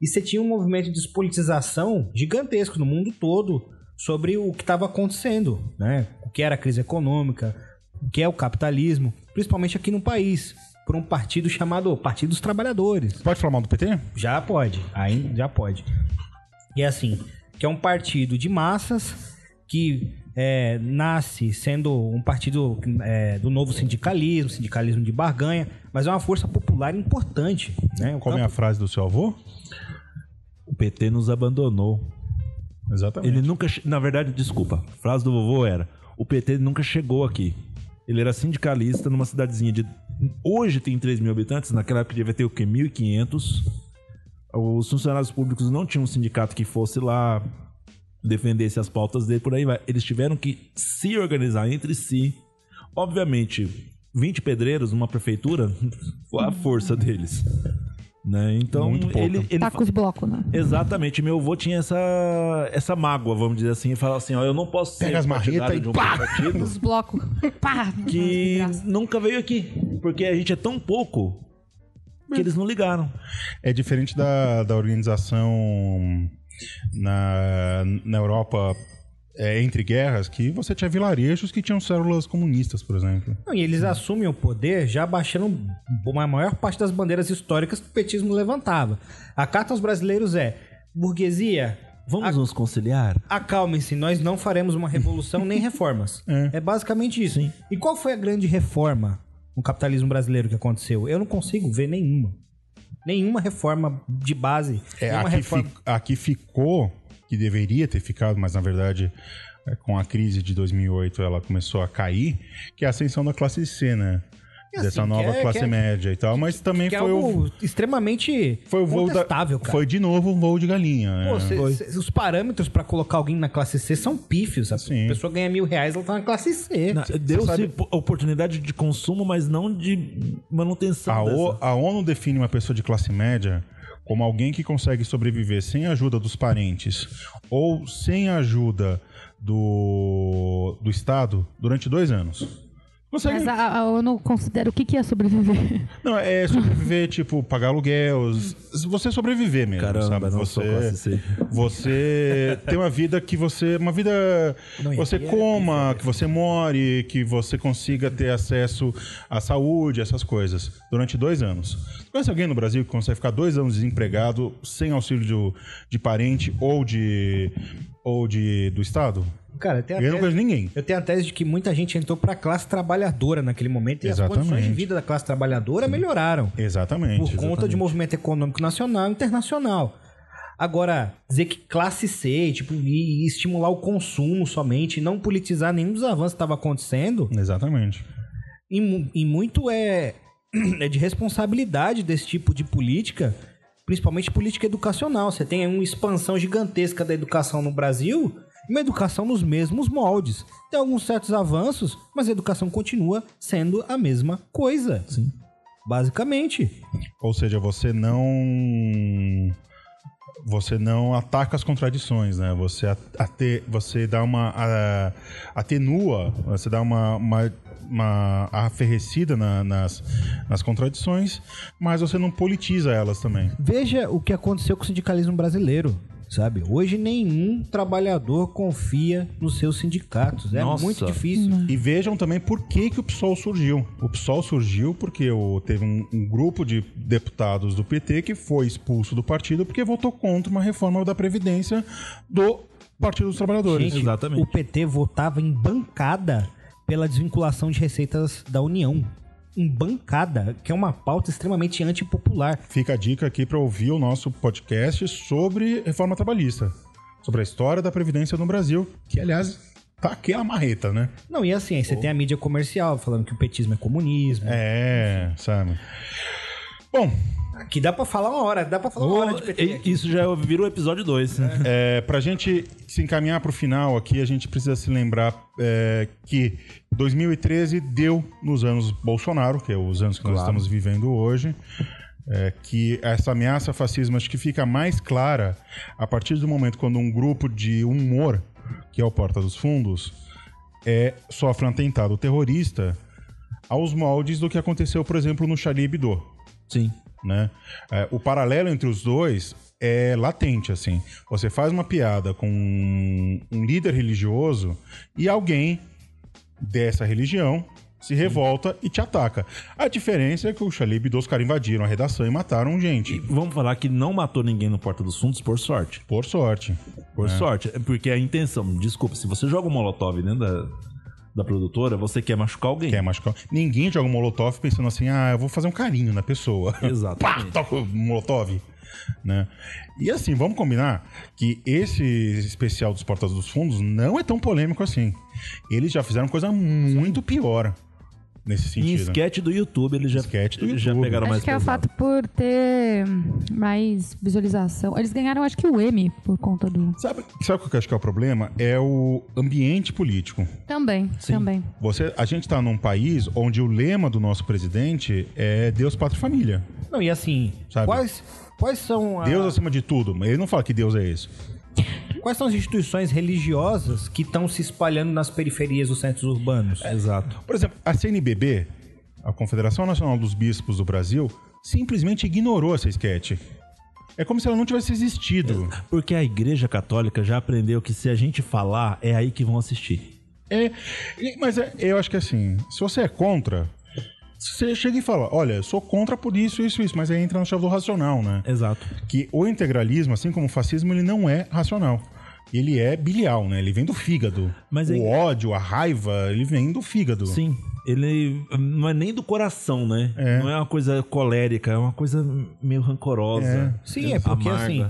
e você tinha um movimento de despolitização gigantesco no mundo todo sobre o que estava acontecendo, né? O que era a crise econômica, o que é o capitalismo, principalmente aqui no país, por um partido chamado Partido dos Trabalhadores. Pode falar mal do PT? Já pode, ainda já pode. E é assim, que é um partido de massas que é, nasce sendo um partido é, do novo sindicalismo, sindicalismo de barganha, mas é uma força popular importante, né? O Como é a frase do seu avô? O PT nos abandonou. Exatamente. Ele nunca. che- Na verdade, desculpa. A frase do vovô era: o PT nunca chegou aqui. Ele era sindicalista numa cidadezinha de. Hoje tem 3 mil habitantes, naquela época devia ter o quê? 1.500. Os funcionários públicos não tinham um sindicato que fosse lá, defendesse as pautas dele, por aí vai. Eles tiveram que se organizar entre si. Obviamente, 20 pedreiros numa prefeitura, foi a força deles. Né? Então, Muito pouco. ele, ele Tá com os blocos, né? Exatamente, meu avô tinha essa, essa mágoa, vamos dizer assim, e falava assim, ó, eu não posso ser Pega as partidário marretas e de um pá! partido Os blocos. Pá! que nunca veio aqui, porque a gente é tão pouco que eles não ligaram. É diferente da, da organização na, na Europa é, entre guerras, que você tinha vilarejos que tinham células comunistas, por exemplo. Não, e eles assumem o poder já baixando a maior parte das bandeiras históricas que o petismo levantava. A carta aos brasileiros é: burguesia, Vamos nos conciliar? acalmem-se, nós não faremos uma revolução nem reformas. É, basicamente isso. Sim. E qual foi a grande reforma no capitalismo brasileiro que aconteceu? Eu não consigo ver nenhuma. Nenhuma reforma de base. É, nenhuma a, que fi- a que ficou, que deveria ter ficado, mas na verdade é, com a crise de 2008 ela começou a cair, que é a ascensão da classe C, né? É assim, Dessa que nova é- classe que é- média e tal, mas também que é foi o... algo extremamente Foi o voo da... contestável, cara. Foi de novo um voo de galinha. né? Pô, cê- cê- os parâmetros pra colocar alguém na classe C são pífios. A Sim. pessoa ganha mil reais, ela tá na classe C. Na- Deu-se po- oportunidade de consumo, mas não de manutenção A, O- dessa. a ONU define uma pessoa de classe média como alguém que consegue sobreviver sem a ajuda dos parentes ou sem a ajuda do, do Estado durante dois anos. Consegue. Mas é a, a ONU considera o que, que é sobreviver. Não, é sobreviver, tipo, pagar aluguel. s- Você sobreviver mesmo, sabe? Caramba, não sou assim. classe Você, C. você tem uma vida que você. Uma vida. Não, e você aqui é- coma, que você more, que você consiga ter acesso à saúde, essas coisas, durante dois anos. Conhece alguém no Brasil que consegue ficar dois anos desempregado sem auxílio de, de parente ou de. ou de. do Estado? Cara, tem a Eu não tese, vejo ninguém. eu tenho a tese de que muita gente entrou pra classe trabalhadora naquele momento e as condições de Exatamente. vida da classe trabalhadora melhoraram. Exatamente. Por conta de movimento econômico nacional e internacional. Agora, dizer que classe C, tipo, e, e estimular o consumo somente, e não politizar nenhum dos avanços que estava acontecendo, Exatamente. e, mu- e muito é, é de responsabilidade desse tipo de política, principalmente política educacional. Você tem aí uma expansão gigantesca da educação no Brasil e uma educação nos mesmos moldes. Tem alguns certos avanços, mas a educação continua sendo a mesma coisa. Sim. Basicamente. Ou seja, você não. Você não ataca as contradições, né? Você, ate, você dá uma. a- atenua, você dá uma. uma uma aferrecida na- nas, nas contradições, mas você não politiza elas também. Veja o que aconteceu com o sindicalismo brasileiro. sabe? Hoje nenhum trabalhador confia nos seus sindicatos. É Nossa. muito difícil. E vejam também por que, que o PSOL surgiu. O PSOL surgiu porque o- teve um, um grupo de deputados do PT que foi expulso do partido porque votou contra uma reforma da Previdência do Partido dos Trabalhadores. Gente, Exatamente. O PT votava em bancada pela desvinculação de receitas da União. Em bancada, que é uma pauta extremamente antipopular. Fica a dica aqui para ouvir o nosso podcast sobre reforma trabalhista, sobre a história da Previdência no Brasil, que, aliás, tá aquela marreta, né? Não, e assim, aí você tem a mídia comercial falando que o petismo é comunismo. É, sabe? Bom, Aqui dá pra falar uma hora, dá pra falar uma hora de PT. E- Isso já virou episódio né? 2. É, pra gente se encaminhar pro final aqui, a gente precisa se lembrar é, que 2013 deu nos anos Bolsonaro, que é os anos que nós estamos vivendo hoje, é, que essa ameaça ao fascismo acho que fica mais clara a partir do momento quando um grupo de humor, que é o Porta dos Fundos, é, sofre um atentado terrorista aos moldes do que aconteceu, por exemplo, no Charlie Hebdo Sim. né? É, o paralelo entre os dois é latente, assim. Você faz uma piada com um, um líder religioso e alguém dessa religião se revolta e te ataca. A diferença é que o Chalib e os caras invadiram a redação e mataram E gente. vamos falar que não matou ninguém no Porta dos Fundos, por sorte. Por sorte. Por sorte. É Porque a intenção, desculpa, se você joga um molotov dentro da, da produtora, você quer machucar alguém. Quer machucar? É, Ninguém joga um molotov pensando assim, ah, eu vou fazer um carinho na pessoa. Pá, Exatamente. toca o molotov. Né? E assim, vamos combinar que esse especial dos Portas dos Fundos não é tão polêmico assim. Eles já fizeram coisa muito pior nesse Em sentido. né? esquete do YouTube, eles já, Esquete do eles já YouTube. pegaram mais Acho que é o pesado. fato por ter mais visualização. Eles ganharam, acho que o M por conta do. Sabe, sabe o que eu acho que é o problema? É o ambiente político. Também, também. Você, a gente está num país onde o lema do nosso presidente é Deus, Pátria e Família. Não, e assim, Sabe? quais, quais são a- Deus acima de tudo. Ele não fala que Deus é isso. quais são as instituições religiosas que estão se espalhando nas periferias dos centros urbanos? Exato. Por exemplo, a CNBB, a Confederação Nacional dos Bispos do Brasil, simplesmente ignorou essa esquete. É como se ela não tivesse existido. Porque a igreja católica já aprendeu que se a gente falar, é aí que vão assistir. É, e- mas é- eu acho que assim, se você é contra, você chega e fala, olha, eu sou contra por isso, isso, isso, mas aí entra na chave do racional, né? Exato. Que o integralismo, assim como o fascismo, ele não é racional. Ele é bilial, né? Ele vem do fígado. Mas o aí- ódio, a raiva, ele vem do fígado. Sim. Ele não é nem do coração, né? Não é uma coisa colérica, é uma coisa meio rancorosa. Sim, é porque amarga. assim,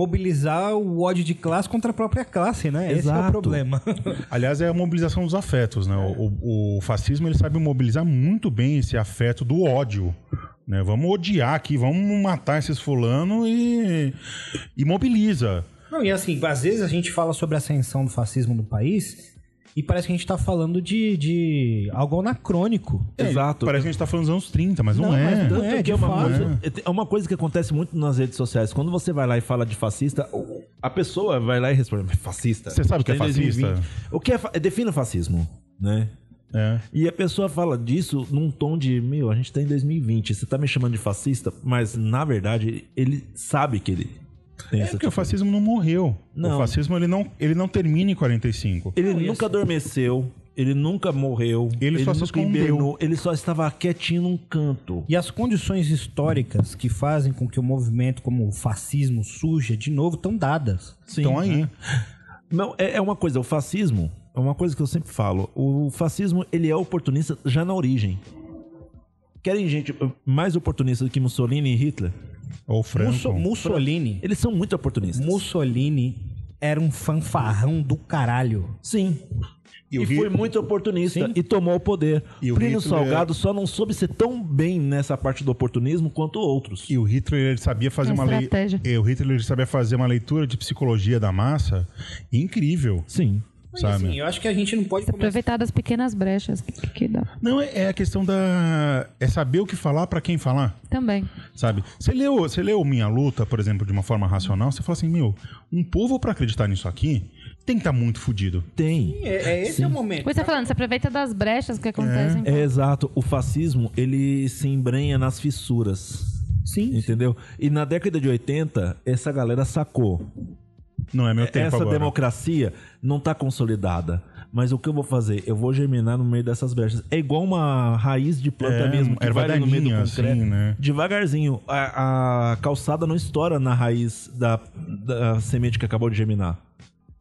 mobilizar o ódio de classe contra a própria classe, né? Esse é Exato. o problema. Aliás, é a mobilização dos afetos, É. né? O, o fascismo ele sabe mobilizar muito bem esse afeto do ódio. Né? Vamos odiar aqui, vamos matar esses fulano e, e mobiliza. Não, e assim, às vezes a gente fala sobre a ascensão do fascismo no país e parece que a gente tá falando de, de algo anacrônico. Exato. Parece que a gente tá falando dos anos 30, mas não, Não, é. mas Tanto não é, que de é uma, fato. coisa, é uma coisa que acontece muito nas redes sociais. Quando você vai lá e fala de fascista, o- a pessoa vai lá e responde: fascista. Você sabe o que é Tem fascista? 2020. O que é. fa- Defina fascismo, né? É. E a pessoa fala disso num tom de: Meu, a gente tá em 2020, você tá me chamando de fascista, mas na verdade ele sabe que ele tem É essa porque o fascismo não morreu. Não. O fascismo ele não, ele não termina em 45. Ele nunca adormeceu, ele nunca morreu, assim?" Ele só se nunca escondeu. hibernou, ele só estava quietinho num canto. E as condições históricas que fazem com que o movimento como o fascismo surja de novo estão dadas. Sim. né? então aí. Não, é, é uma coisa, o fascismo, é uma coisa que eu sempre falo, o fascismo, ele é oportunista já na origem. Querem gente mais oportunista do que Mussolini e Hitler? Ou Franco. Musso- Mussolini, Eles são muito oportunistas. Mussolini era um fanfarrão do caralho. Sim. E E, o Hit- foi muito oportunista Sim. e tomou o poder. E o Plínio Hitler- é- Salgado só não soube ser tão bem nessa parte do oportunismo quanto outros. E o Hitler ele sabia fazer É uma lei- estratégia. é, O Hitler ele sabia fazer uma leitura de psicologia da massa incrível, Sim. sabe? Assim, eu acho que a gente não pode Se aproveitar das pequenas brechas que, que dá. Não, é é a questão da. É saber o que falar pra quem falar, Também. sabe? Você leu, você leu Minha Luta, por exemplo, de uma forma racional, você fala assim: meu, um povo pra acreditar nisso aqui tem que estar muito fudido. Tem. É, é esse é o momento. Pois você tá falando, se aproveita das brechas que acontecem. É exato. O fascismo, ele se embrenha nas fissuras. Sim. Entendeu? E na década de 80, essa galera sacou. Não é meu tempo Essa agora. democracia não está consolidada. Mas o que eu vou fazer? Eu vou germinar no meio dessas brechas. É igual uma raiz de planta É, mesmo, que erva vai ali no meio do daninha, concreto. assim, né? Devagarzinho. A, a calçada não estoura na raiz da, da semente que acabou de germinar.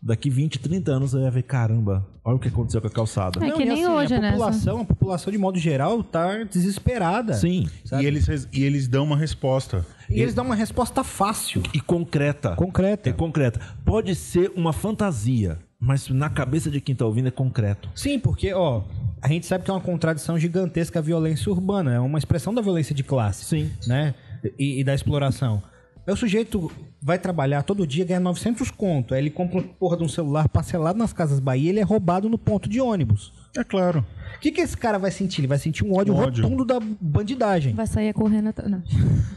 Daqui 20, 30 anos eu ia ver, caramba, olha o que aconteceu com a calçada. É que e assim, nem hoje, a né? população, a população de modo geral tá desesperada. Sim. sabe? E eles, res- e eles dão uma resposta. E eles dão uma resposta fácil. E concreta. Concreta. É concreta. Pode ser uma fantasia, mas na cabeça de quem tá ouvindo é concreto. Sim, porque, ó, a gente sabe que é uma contradição gigantesca a violência urbana. É uma expressão da violência de classe. Sim. né? E, e da exploração. Aí o sujeito vai trabalhar todo dia, ganha 900 conto. Aí ele compra uma porra de um celular parcelado nas Casas Bahia e ele é roubado no ponto de ônibus. É claro. O que, que esse cara vai sentir? Ele vai sentir um ódio, Um ódio. rotundo da bandidagem. Vai sair correndo. atrás- Não.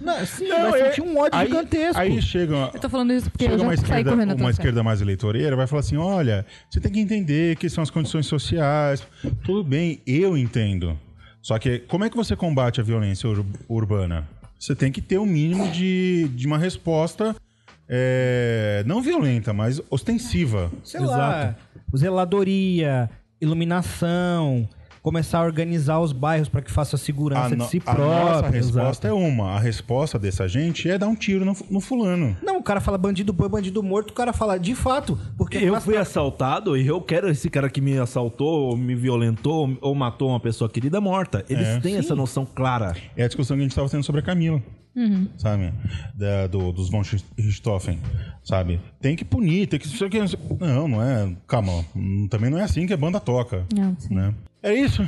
Não, sim, Não, vai é- sentir um ódio aí- gigantesco. Aí chega, Eu tô falando isso porque chega eu já uma, saí esquerda, correndo uma atrás. esquerda mais eleitoreira, vai falar assim: olha, você tem que entender que são as condições sociais. Tudo bem, eu entendo. Só que como é que você combate a violência ur- urbana? Você tem que ter o mínimo de, de uma resposta é, não violenta, mas ostensiva. Sei lá, zeladoria, iluminação, começar a organizar os bairros para que faça a A, segurança no- de si a nossa próprio. resposta é uma. A resposta dessa gente é dar um tiro no, fu- no fulano. Não, o cara fala bandido boi, bandido morto, o cara fala, de fato, porque Eu classe fui assaltado e eu quero esse cara que me assaltou, ou me violentou ou matou uma pessoa querida morta. Eles É. têm essa noção clara. É a discussão que a gente estava tendo sobre a Camila, sabe? Da- do, dos von Richt- Richthofen, sabe? Tem que punir, tem que... isso aqui- Não, não é... Calma, hum, também não é assim que a banda toca, Não, sim. né? É isso.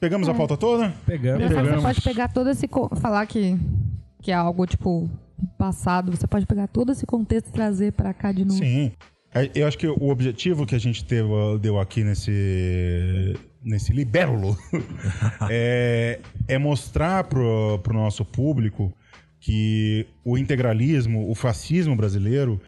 Pegamos a pauta toda? Pegamos. Engraçado que Pegamos. Você pode pegar todo esse. co- Falar que, que é algo, tipo, passado. Você pode pegar todo esse contexto e trazer pra cá de novo. Sim. É, Eu acho que o objetivo que a gente teve, deu aqui nesse, nesse libélulo é, é mostrar pro, pro nosso público que o integralismo, o fascismo brasileiro,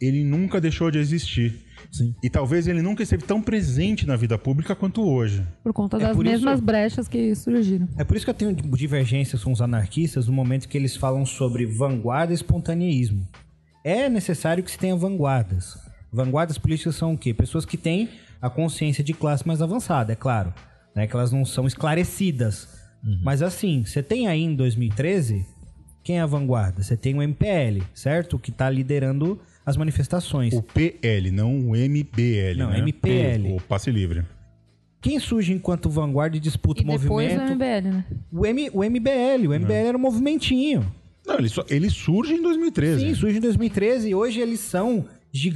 ele nunca deixou de existir. Sim. E talvez ele nunca esteve tão presente na vida pública quanto hoje. Por conta É das por isso- mesmas brechas que surgiram. É por isso que eu tenho divergências com os anarquistas no momento que eles falam sobre vanguarda e espontaneísmo. É necessário que se tenha vanguardas. Vanguardas políticas são o quê? Pessoas que têm a consciência de classe mais avançada, é claro. Né? Que elas não são esclarecidas. Mas assim, você tem aí em 2013, quem é a vanguarda? Você tem o MPL, certo? Que está liderando as manifestações. O PL, não o MBL. Não, né? MPL. O passe livre. Quem surge enquanto vanguarda e disputa E o depois movimento? o MBL, né? O, M, o MBL. O MBL era um movimentinho. Não, ele, só- ele surge em Sim, 2013. surge em 2013 e hoje eles são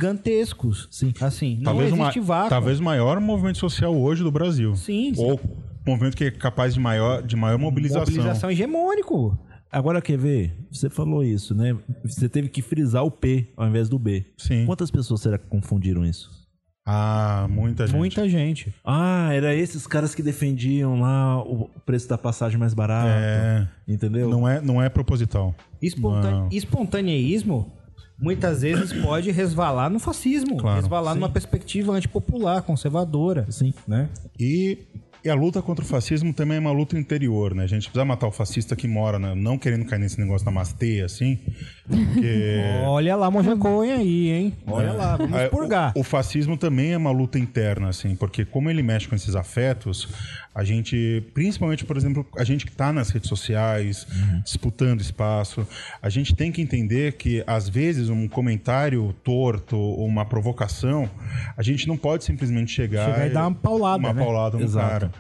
gigantescos. Sim. Assim, não talvez, o ma- existe vácuo. talvez o maior movimento social hoje do Brasil. Sim, sim. Ou movimento que é capaz de maior, de maior mobilização. Mobilização hegemônico. Agora quer ver? Você falou isso, né? Você teve que frisar o P ao invés do B. Sim. Quantas pessoas será que confundiram isso? Ah, muita gente. Muita gente. Ah, era esses caras que defendiam lá o preço da passagem mais barato. É. Entendeu? Não é, não é proposital. Espontan- Não. Espontaneísmo muitas vezes pode resvalar no fascismo, Claro. resvalar numa perspectiva antipopular, conservadora. Sim. Né? E, e a luta contra o fascismo também é uma luta interior, né? A gente precisa matar o fascista que mora, né? não querendo cair nesse negócio da masteia, assim. Porque. Olha lá, Mojaconha aí, hein? É. Olha lá, vamos É, purgar. O, o fascismo também é uma luta interna, assim, porque como ele mexe com esses afetos, a gente, principalmente, por exemplo, a gente que está nas redes sociais, Uhum. disputando espaço, a gente tem que entender que, às vezes, um comentário torto, uma provocação, a gente não pode simplesmente chegar, Chegar e dar uma paulada, uma né? paulada no Exato. cara.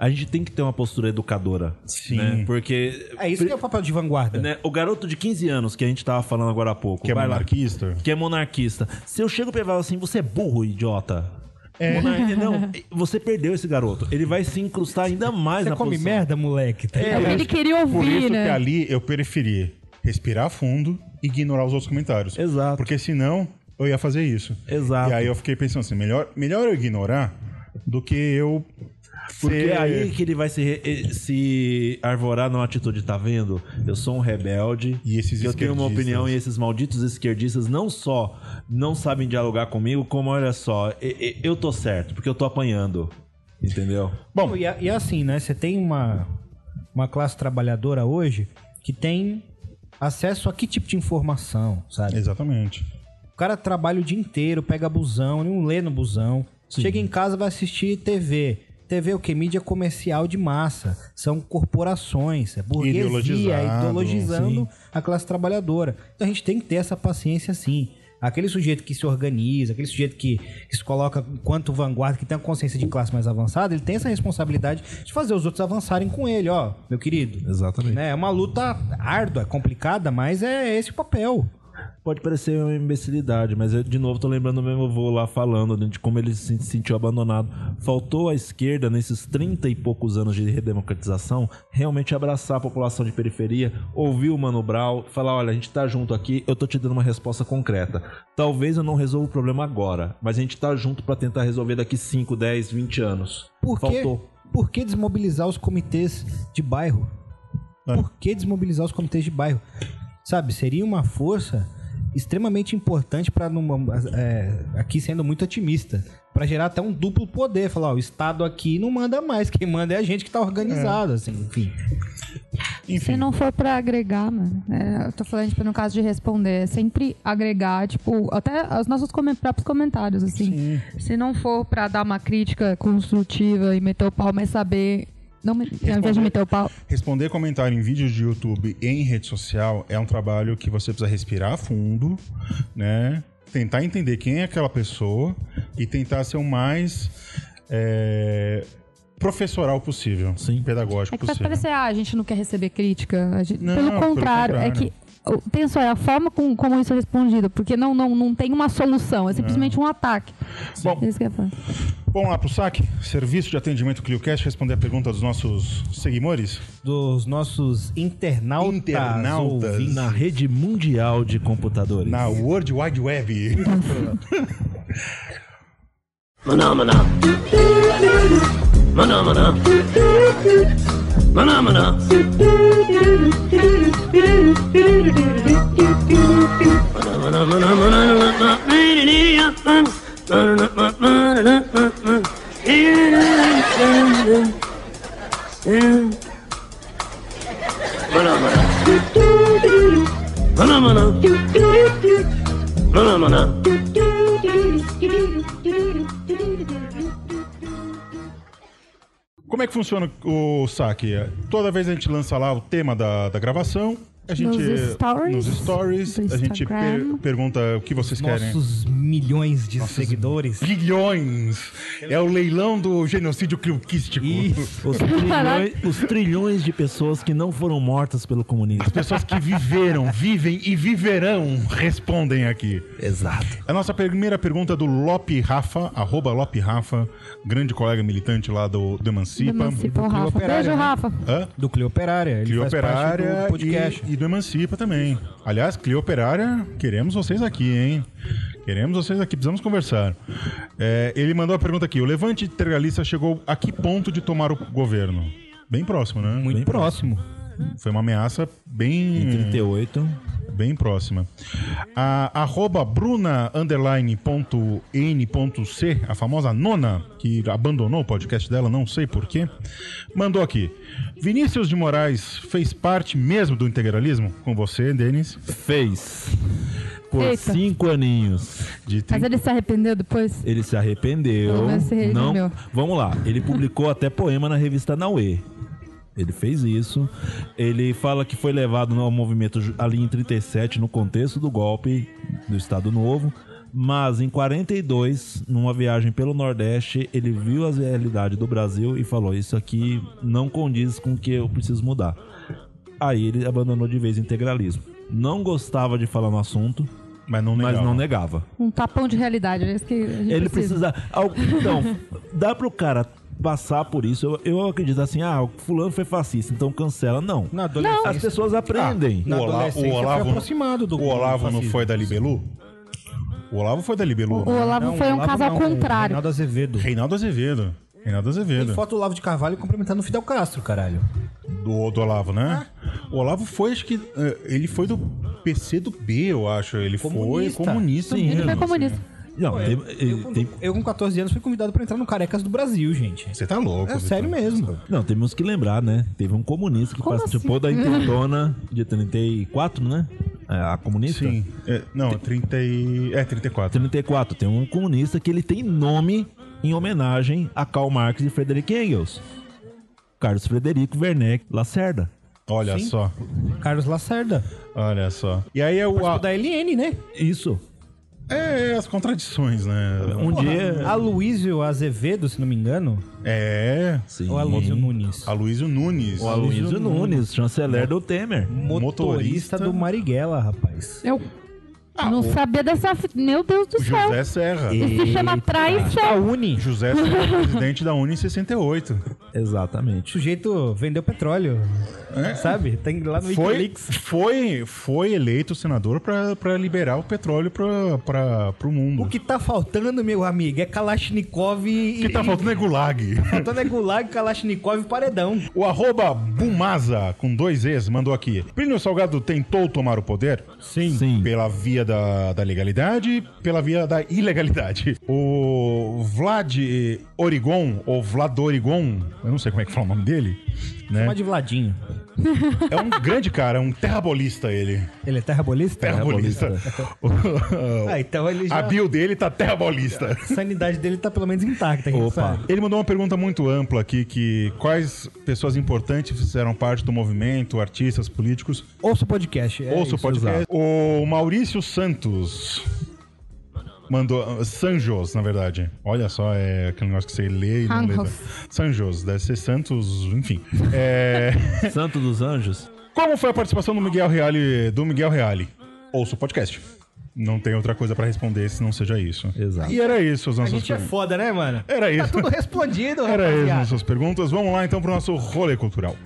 A gente tem que ter uma postura educadora. Sim. né? Porque. É isso que é o papel de vanguarda. né, o garoto de 15 anos que a gente tava falando agora há pouco. Que é vai lá, monarquista. que é monarquista. Se eu chego pra ele e falo assim, você é burro, idiota. É. Monar- Não, você perdeu esse garoto. Ele vai se incrustar ainda mais Você na come é posição. merda, moleque? Tá É o que ele queria Por ouvir, isso que né? ali eu preferi respirar fundo e ignorar os outros comentários. Exato. Porque senão eu ia fazer isso. Exato. E aí eu fiquei pensando assim, melhor, melhor eu ignorar do que eu Porque ser- aí que ele vai se, re- eh, se arvorar numa atitude, tá vendo? Eu sou um rebelde. E esses eu tenho uma esquerdistas. opinião e esses malditos esquerdistas não só não sabem dialogar comigo, como olha só, e- e- eu tô certo, porque eu tô apanhando. Entendeu? Não, e, a- e assim, né? Você tem uma, uma classe trabalhadora hoje que tem acesso a que tipo de informação, sabe? Exatamente. cara trabalha o dia inteiro, pega busão, não lê no busão. Chega em casa, vai assistir TV. TV é o que? Mídia comercial de massa. São corporações, é burguesia, é Ideologizado, ideologizando sim. a classe trabalhadora. Então a gente tem que ter essa paciência sim. Aquele sujeito que se organiza, aquele sujeito que, que se coloca enquanto vanguarda, que tem uma consciência de classe mais avançada, ele tem essa responsabilidade de fazer os outros avançarem com ele, ó, meu querido. Exatamente. Né? É uma luta árdua, complicada, mas é esse o papel. Pode parecer uma imbecilidade, mas eu de novo tô lembrando meu avô lá falando né, de como ele se sentiu abandonado. Faltou à esquerda, nesses 30 e poucos anos de redemocratização, realmente abraçar a população de periferia, ouvir o Mano Brown, falar: olha, a gente tá junto aqui, eu tô te dando uma resposta concreta. Talvez eu não resolva o problema agora, mas a gente tá junto pra tentar resolver daqui 5, 10, 20 anos. Por que, Faltou. por que desmobilizar os comitês de bairro? É. Por que desmobilizar os comitês de bairro? Sabe, seria uma força extremamente importante para aqui sendo muito otimista, para gerar até um duplo poder, falar, ó, o Estado aqui não manda mais, quem manda é a gente que tá organizado, assim, enfim. Enfim, Se não for pra agregar, mano, é, eu tô falando, tipo, no caso de responder, é sempre agregar, tipo, até os nossos come- próprios comentários, assim. Se não for pra dar uma crítica construtiva e meter o pau, mas saber. Não, me- ao invés de meter o pau. responder comentário em vídeos de YouTube e em rede social é um trabalho que você precisa respirar fundo, né? Tentar entender quem é aquela pessoa e tentar ser o mais é, professoral possível, Sim. pedagógico É que faz possível. parecer, ah, a gente não quer receber crítica. a gente- Não, pelo, pelo contrário, é contrário. que. o- Tem só é a forma com, como isso é respondido, porque não, não, não tem uma solução, é simplesmente um ataque. Bom. É isso que eu ia falar. Vamos lá pro saque? Serviço de atendimento ClioCast responder a pergunta dos nossos seguidores? Dos nossos internautas, Internautas. ouvintes. Na rede mundial de computadores. Na World Wide Web. Maná, maná. Maná, maná. Maná, maná. Maná, maná, maná, maná, maná, maná, maná, maná, maná, maná, maná, maná. Como é que funciona o saque? Toda vez a gente lança lá o tema da, da gravação, a gente Nos stories, nos stories, do a gente per- Instagram. pergunta o que vocês querem. nossos milhões de seguidores. Bilhões! É o leilão do genocídio criuquístico. Os trilhões, os trilhões de pessoas que não foram mortas pelo comunismo. As pessoas que viveram, vivem e viverão respondem aqui. Exato. A nossa primeira pergunta é do Lope Rafa, arroba Lope Rafa, grande colega militante lá do, do Emancipa. Emancipa o Rafa. operário, Beijo, né? Rafa. Hã? Do Clio Operária. Ele Clio faz parte Operária do podcast. E, e do Emancipa também. Aliás, Clio Operária, queremos vocês aqui, hein? Queremos vocês aqui, precisamos conversar. É, ele mandou a pergunta aqui: o levante integralista chegou a que ponto de tomar o governo? Bem próximo, né? Muito Bem próximo. Foi uma ameaça bem, 38. bem próxima. A arroba Bruna underline ponto N ponto C, a famosa nona, que abandonou o podcast dela, não sei porquê, mandou aqui. Vinícius de Moraes fez parte mesmo do integralismo? Com você, Denis. Fez. Por Eita. cinco aninhos. De Mas trin- ele se arrependeu depois? Ele se arrependeu. Pelo menos se redimiu. não. Vamos lá. Ele publicou até poema na revista Nauê. Ele fez isso. Ele fala que foi levado ao movimento ju- ali em 37, no contexto do golpe do Estado Novo. Mas em 42, numa viagem pelo Nordeste, ele viu a realidade do Brasil e falou: Isso aqui não condiz com o que eu preciso mudar. Aí ele abandonou de vez o integralismo. Não gostava de falar no assunto, Mas não mas negava. não negava. Um tapão de realidade, é isso que a gente Ele precisa. precisa. Al- Então, dá pro cara passar por isso. Eu, eu acredito assim, ah, o fulano foi fascista, então cancela. Não. Na adolescência. Ah, As pessoas aprendem. Na O Olavo- adolescência o Olavo- foi aproximado do O Olavo não fascismo. foi da Libelu? O Olavo foi da Libelu. O Olavo Não, foi um Olavo caso ao não, o contrário. Reinaldo Azevedo. Reinaldo Azevedo. Reinaldo Tem Azevedo. foto do Olavo de Carvalho cumprimentando o Fidel Castro, caralho. Do, do Olavo, né? É. O Olavo foi, acho que. eh, Ele foi do PC do B, eu acho. Ele Comunista. foi comunista Sim, mesmo. Ele foi assim. comunista. Não, tem, eh, tem- Eu, com 14 anos, fui convidado pra entrar no Carecas do Brasil, gente. Você tá louco. É Vitor. sério mesmo. não, temos que lembrar, né? Teve um comunista que Como participou da intentona de 34, né? é, a comunista? Sim. É, não, 30 e... É, 34. 34, tem um comunista que ele tem nome em homenagem a Karl Marx e Frederick Engels. Carlos Frederico Werneck Lacerda. Olha só. Carlos Lacerda. Olha só. E aí é o... Participou da LN, né? Isso. É, é as contradições, né? Um dia... Aloysio Azevedo, se não me engano. É... Sim. Ou Aloysio Nunes. Aloysio Nunes. O Aloysio Nunes, Né? chanceler do Temer. motorista. Motorista do Marighella, rapaz. Eu não sabia dessa. fi- Meu Deus do céu. Ah, José Serra. Isso se chama A traição. Uni. José Serra, presidente da Uni em 68. O Exatamente. sujeito vendeu petróleo. Sabe? Tem lá no É? Foi, Wikileaks. foi, foi eleito senador pra, pra liberar o petróleo pra, pra, pro mundo. O que tá faltando, meu amigo, é Kalashnikov e. O que tá faltando é gulag. Faltando é Gulag, Kalashnikov e Paredão. O arroba Bumaza, com dois E's, mandou aqui. Plínio Salgado tentou tomar o poder Sim. Sim. pela via da, da legalidade, pela via da ilegalidade. O Vlad Origon, ou Vlad Origon, eu não sei como é que fala o nome dele, né? Chama de Vladinho. É um grande cara, é um terrabolista ele. Ele é terrabolista? Terrabolista. Ah, então ele já... A bio dele tá terrabolista. A sanidade dele tá pelo menos intacta, a gente sabe. Ele mandou uma pergunta muito ampla aqui, que quais pessoas importantes fizeram parte do movimento, artistas, políticos, Ouça o podcast. É Ouça o isso, podcast. exato. O Maurício Santos mandou. Sanjos, na verdade. Olha só, é aquele negócio que você lê e não lê. Sanjos. Sanjos, deve ser Santos, enfim. É, Santo dos Anjos. como foi a participação do Miguel Reale? Do Miguel Reale? Ouça o podcast. Não tem outra coisa pra responder se não seja isso. Exato. E era isso as A nossas gente é perguntas. foda, né, mano? Era Tá isso. tudo respondido, Era isso rapaziada. nossas perguntas. Vamos lá então pro nosso rolê cultural.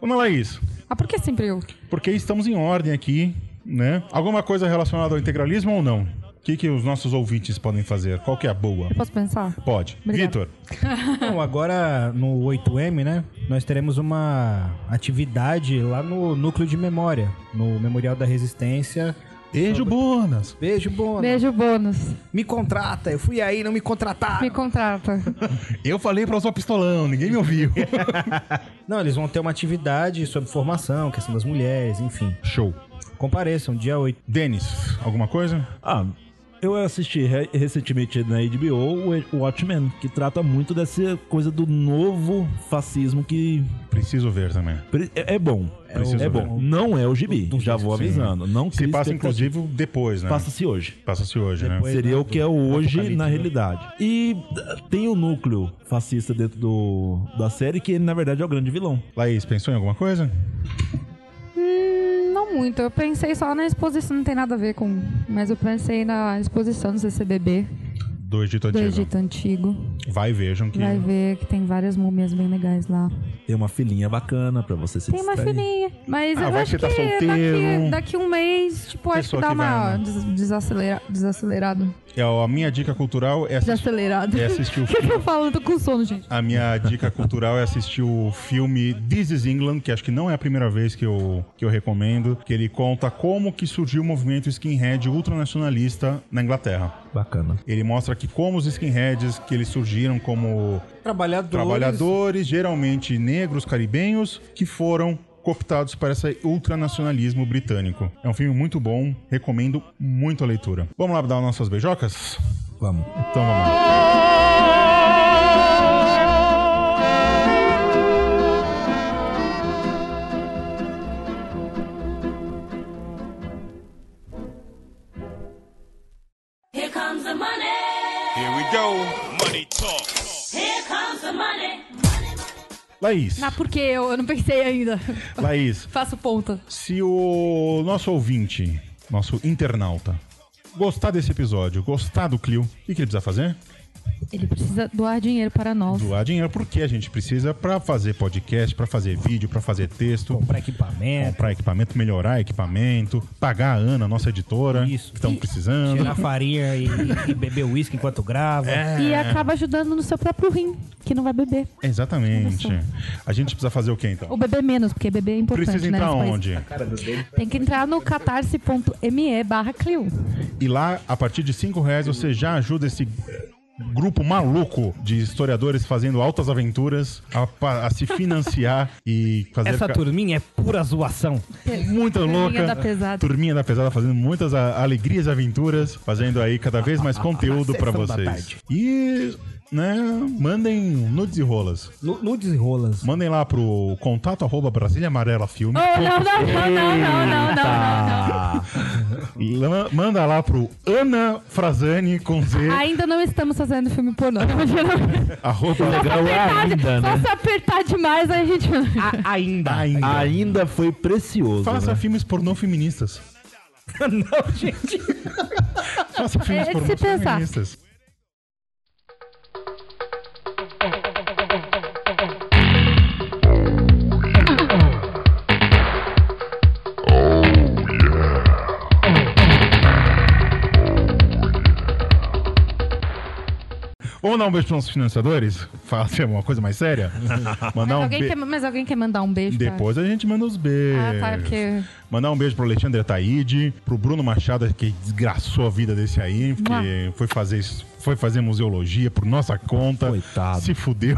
Vamos lá, é isso. Ah, por que sempre eu? Porque estamos em ordem aqui, né? Alguma coisa relacionada ao integralismo ou não? O que, que os nossos ouvintes podem fazer? Qual que é a boa? Posso pensar? Pode. Obrigada. Vitor, Bom, agora no 8M, né? Nós teremos uma atividade lá no núcleo de memória, no Memorial da Resistência. beijo, Bonas. Beijo, Bona. Beijo bônus. Me contrata, eu fui aí, não me contrataram. Me contrata. Eu falei pra usar o pistolão, ninguém me ouviu. Não, eles vão ter uma atividade sobre formação, questão das mulheres, enfim. Show. Compareçam, dia 8. Denis, alguma coisa? Ah, eu assisti re- recentemente na HBO o E- o Watchmen, que trata muito dessa coisa do novo fascismo que Preciso ver também. pre- é é bom. É, Preciso é ver. bom. Não é o gibi, já vou Sim. avisando. Não Se crie passa, expectativa. inclusive, depois, né? Passa-se hoje. Passa-se hoje, né? Seria o que é hoje Apocalipse, na né? realidade. E d- tem um núcleo fascista dentro do, da série que ele, na verdade, é o grande vilão. Laís, pensou em alguma coisa? Hum, não muito. Eu pensei só na exposição, não tem nada a ver com. Mas eu pensei na exposição do CCBB Do Egito do Antigo. Egito Antigo. Vai, vejam que... Vai ver que tem várias múmias bem legais lá. Tem uma filhinha bacana pra você se Tem uma distrair. filhinha. Mas Ah, eu vai que acho que tá solteiro. daqui, daqui um mês, tipo, acho que Pessoa dá que vai, uma né? des- desacelera, desacelerado. É, ó, A minha dica cultural é assistir, Desacelerado. é assistir o O que, que filme... eu falo? Eu Tô com sono, gente. A minha dica cultural é assistir o filme This is England, que acho que não é a primeira vez que eu, que eu recomendo, que ele conta como que surgiu o movimento skinhead ultranacionalista na Inglaterra. Bacana. Ele mostra que como os skinheads, que eles surgiram como Trabalhadores. trabalhadores, geralmente negros, caribenhos, que foram cooptados para esse ultranacionalismo britânico. É um filme muito bom, recomendo muito a leitura. Vamos lá dar nossas beijocas? Vamos. Então vamos lá. Here comes the money. Money talk. Here comes the money. Laís, Ah, por que eu, eu não pensei ainda? Laís, Faço ponta. Se o nosso ouvinte, nosso internauta, gostar desse episódio, gostar do Clio, o que que ele precisa fazer? Ele precisa doar dinheiro para nós. Doar dinheiro porque a gente precisa para fazer podcast, para fazer vídeo, para fazer texto, Comprar equipamento, comprar equipamento, melhorar equipamento, pagar a Ana, nossa editora, Isso. que estamos precisando. tirar farinha e, e beber uísque enquanto grava. É. E acaba ajudando no seu próprio rim, que não vai beber. Exatamente. A gente precisa fazer o quê então? Ou beber menos, porque beber é importante, Precisa né? entrar nesse país. onde? Tem que entrar no catarse.me barra Clio. E lá, a partir de 5 reais, você já ajuda esse grupo maluco de historiadores fazendo altas aventuras a, pa- a se financiar e fazer Essa ca- turminha é pura zoação. muito Turminha louca. da pesada. Turminha da pesada fazendo muitas a- alegrias e aventuras, fazendo aí cada vez mais conteúdo pra Sessão da vocês. tarde. E, né, mandem nudes e rolas. Nu- Nudes e rolas. Mandem lá pro contato arroba Brasília Amarela Filme. Ah! Oh, não, não, não, não, não, não, não, não, Lá- Manda lá pro Ana Frazani com Z, não. Ainda não estamos fazendo filme pornô. né, arroba Legal é ainda, Só né? se apertar demais, aí a gente... ainda. ainda. Ainda foi precioso. Faça né? filmes pornô feministas. Não, gente. Faça filmes É, pornô se pensar. feministas. Vamos dar um beijo para nossos financiadores? Fazer uma coisa mais séria? Mandar um alguém beijo. quer- mas alguém quer mandar um beijo pra- Depois a gente manda os beijos. Ah, tá, porque... Mandar um beijo pro Alexandre Ataíde, pro Bruno Machado, que desgraçou a vida desse aí, porque foi fazer, isso- foi fazer museologia por nossa conta. Coitado. Se fudeu.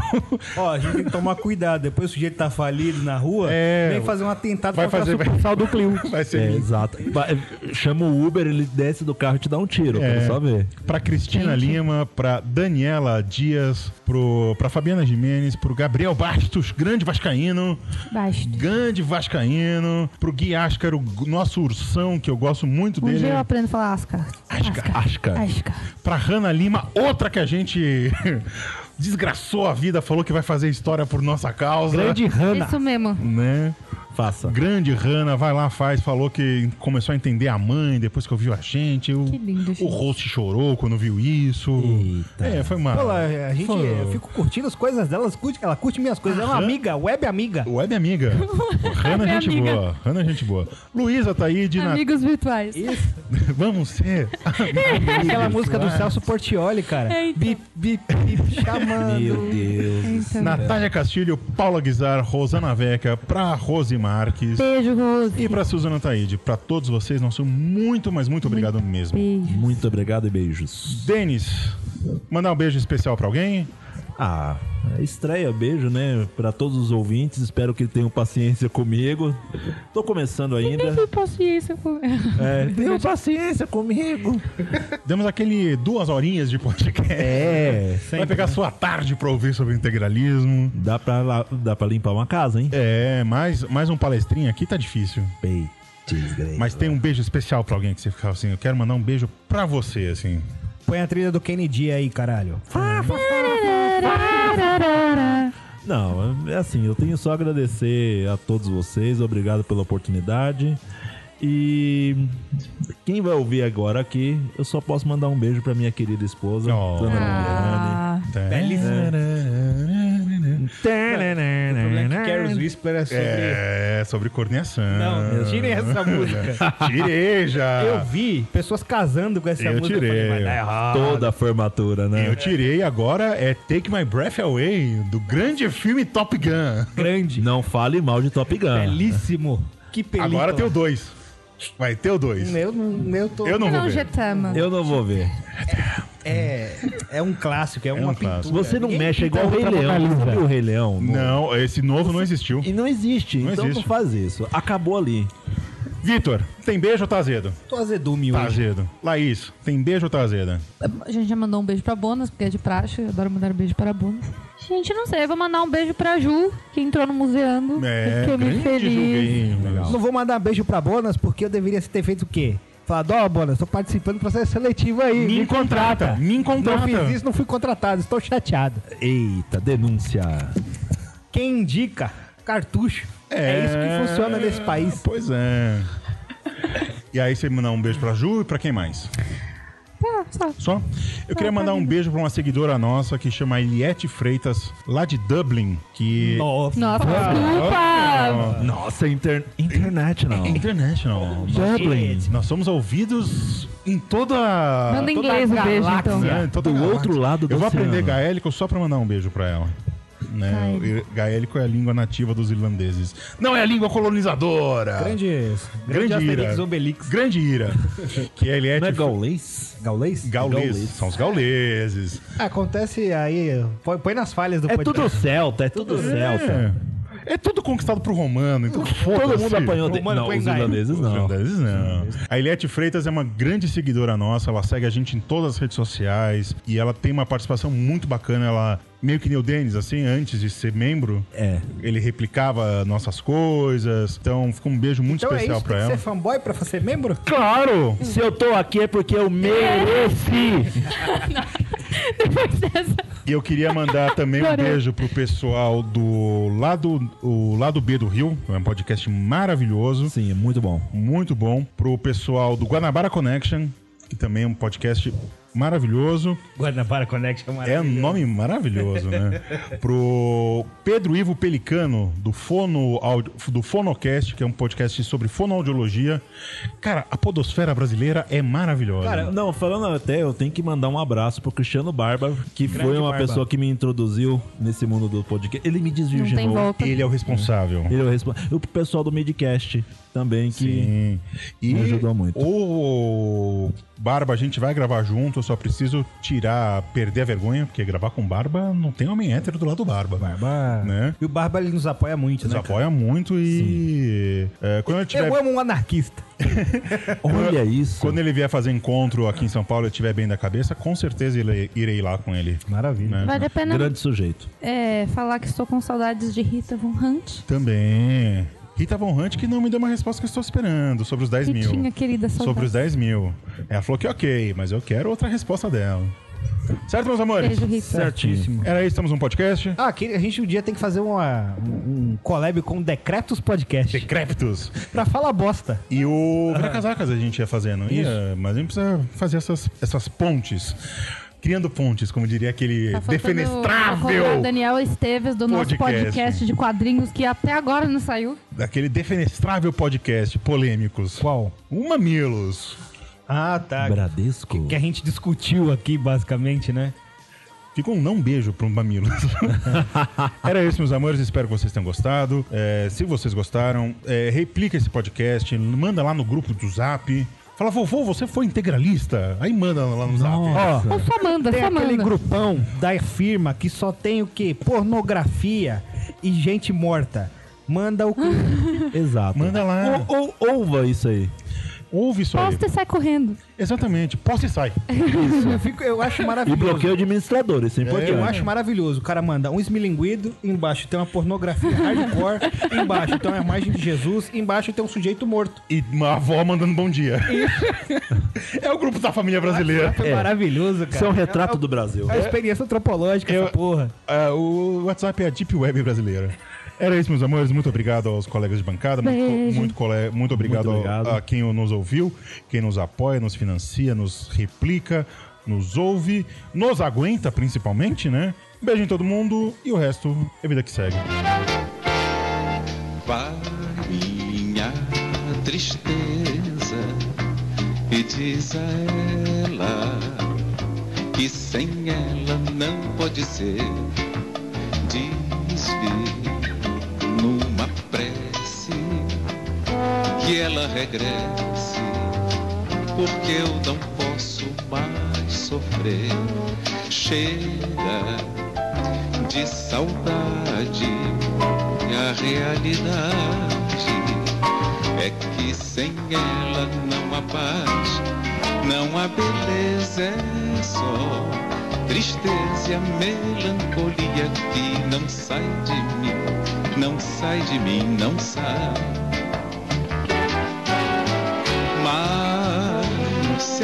Ó, a gente tem que tomar cuidado. Depois o sujeito tá falido na rua, É. vem fazer um atentado Vai contra a fazer. Vai, Sal do Clio. vai ser. É, lindo. exato. Vai- Chama o Uber, ele desce do carro e te dá um tiro, É. pra só ver. Pra Cristina Gente. Lima, pra Daniela Dias, pro, pra Fabiana Jimenez, pro Gabriel Bastos, grande vascaíno, Baixo. grande vascaíno, pro Gui Ascaro, nosso ursão, que eu gosto muito Um dele. dia eu aprendo a falar Asca. Asca. Asca. Asca. pra Hanna Lima, outra que a gente desgraçou a vida, falou que vai fazer história por nossa causa. Grande Hanna. Isso mesmo. Né? Faça. Grande Hanna, vai lá, faz, falou que começou a entender a mãe depois que ouviu a gente. O, Que lindo, gente. O host chorou quando viu isso. Eita. É, foi uma. Pô, ela- a gente, eu fico curtindo as coisas dela, curte, ela curte minhas coisas. Ela é uma amiga, web amiga. Web é amiga. Hanna, Web é gente amiga. boa. Hanna, gente boa. Luísa tá aí de Natal. Amigos virtuais. Vamos ser. Aquela música do Celso Portioli, cara. Eita. Bip, bip, bip, chamando. Meu Deus. Então, Natália Castilho, Paula Guizar, Rosana Veca, pra Rose Marques. Beijo, Rose. E pra Suzana Taide, pra todos vocês, nosso muito, mas muito obrigado mesmo. Beijo. Muito obrigado e beijos. Denis, mandar um beijo especial pra alguém? Ah, estreia, beijo, né? Pra todos os ouvintes, espero que tenham paciência comigo. Tô começando ainda. Que paciência com... É, tenham paciência comigo. Demos aquele duas horinhas de podcast. É, Vai pegar sua tarde pra ouvir sobre integralismo. Dá pra, la- dá pra limpar uma casa, hein? É, mais, mais um palestrinho aqui tá difícil. Mas tem um beijo especial pra alguém que você ficava assim. Eu quero mandar um beijo pra você, assim. Põe a trilha do Kennedy aí, caralho. Não, é assim, eu tenho só a agradecer a todos vocês, obrigado pela oportunidade. E quem vai ouvir agora aqui, eu só posso mandar um beijo pra minha querida esposa, Oh. Dona Mariane. É. Ah, O problema é que Carol's Whisper é sobre... É, sobre coordenação. Não, tirem essa música. Tirei já. Eu vi pessoas casando com essa Eu música. tirei. vai dar tá É errado. Toda a formatura, né? Eu tirei agora é Take My Breath Away, do grande filme Top Gun. Grande. Não fale mal de Top Gun. Belíssimo. Que película. Agora então. tem o 2. Vai ter o 2. Eu, não- eu tô... Eu não vou não, ver. Getama. Eu não vou ver. É, é um clássico, é, uma um pintura. clássico. Você não mexe é igual o Rei outra Leão. Mona Lisa. E o Rei Leão? Não, esse novo não existiu. E não existe, Não então existe. não faz isso. Acabou ali. Vitor, tem beijo ou tá azedo? Tô azedume Tá hoje. azedo. Laís, tem beijo ou tá azeda? A gente já mandou um beijo pra Bonas, porque é de praxe. Eu adoro mandar um beijo para Bonas. Gente, não sei. Eu vou mandar um beijo pra Ju, que entrou no Museando. É, Fiquei grande muito feliz. joguinho. Legal. Não vou mandar beijo pra Bonas, porque eu deveria ter feito o quê? Falado, ó, Bonas, tô participando do processo seletivo aí. Me contrata, me Não contrata. fiz isso, não fui contratado, estou chateado. Eita, denúncia. Quem indica? Cartucho. É, isso que funciona nesse país. Pois é. E aí você mandar um beijo pra Ju e pra quem mais? Tá, só. Só? Ah, Eu queria mandar um beijo pra uma seguidora nossa que chama Eliette Freitas, lá de Dublin, que. Nossa. Nossa, desculpa! Ah, Nossa, inter... international. International. Dublin. Nós somos ouvidos em Ah, toda. Manda em inglês o toda a beijo, galáxia, então. né? Em toda a Do galáxia. outro lado do Eu vou oceano. aprender gaélico só pra mandar um beijo pra ela. Né? Eu- Gaélico é a língua nativa dos irlandeses. Não é a língua colonizadora. Grande, Grande Asterix ira. Obelix. Grande ira. Que é Eliette Não é gaulês? Gaulês? Gauleses. São os gauleses. Acontece aí, põe, põe nas falhas do É podcast. tudo celta, é tudo celta. É. É tudo conquistado pro romano, então foda-se. Todo mundo apanhou dele. Romano Não, põe os gaio. irlandeses Os não. irlandeses não. A Eliette Freitas é uma grande seguidora nossa, ela segue a gente em todas as redes sociais e ela tem uma participação muito bacana. Ela, meio que nem o Denis, assim, antes de ser membro, É. ele replicava nossas coisas. Então, fica um beijo muito Então é especial isso, pra tem que ela. ser fanboy pra ser membro? Claro! Se eu tô aqui é porque eu mereci! Depois dessa. E eu queria mandar também um beijo pro pessoal do lado, o lado B do Rio, é um podcast maravilhoso. Sim, é muito bom. muito bom. Pro pessoal do Guanabara Connection, que também é um podcast maravilhoso. Guanabara Connection É um nome maravilhoso, né? Pro Pedro Ivo Pelicano, do, Fono, Audi- do Fonocast, que é um podcast sobre fonoaudiologia. Cara, a podosfera brasileira é maravilhosa. Cara, não, falando até, eu tenho que mandar um abraço pro Cristiano Barba, que foi uma Barba. pessoa que me introduziu nesse mundo do podcast. Ele me Não tem desvirginou. volta. ele é o responsável. Ele é o respon- O pessoal do Midcast também, que Sim. E Me ajudou muito. O Barba, a gente vai gravar junto, eu só preciso tirar, perder a vergonha, porque gravar com Barba não tem homem hétero do lado do Barba. Barba. Né? E o Barba ele nos apoia muito, Nos né? cara? apoia muito e. é, quando, ele tiver, Eu amo um anarquista. olha isso. quando ele vier fazer encontro aqui em São Paulo e eu estiver bem da cabeça, com certeza ele- irei lá com ele. Maravilha. Né? Vale a pena Grande sujeito. é, falar que estou com saudades de Rita Von Hunt. Também. Rita Von Hunt que não me deu uma resposta que eu estou esperando sobre os 10 mil. Ritinha, querida, saudades. Sobre os 10 mil. Ela falou que ok, mas eu quero outra resposta dela. Certo, meus amores? Beijo, Rita. Certíssimo. Era isso, estamos num podcast? Ah, que a gente um dia tem que fazer uma, um um collab com o Decretos Podcast. Decréptos. pra falar bosta. E o Casacas a gente ia fazendo. Ia, mas a gente precisa fazer essas, essas pontes. Criando pontes, como diria aquele Tá faltando defenestrável. encontrar o Daniel Esteves do nosso Podcast. podcast de quadrinhos que até agora não saiu. Daquele defenestrável podcast, polêmicos. Qual? Um Mamilos. Ah, tá. Bradesco. Que a gente discutiu aqui, basicamente, né? Fica um não beijo pro Mamilos. Era isso, meus amores. Espero que vocês tenham gostado. É, se vocês gostaram, é, replica esse podcast, manda lá no grupo do Zap. Fala, vovô, você foi integralista? Aí manda lá no Zap. Ó, Ou Então, só manda, tem só aquele manda. grupão da firma que só tem o quê? Pornografia e gente morta. Manda o... Exato. Manda lá. Ou, ou- ouva isso aí. Ouve isso aí. Posta e sai correndo. Exatamente. Posta e sai. eu, fico, eu acho E maravilhoso. bloqueio de administrador, isso é importante. Eu acho maravilhoso. O cara manda um esmilinguido, embaixo tem uma pornografia hardcore, embaixo tem uma imagem de Jesus, embaixo tem um sujeito morto. E uma avó mandando bom dia. é o grupo da família brasileira. Foi é maravilhoso, cara. É, Isso é um retrato do Brasil. É uma experiência antropológica, Eu- essa porra. Ah, o WhatsApp é a Deep Web brasileira. Era isso, meus amores. Muito obrigado aos colegas de bancada. Muito, Beijo. muito, cole- muito obrigado, Muito obrigado. A, a quem nos ouviu, quem nos apoia, nos financia, nos replica, nos ouve, nos aguenta, principalmente, né? Beijo em todo mundo e o resto é vida que segue. Para minha tristeza e diz a ela que sem ela não pode ser. Diz-lhe numa prece que ela regresse, porque eu não posso mais sofrer. Chega de saudade. A realidade é que sem ela não há paz, não há beleza, é só tristeza e a melancolia que não sai de mim, não sai de mim, não sai. Mas se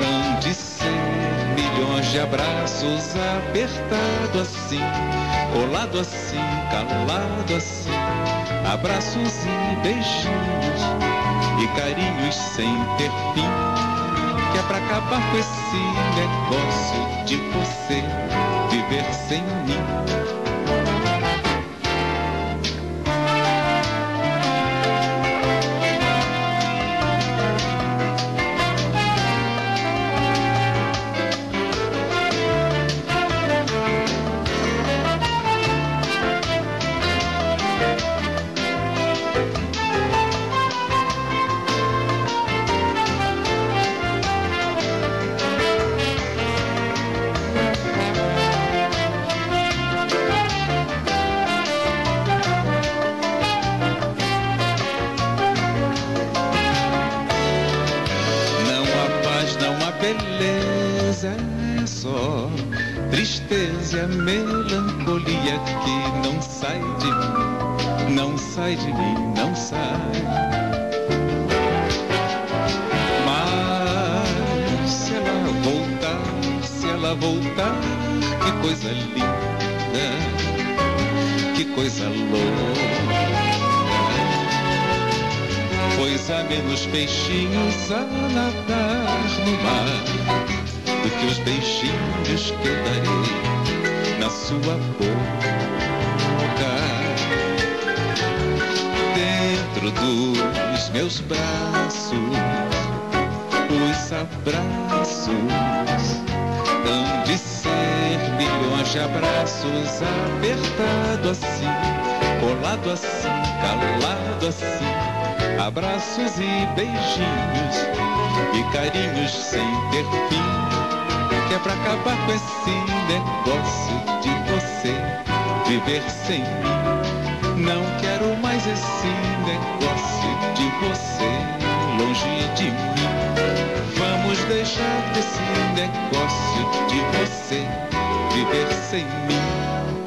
hão de ser milhões de abraços apertado assim, colado assim, calado assim, abraços e beijinhos e carinhos sem ter fim. Que é pra acabar com esse negócio de você viver sem mim. Não há paz, não há beleza, é só tristeza, melancolia que não sai de mim, não sai de mim, não sai. Mas se ela voltar, se ela voltar, que coisa linda, que coisa louca. Pois há menos peixinhos a nadar no mar do que os beijinhos que eu darei na sua boca. Dentro dos meus braços, os abraços hão de ser milhões de abraços apertado assim, colado assim, calado assim. Abraços e beijinhos e carinhos sem ter fim. Que é pra acabar com esse negócio de você viver sem mim. Não quero mais esse negócio de você longe de mim. Vamos deixar esse negócio de você viver sem mim.